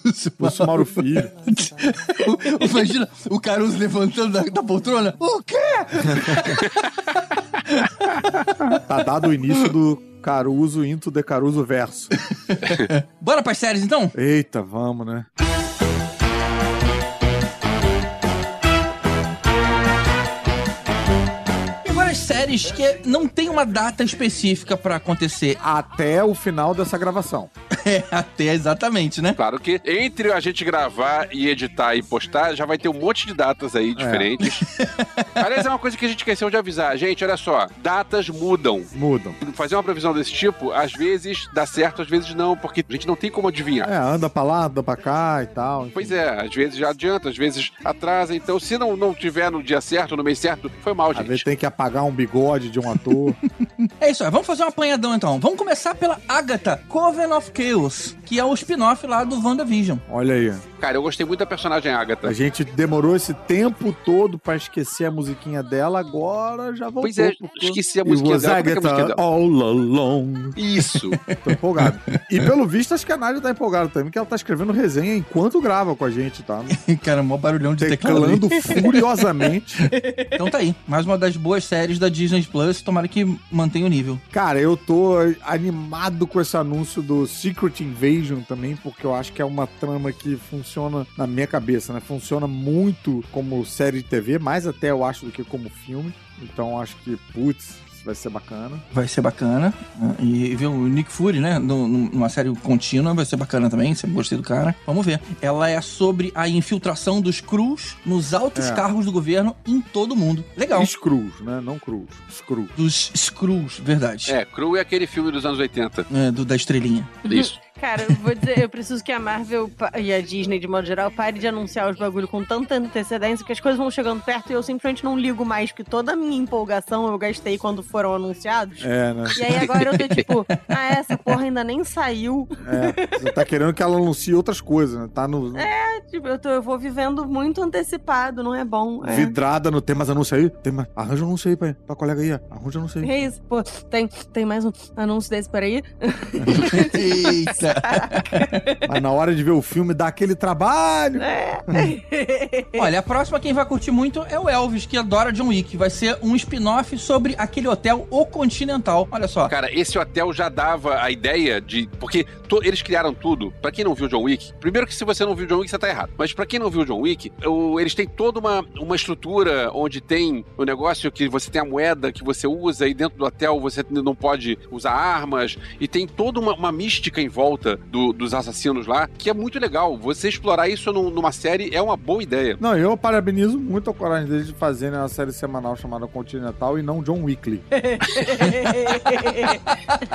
S8: Lúcio Mauro Filho.
S7: Imagina o Caruso levantando da, da poltrona. O quê?
S8: Tá dado o início do Caruso Into the Caruso Verso.
S7: Bora pras séries então?
S8: Eita, vamos, né?
S7: E agora as séries que não tem uma data específica pra acontecer.
S8: Até o final dessa gravação.
S7: É, até exatamente, né?
S9: Claro que entre a gente gravar e editar e postar, já vai ter um monte de datas
S8: É.
S9: aí diferentes. Aliás, é uma coisa que a gente esqueceu de avisar. Gente, olha só, datas mudam.
S8: Mudam.
S9: Fazer uma previsão desse tipo, às vezes dá certo, às vezes não, porque a gente não tem como adivinhar.
S8: É, anda pra lá, anda pra cá e tal. enfim.
S9: Pois é, às vezes já adianta, às vezes atrasa. Então, se não, não tiver no dia certo, no mês certo, foi mal,
S8: Às vezes
S9: gente.
S8: tem que apagar um bigode de um ator.
S7: É isso aí, vamos fazer um apanhadão então. Vamos começar pela Agatha, Coven of Chaos, que é o spin-off lá do WandaVision.
S8: Olha aí.
S9: Cara, eu gostei muito da personagem Agatha.
S8: A gente demorou esse tempo todo pra esquecer a musiquinha dela, agora já voltou.
S9: Pois é,
S8: porque-
S9: esqueci a
S8: It
S9: musiquinha
S8: was
S9: dela. Como é que é a
S8: Agatha
S9: musiquinha dela?
S8: all along.
S9: Isso.
S8: Tô empolgado. e pelo visto, acho que a Nádia tá empolgada também, que ela tá escrevendo resenha enquanto grava com a gente, tá?
S7: Cara, mó barulhão de teclado. ali.
S8: Teclando furiosamente.
S7: Então tá aí, mais uma das boas séries da Disney Plus, tomara que mantenha o nível.
S8: Cara, eu tô animado com esse anúncio do Secret Invasion também, porque eu acho que é uma trama que funciona na minha cabeça, né? Funciona muito como série de TV, mais até eu acho do que como filme. Então acho que, putz, isso vai ser bacana.
S7: Vai ser bacana. né? E ver o Nick Fury, né? no- no- Numa série contínua, vai ser bacana também. Sempre gostei do cara. Vamos ver. Ela é sobre a infiltração dos Crus nos altos
S8: É.
S7: cargos do governo em todo o mundo. Legal.
S8: Screws, né? Não Cruz. Screws.
S7: Dos Screws, verdade.
S9: é, Cru é aquele filme dos anos 80.
S7: É, do, da estrelinha.
S9: Isso.
S10: Cara, eu vou dizer, eu preciso que a Marvel pa- e a Disney, de modo geral, pare de anunciar os bagulho com tanta antecedência que as coisas vão chegando perto e eu simplesmente não ligo mais, porque toda a minha empolgação eu gastei quando foram anunciados.
S8: É, né?
S10: E aí agora eu tô tipo, ah, essa porra ainda nem saiu.
S8: É. Você tá querendo que ela anuncie outras coisas, né? Tá no,
S10: Tipo, eu, tô, eu vou vivendo muito antecipado, não é bom. É.
S8: vidrada no tem mais anúncio aí. Tem mais... Arranja um anúncio aí pra, pra colega aí. ó. Arranja um anúncio aí.
S10: É isso, pô, tem, tem mais um anúncio desse por aí?
S7: Eita!
S8: Mas na hora de ver o filme, dá aquele trabalho.
S7: Olha, a próxima quem vai curtir muito é o Elvis, que adora John Wick. Vai ser um spin-off sobre aquele hotel O Continental. Olha só.
S9: Cara, esse hotel já dava a ideia ideia de. Porque to- eles criaram tudo. Pra quem não viu John Wick, primeiro que se você não viu John Wick, você tá errado. Mas pra quem não viu John Wick, o- eles têm toda uma, uma estrutura onde tem o negócio que você tem a moeda que você usa e dentro do hotel você não pode usar armas. E tem toda uma, uma mística em volta do- dos assassinos lá, que é muito legal. Você explorar isso num- numa série é uma boa ideia.
S8: Não, eu parabenizo muito a coragem deles de fazerem uma série semanal chamada Continental e não John Weekly.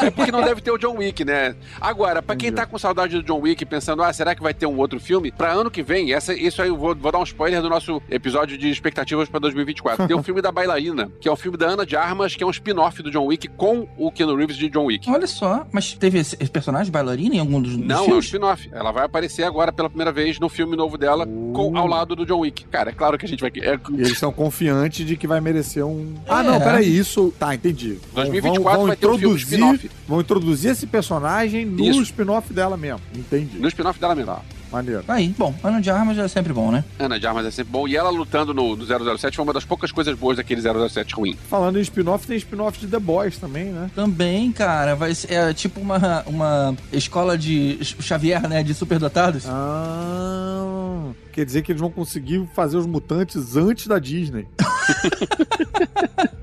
S9: É porque não deve ter o John Wick, né? Agora, pra quem
S8: Entendi.
S9: tá com saudade do John Wick, pensando, ah, será que vai ter um outro filme? Pra ano que vem, essa, isso aí eu vou, vou dar um spoiler do nosso episódio de expectativas pra 2024. Tem o filme da Bailarina, que é o filme da Ana de Armas, que é um spin-off do John Wick com o Keanu Reeves de John Wick.
S7: Olha só, mas teve esse esse personagem bailarina em algum dos, dos
S9: Não, é um
S7: filmes?
S9: spin-off. Ela vai aparecer agora pela primeira vez no filme novo dela, com, ao lado do John Wick. Cara, é claro que a gente vai. É,
S8: E eles estão confiantes de que vai merecer um. Ah,
S7: É.
S8: não, peraí, isso. Tá, entendi.
S9: 2024 vai ter um filme spin-off.
S8: Vão introduzir esse personagem no
S9: Isso. Né?
S8: spin-off dela mesmo. Entendi.
S9: no spin-off dela mesmo.
S8: Maneiro.
S7: Aí, bom, Ana de Armas é sempre bom, né?
S9: Ana de Armas é sempre bom. E ela lutando no, no 007 foi uma das poucas coisas boas daquele 007 ruim.
S8: Falando em spin-off, tem spin-off de The Boys também, né?
S7: Também, cara, vai ser, é tipo uma, uma escola de Ch- Xavier, né, de superdotados.
S8: Ah. Quer dizer que eles vão conseguir fazer os mutantes antes da Disney.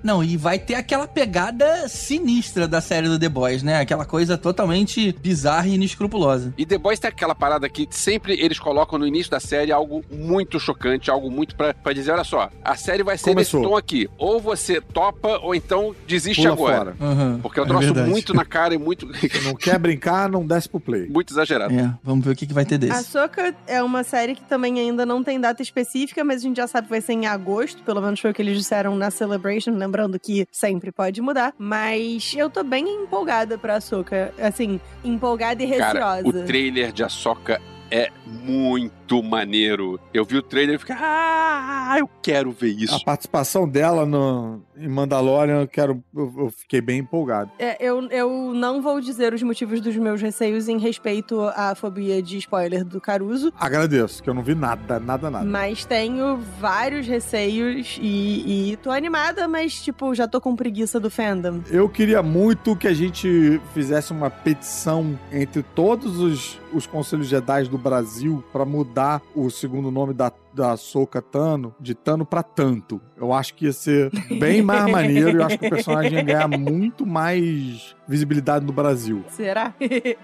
S7: Não, e vai ter aquela pegada sinistra da série do The Boys, né? Aquela coisa totalmente bizarra e inescrupulosa.
S9: E The Boys tem aquela parada que sempre eles colocam no início da série algo muito chocante, algo muito pra, pra dizer, olha só, a série vai ser
S8: Começou.
S9: nesse tom aqui. Ou você topa, ou então desiste
S8: Pula fora.
S9: agora.
S7: Uhum.
S9: Porque é um troço
S7: verdade.
S9: muito na cara e muito,
S8: Não quer brincar, não desce pro play.
S9: muito exagerado.
S7: É, vamos ver o que, que vai ter
S10: A
S7: desse.
S10: Soca é uma série que também ainda não tem data específica, mas a gente já sabe que vai ser em agosto, pelo menos foi o que eles disseram na Celebration, lembrando que sempre pode mudar. Mas eu tô bem empolgada pra Soca, assim, empolgada e receosa.
S9: Cara, o trailer de Ahsoka é muito maneiro. Eu vi o trailer e fiquei, ah, eu quero ver
S8: A
S9: isso.
S8: participação dela no, em Mandalorian, eu, quero, eu, eu fiquei bem empolgado.
S10: É, eu, eu não vou dizer os motivos dos meus receios em respeito à fobia de spoiler do Caruso,
S8: Agradeço, que eu não vi nada, nada,
S9: Ah,
S8: nada.
S10: mas tenho vários receios e, e tô animada, mas, tipo, já tô com preguiça do fandom.
S8: Eu queria muito que a gente fizesse uma petição entre todos os, os conselhos Jedi do Brasil pra mudar o segundo nome da, da Soca Tano de Tano pra Tanto. Eu acho que ia ser bem mais maneiro. Eu acho que o personagem ia ganhar muito mais visibilidade no Brasil.
S10: Será?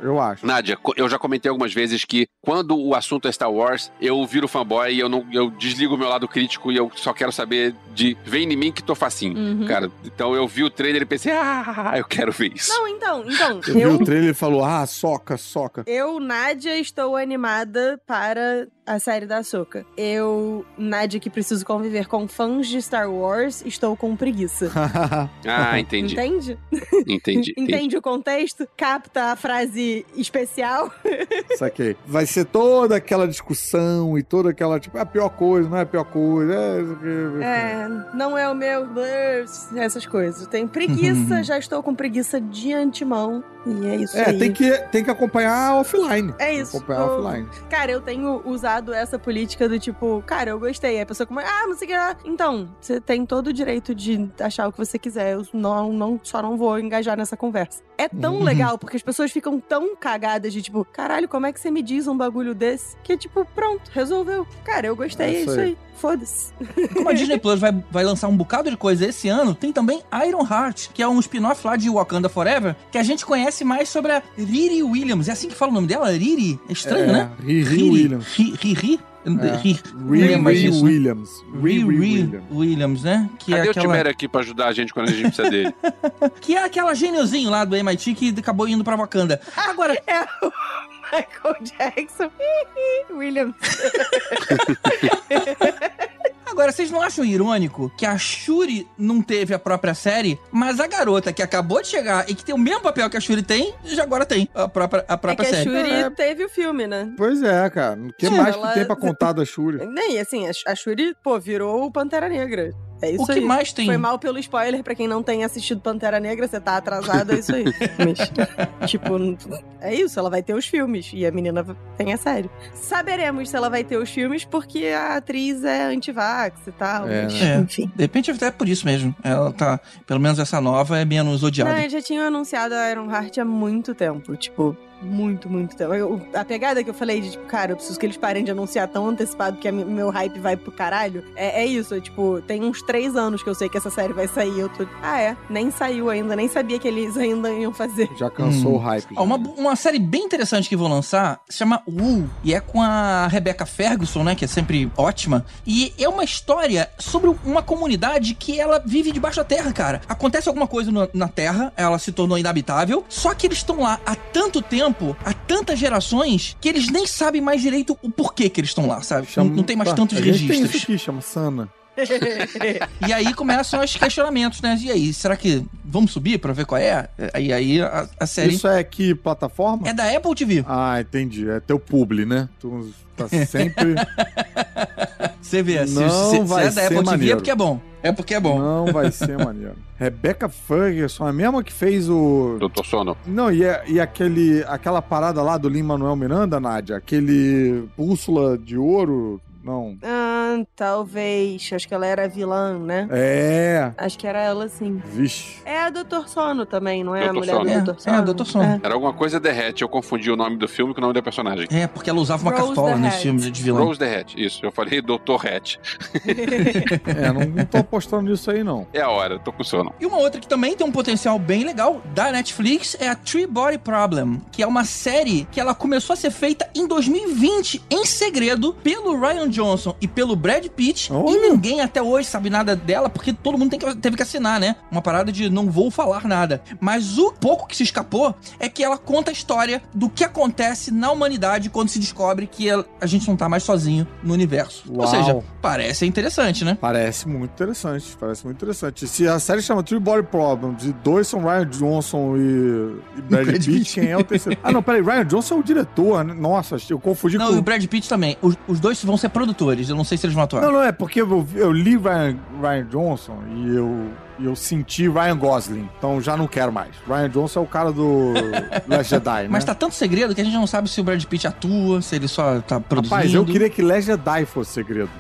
S8: Eu acho.
S9: Nádia, co- eu já comentei algumas vezes que quando o assunto é Star Wars, eu viro fanboy e eu, não, eu desligo o meu lado crítico e eu só quero saber de vem em mim que tô facinho.
S10: Uhum.
S9: Cara, então eu vi o trailer e pensei, ah, eu quero ver isso.
S10: Não, então, então,
S8: Eu vi
S9: um
S10: eu,
S8: o trailer e falou: ah, soca, soca.
S10: eu, Nádia, estou animada para a série da Soca. Eu, Nádia, que preciso conviver com fãs de Star Wars, estou com preguiça.
S9: Ah, entendi,
S10: Entende?
S9: entendi, entendi.
S10: Entende o contexto? Capta a frase especial?
S8: Saquei. Vai ser toda aquela discussão e toda aquela, tipo, é a pior coisa, não é a pior coisa. É... isso aqui.
S10: É, não é o meu. Essas coisas. Eu Tenho preguiça, já estou com preguiça de antemão. E é isso
S8: Uhum. É,
S10: aí.
S8: tem que, tem que acompanhar offline.
S10: É isso.
S8: Acompanhar
S10: Eu-
S8: offline.
S10: Cara, eu tenho usado essa política do tipo, cara, eu gostei. Aí a pessoa como, ah, não sei o que lá. Então, você tem todo o direito de achar o que você quiser. Eu não, não, só não vou engajar nessa conversa. É tão
S7: Uhum.
S10: legal, porque as pessoas ficam tão cagadas de tipo, caralho, como é que você me diz um bagulho desse? Que tipo, pronto, resolveu. Cara, eu gostei,
S8: É
S10: é
S8: isso
S10: isso,
S8: aí.
S10: aí. Foda-se.
S7: Como a Disney Plus vai, vai lançar um bocado de coisa esse ano, tem também Iron Heart, que é um spin-off lá de Wakanda Forever, que a gente conhece mais sobre a Riri Williams. É assim que fala o nome dela? Riri? É estranho, né?
S8: Riri Williams.
S7: Ri- Riri?
S8: É.
S7: Ri- Não lembro mais né?
S8: Riri
S7: disso.
S8: Williams.
S7: Riri
S8: Riri Williams.
S7: Williams, né? Que
S9: Cadê
S7: é
S9: o
S7: aquela...
S9: Tibério aqui pra ajudar a gente quando a gente precisa dele?
S7: Que é aquela gêniozinho lá do MIT que acabou indo pra Wakanda. Agora,
S10: É o Michael Jackson.
S8: É
S10: William.
S7: agora, vocês não acham irônico que a Shuri não teve a própria série, mas a garota que acabou de chegar e que tem o mesmo papel que a Shuri tem, já agora tem a própria, a
S10: É que
S7: própria
S10: a
S7: série.
S10: Shuri
S8: É.
S10: teve o filme, né?
S8: Pois é, cara. O que
S10: Sim,
S8: mais
S10: ela- é
S8: que tem pra contar da Shuri?
S10: Nem assim, a a Shuri, pô, virou o Pantera Negra. É isso
S7: O que
S10: aí.
S7: mais tem?
S10: Foi mal pelo spoiler, pra quem não tem assistido Pantera Negra, você tá atrasado, é isso aí. Mas, tipo, é isso, ela vai ter os filmes. E a menina tem a série. Saberemos se ela vai ter os filmes, porque a atriz é antivax e tal.
S8: É,
S10: mas,
S7: né?
S10: Enfim.
S7: De repente até por isso mesmo. Ela tá. Pelo menos essa nova é menos odiada.
S10: Não, eles já tinham anunciado a Ironheart há muito tempo, tipo, muito, muito tempo. Eu- a pegada que eu falei de, tipo, cara, eu preciso que eles parem de anunciar tão antecipado que a mi- meu hype vai pro caralho, é, é isso, é, tipo, tem uns três anos que eu sei que essa série vai sair, eu tô, ah é, nem saiu ainda, nem sabia que eles ainda iam fazer.
S8: Já cansou
S7: Hum.
S8: o hype.
S7: Ó, uma, uma série bem interessante que vou lançar se chama Woo, e é com a Rebecca Ferguson, né? Que é sempre ótima. E é uma história sobre uma comunidade que ela vive debaixo da terra, cara. Acontece alguma coisa no- na terra, ela se tornou inabitável. Só que eles estão lá há tanto tempo, há tantas gerações, que eles nem sabem mais direito o porquê que eles estão lá, sabe?
S8: Chama-
S7: Não, não tem mais
S8: Tá,
S7: tantos
S8: a gente
S7: registros.
S8: Tem isso aqui, chama Sana.
S7: E aí começam os questionamentos, né? E aí, será que vamos subir pra ver qual é? E aí a, a série.
S8: Isso é que plataforma?
S7: É da Apple TV.
S8: Ah, entendi. É teu publi, né? Tu tá sempre.
S7: Você vê, se,
S8: Não
S7: se, se
S8: vai
S7: é da
S8: ser
S7: Apple TV é
S8: maneiro.
S7: porque é bom. É porque é bom.
S8: Não vai ser maneiro. Rebecca Ferguson, a mesma que fez o.
S9: Doutor Sono.
S8: Não, e, é- e aquele, aquela parada lá do Lin Manuel Miranda, Nádia? Aquele bússola de ouro? Não.
S10: Ah, talvez, acho que ela era vilã, né?
S8: É.
S10: Acho que era ela, sim.
S8: Vixe.
S10: É a Dr. Sono também, não é a
S9: Dr.
S10: mulher
S9: Sono.
S10: do Dr.
S7: É,
S10: Sono?
S7: é, Dr. Sono.
S9: Era alguma coisa derrete. Eu confundi o nome do filme com o nome da personagem.
S7: É, porque ela usava uma
S10: Rose
S7: cartola
S10: the
S7: nesse
S10: Red.
S7: filme de vilão.
S9: Rose derrete. Isso, eu falei Doutor Hatch.
S8: É, não, não tô apostando nisso aí, não.
S9: É a hora, eu tô com sono.
S7: E uma outra que também tem um potencial bem legal da Netflix é a Tree Body Problem, que é uma série que ela começou a ser feita em 2020 em segredo pelo Ryan Johnson e pelo Brad Pitt.
S8: Olha.
S7: E ninguém até hoje sabe nada dela porque todo mundo tem que- teve que assinar, né? Uma parada de não vou falar nada. Mas o pouco que se escapou é que ela conta a história do que acontece na humanidade quando se descobre que ela- a gente não tá mais sozinho no universo. Ou
S8: Uau.
S7: seja, parece interessante, né?
S8: Parece muito interessante, parece muito interessante. Se a série chama Three Body Problem, de dois são Ryan Johnson e, e Brad
S7: Brad
S8: Pitt, quem é o terceiro? Ah, não, peraí, Ryan Johnson é o diretor, né? Nossa, eu confundi
S7: Não,
S8: com...
S7: e o Brad Pitt também. Os, os dois vão ser produtores. Eu não sei se eles vão atuar.
S8: Não, não, é porque eu, eu li Ryan, Ryan Johnson e eu, e eu senti Ryan Gosling, então já não quero mais. Ryan Johnson é o cara do Last Jedi, né?
S7: Mas tá tanto segredo que a gente não sabe se o Brad Pitt atua, se ele só tá produzindo.
S8: Rapaz, eu queria que Last Jedi fosse segredo.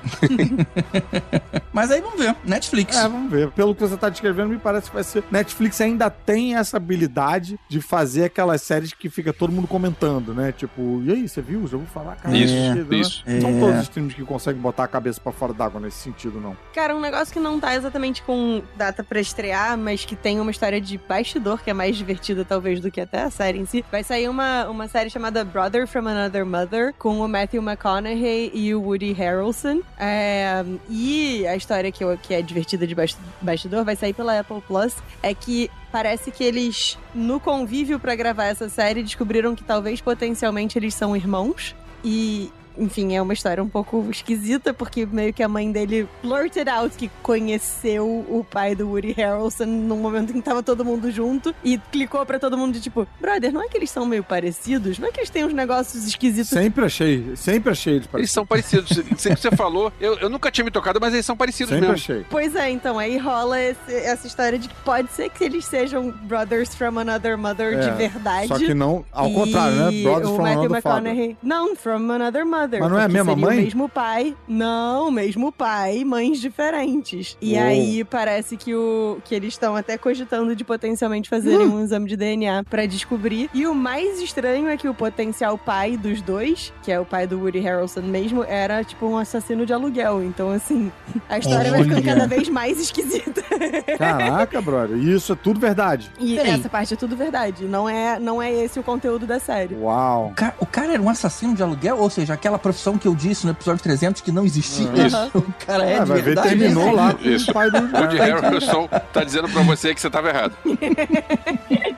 S7: Mas aí vamos ver. Netflix.
S8: É, vamos ver. Pelo que você tá descrevendo, me parece que vai ser. Netflix ainda tem essa habilidade de fazer aquelas séries que fica todo mundo comentando, né? Tipo, e aí, você viu? Já vou falar, cara.
S9: Isso,
S8: né?
S9: isso.
S8: Não São
S7: É.
S8: todos os filmes que conseguem botar a cabeça pra fora d'água nesse sentido, não.
S10: Cara, um negócio que não tá exatamente com data pra estrear, mas que tem uma história de bastidor que é mais divertida, talvez, do que até a série em si. Vai sair uma, uma série chamada Brother from Another Mother, com o Matthew McConaughey e o Woody Harrelson. É, e a história que, eu- que é divertida de bas- bastidor vai sair pela Apple Plus. É que parece que eles, no convívio pra gravar essa série, descobriram que talvez potencialmente eles são irmãos. E, enfim, é uma história um pouco esquisita, porque meio que a mãe dele blurted out que conheceu o pai do Woody Harrelson num momento em que tava todo mundo junto e clicou pra todo mundo de tipo, brother, não é que eles são meio parecidos? Não é que eles têm uns negócios esquisitos?
S8: Sempre achei, sempre achei eles
S9: Eles
S8: parecidos.
S9: são parecidos. Sempre que você falou, eu, eu nunca tinha me tocado, mas eles são parecidos
S8: Sempre
S9: mesmo.
S8: achei.
S10: Pois é, então, aí rola esse- essa história de que pode ser que eles sejam brothers from another mother
S8: É,
S10: de verdade.
S8: Só que não, ao contrário, né?
S10: E
S8: Brothers
S10: o
S8: from
S10: Matthew
S8: Another Father.
S10: McConaughey. Não, From Another Mother.
S8: Mas não é a
S10: porque
S8: mesma
S10: seria
S8: mãe?
S10: O mesmo pai. Não, mesmo pai, mães diferentes. E
S8: Uou.
S10: aí parece que, o, que eles estão até cogitando de potencialmente fazerem
S8: Hum.
S10: um exame de DNA pra descobrir. E o mais estranho é que o potencial pai dos dois, que é o pai do Woody Harrelson mesmo, era tipo um assassino de aluguel. Então, assim, a história vai ficando
S7: Olha.
S10: cada vez mais esquisita.
S8: Caraca, brother. E isso é tudo verdade.
S10: E
S7: Peraí.
S10: essa parte é tudo verdade. Não é, não é esse o conteúdo da série.
S8: Uau.
S7: O, ca- o cara era um assassino de aluguel, ou seja, aquela profissão que eu disse no episódio 300 que não existia.
S9: Isso.
S10: Aham.
S7: O cara é,
S8: Ah,
S7: de
S8: vai ver,
S7: verdade.
S8: terminou lá com
S9: Isso.
S8: o pai do...
S9: Woody Harrelson tá dizendo pra você que você tava errado.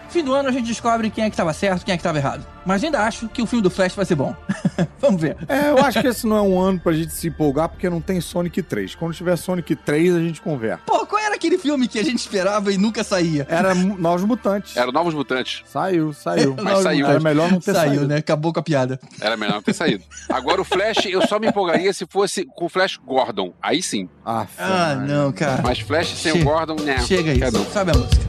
S7: Fim do ano a gente descobre quem é que tava certo, quem é que tava errado. Mas ainda acho que o filme do Flash vai ser bom. Vamos ver.
S8: É, eu acho que esse não é um ano pra gente se empolgar, porque não tem Sonic 3. Quando tiver Sonic 3, a gente conversa.
S7: Pô, qual era aquele filme que a gente esperava e nunca saía?
S8: Era mu- Novos Mutantes.
S9: Era o Novos Mutantes.
S8: Saiu, saiu.
S9: Mas saiu.
S8: Era melhor não ter
S7: Saiu,
S8: saído.
S7: né? Acabou com a piada.
S9: Era melhor não ter saído. Agora o Flash, eu só me empolgaria se fosse com o Flash Gordon. Aí sim.
S8: Ah,
S7: Ah, não, cara.
S9: Mas Flash sem o
S7: Chega.
S9: Gordon, né?
S7: Chega isso.
S9: Cadê?
S7: Sabe a música.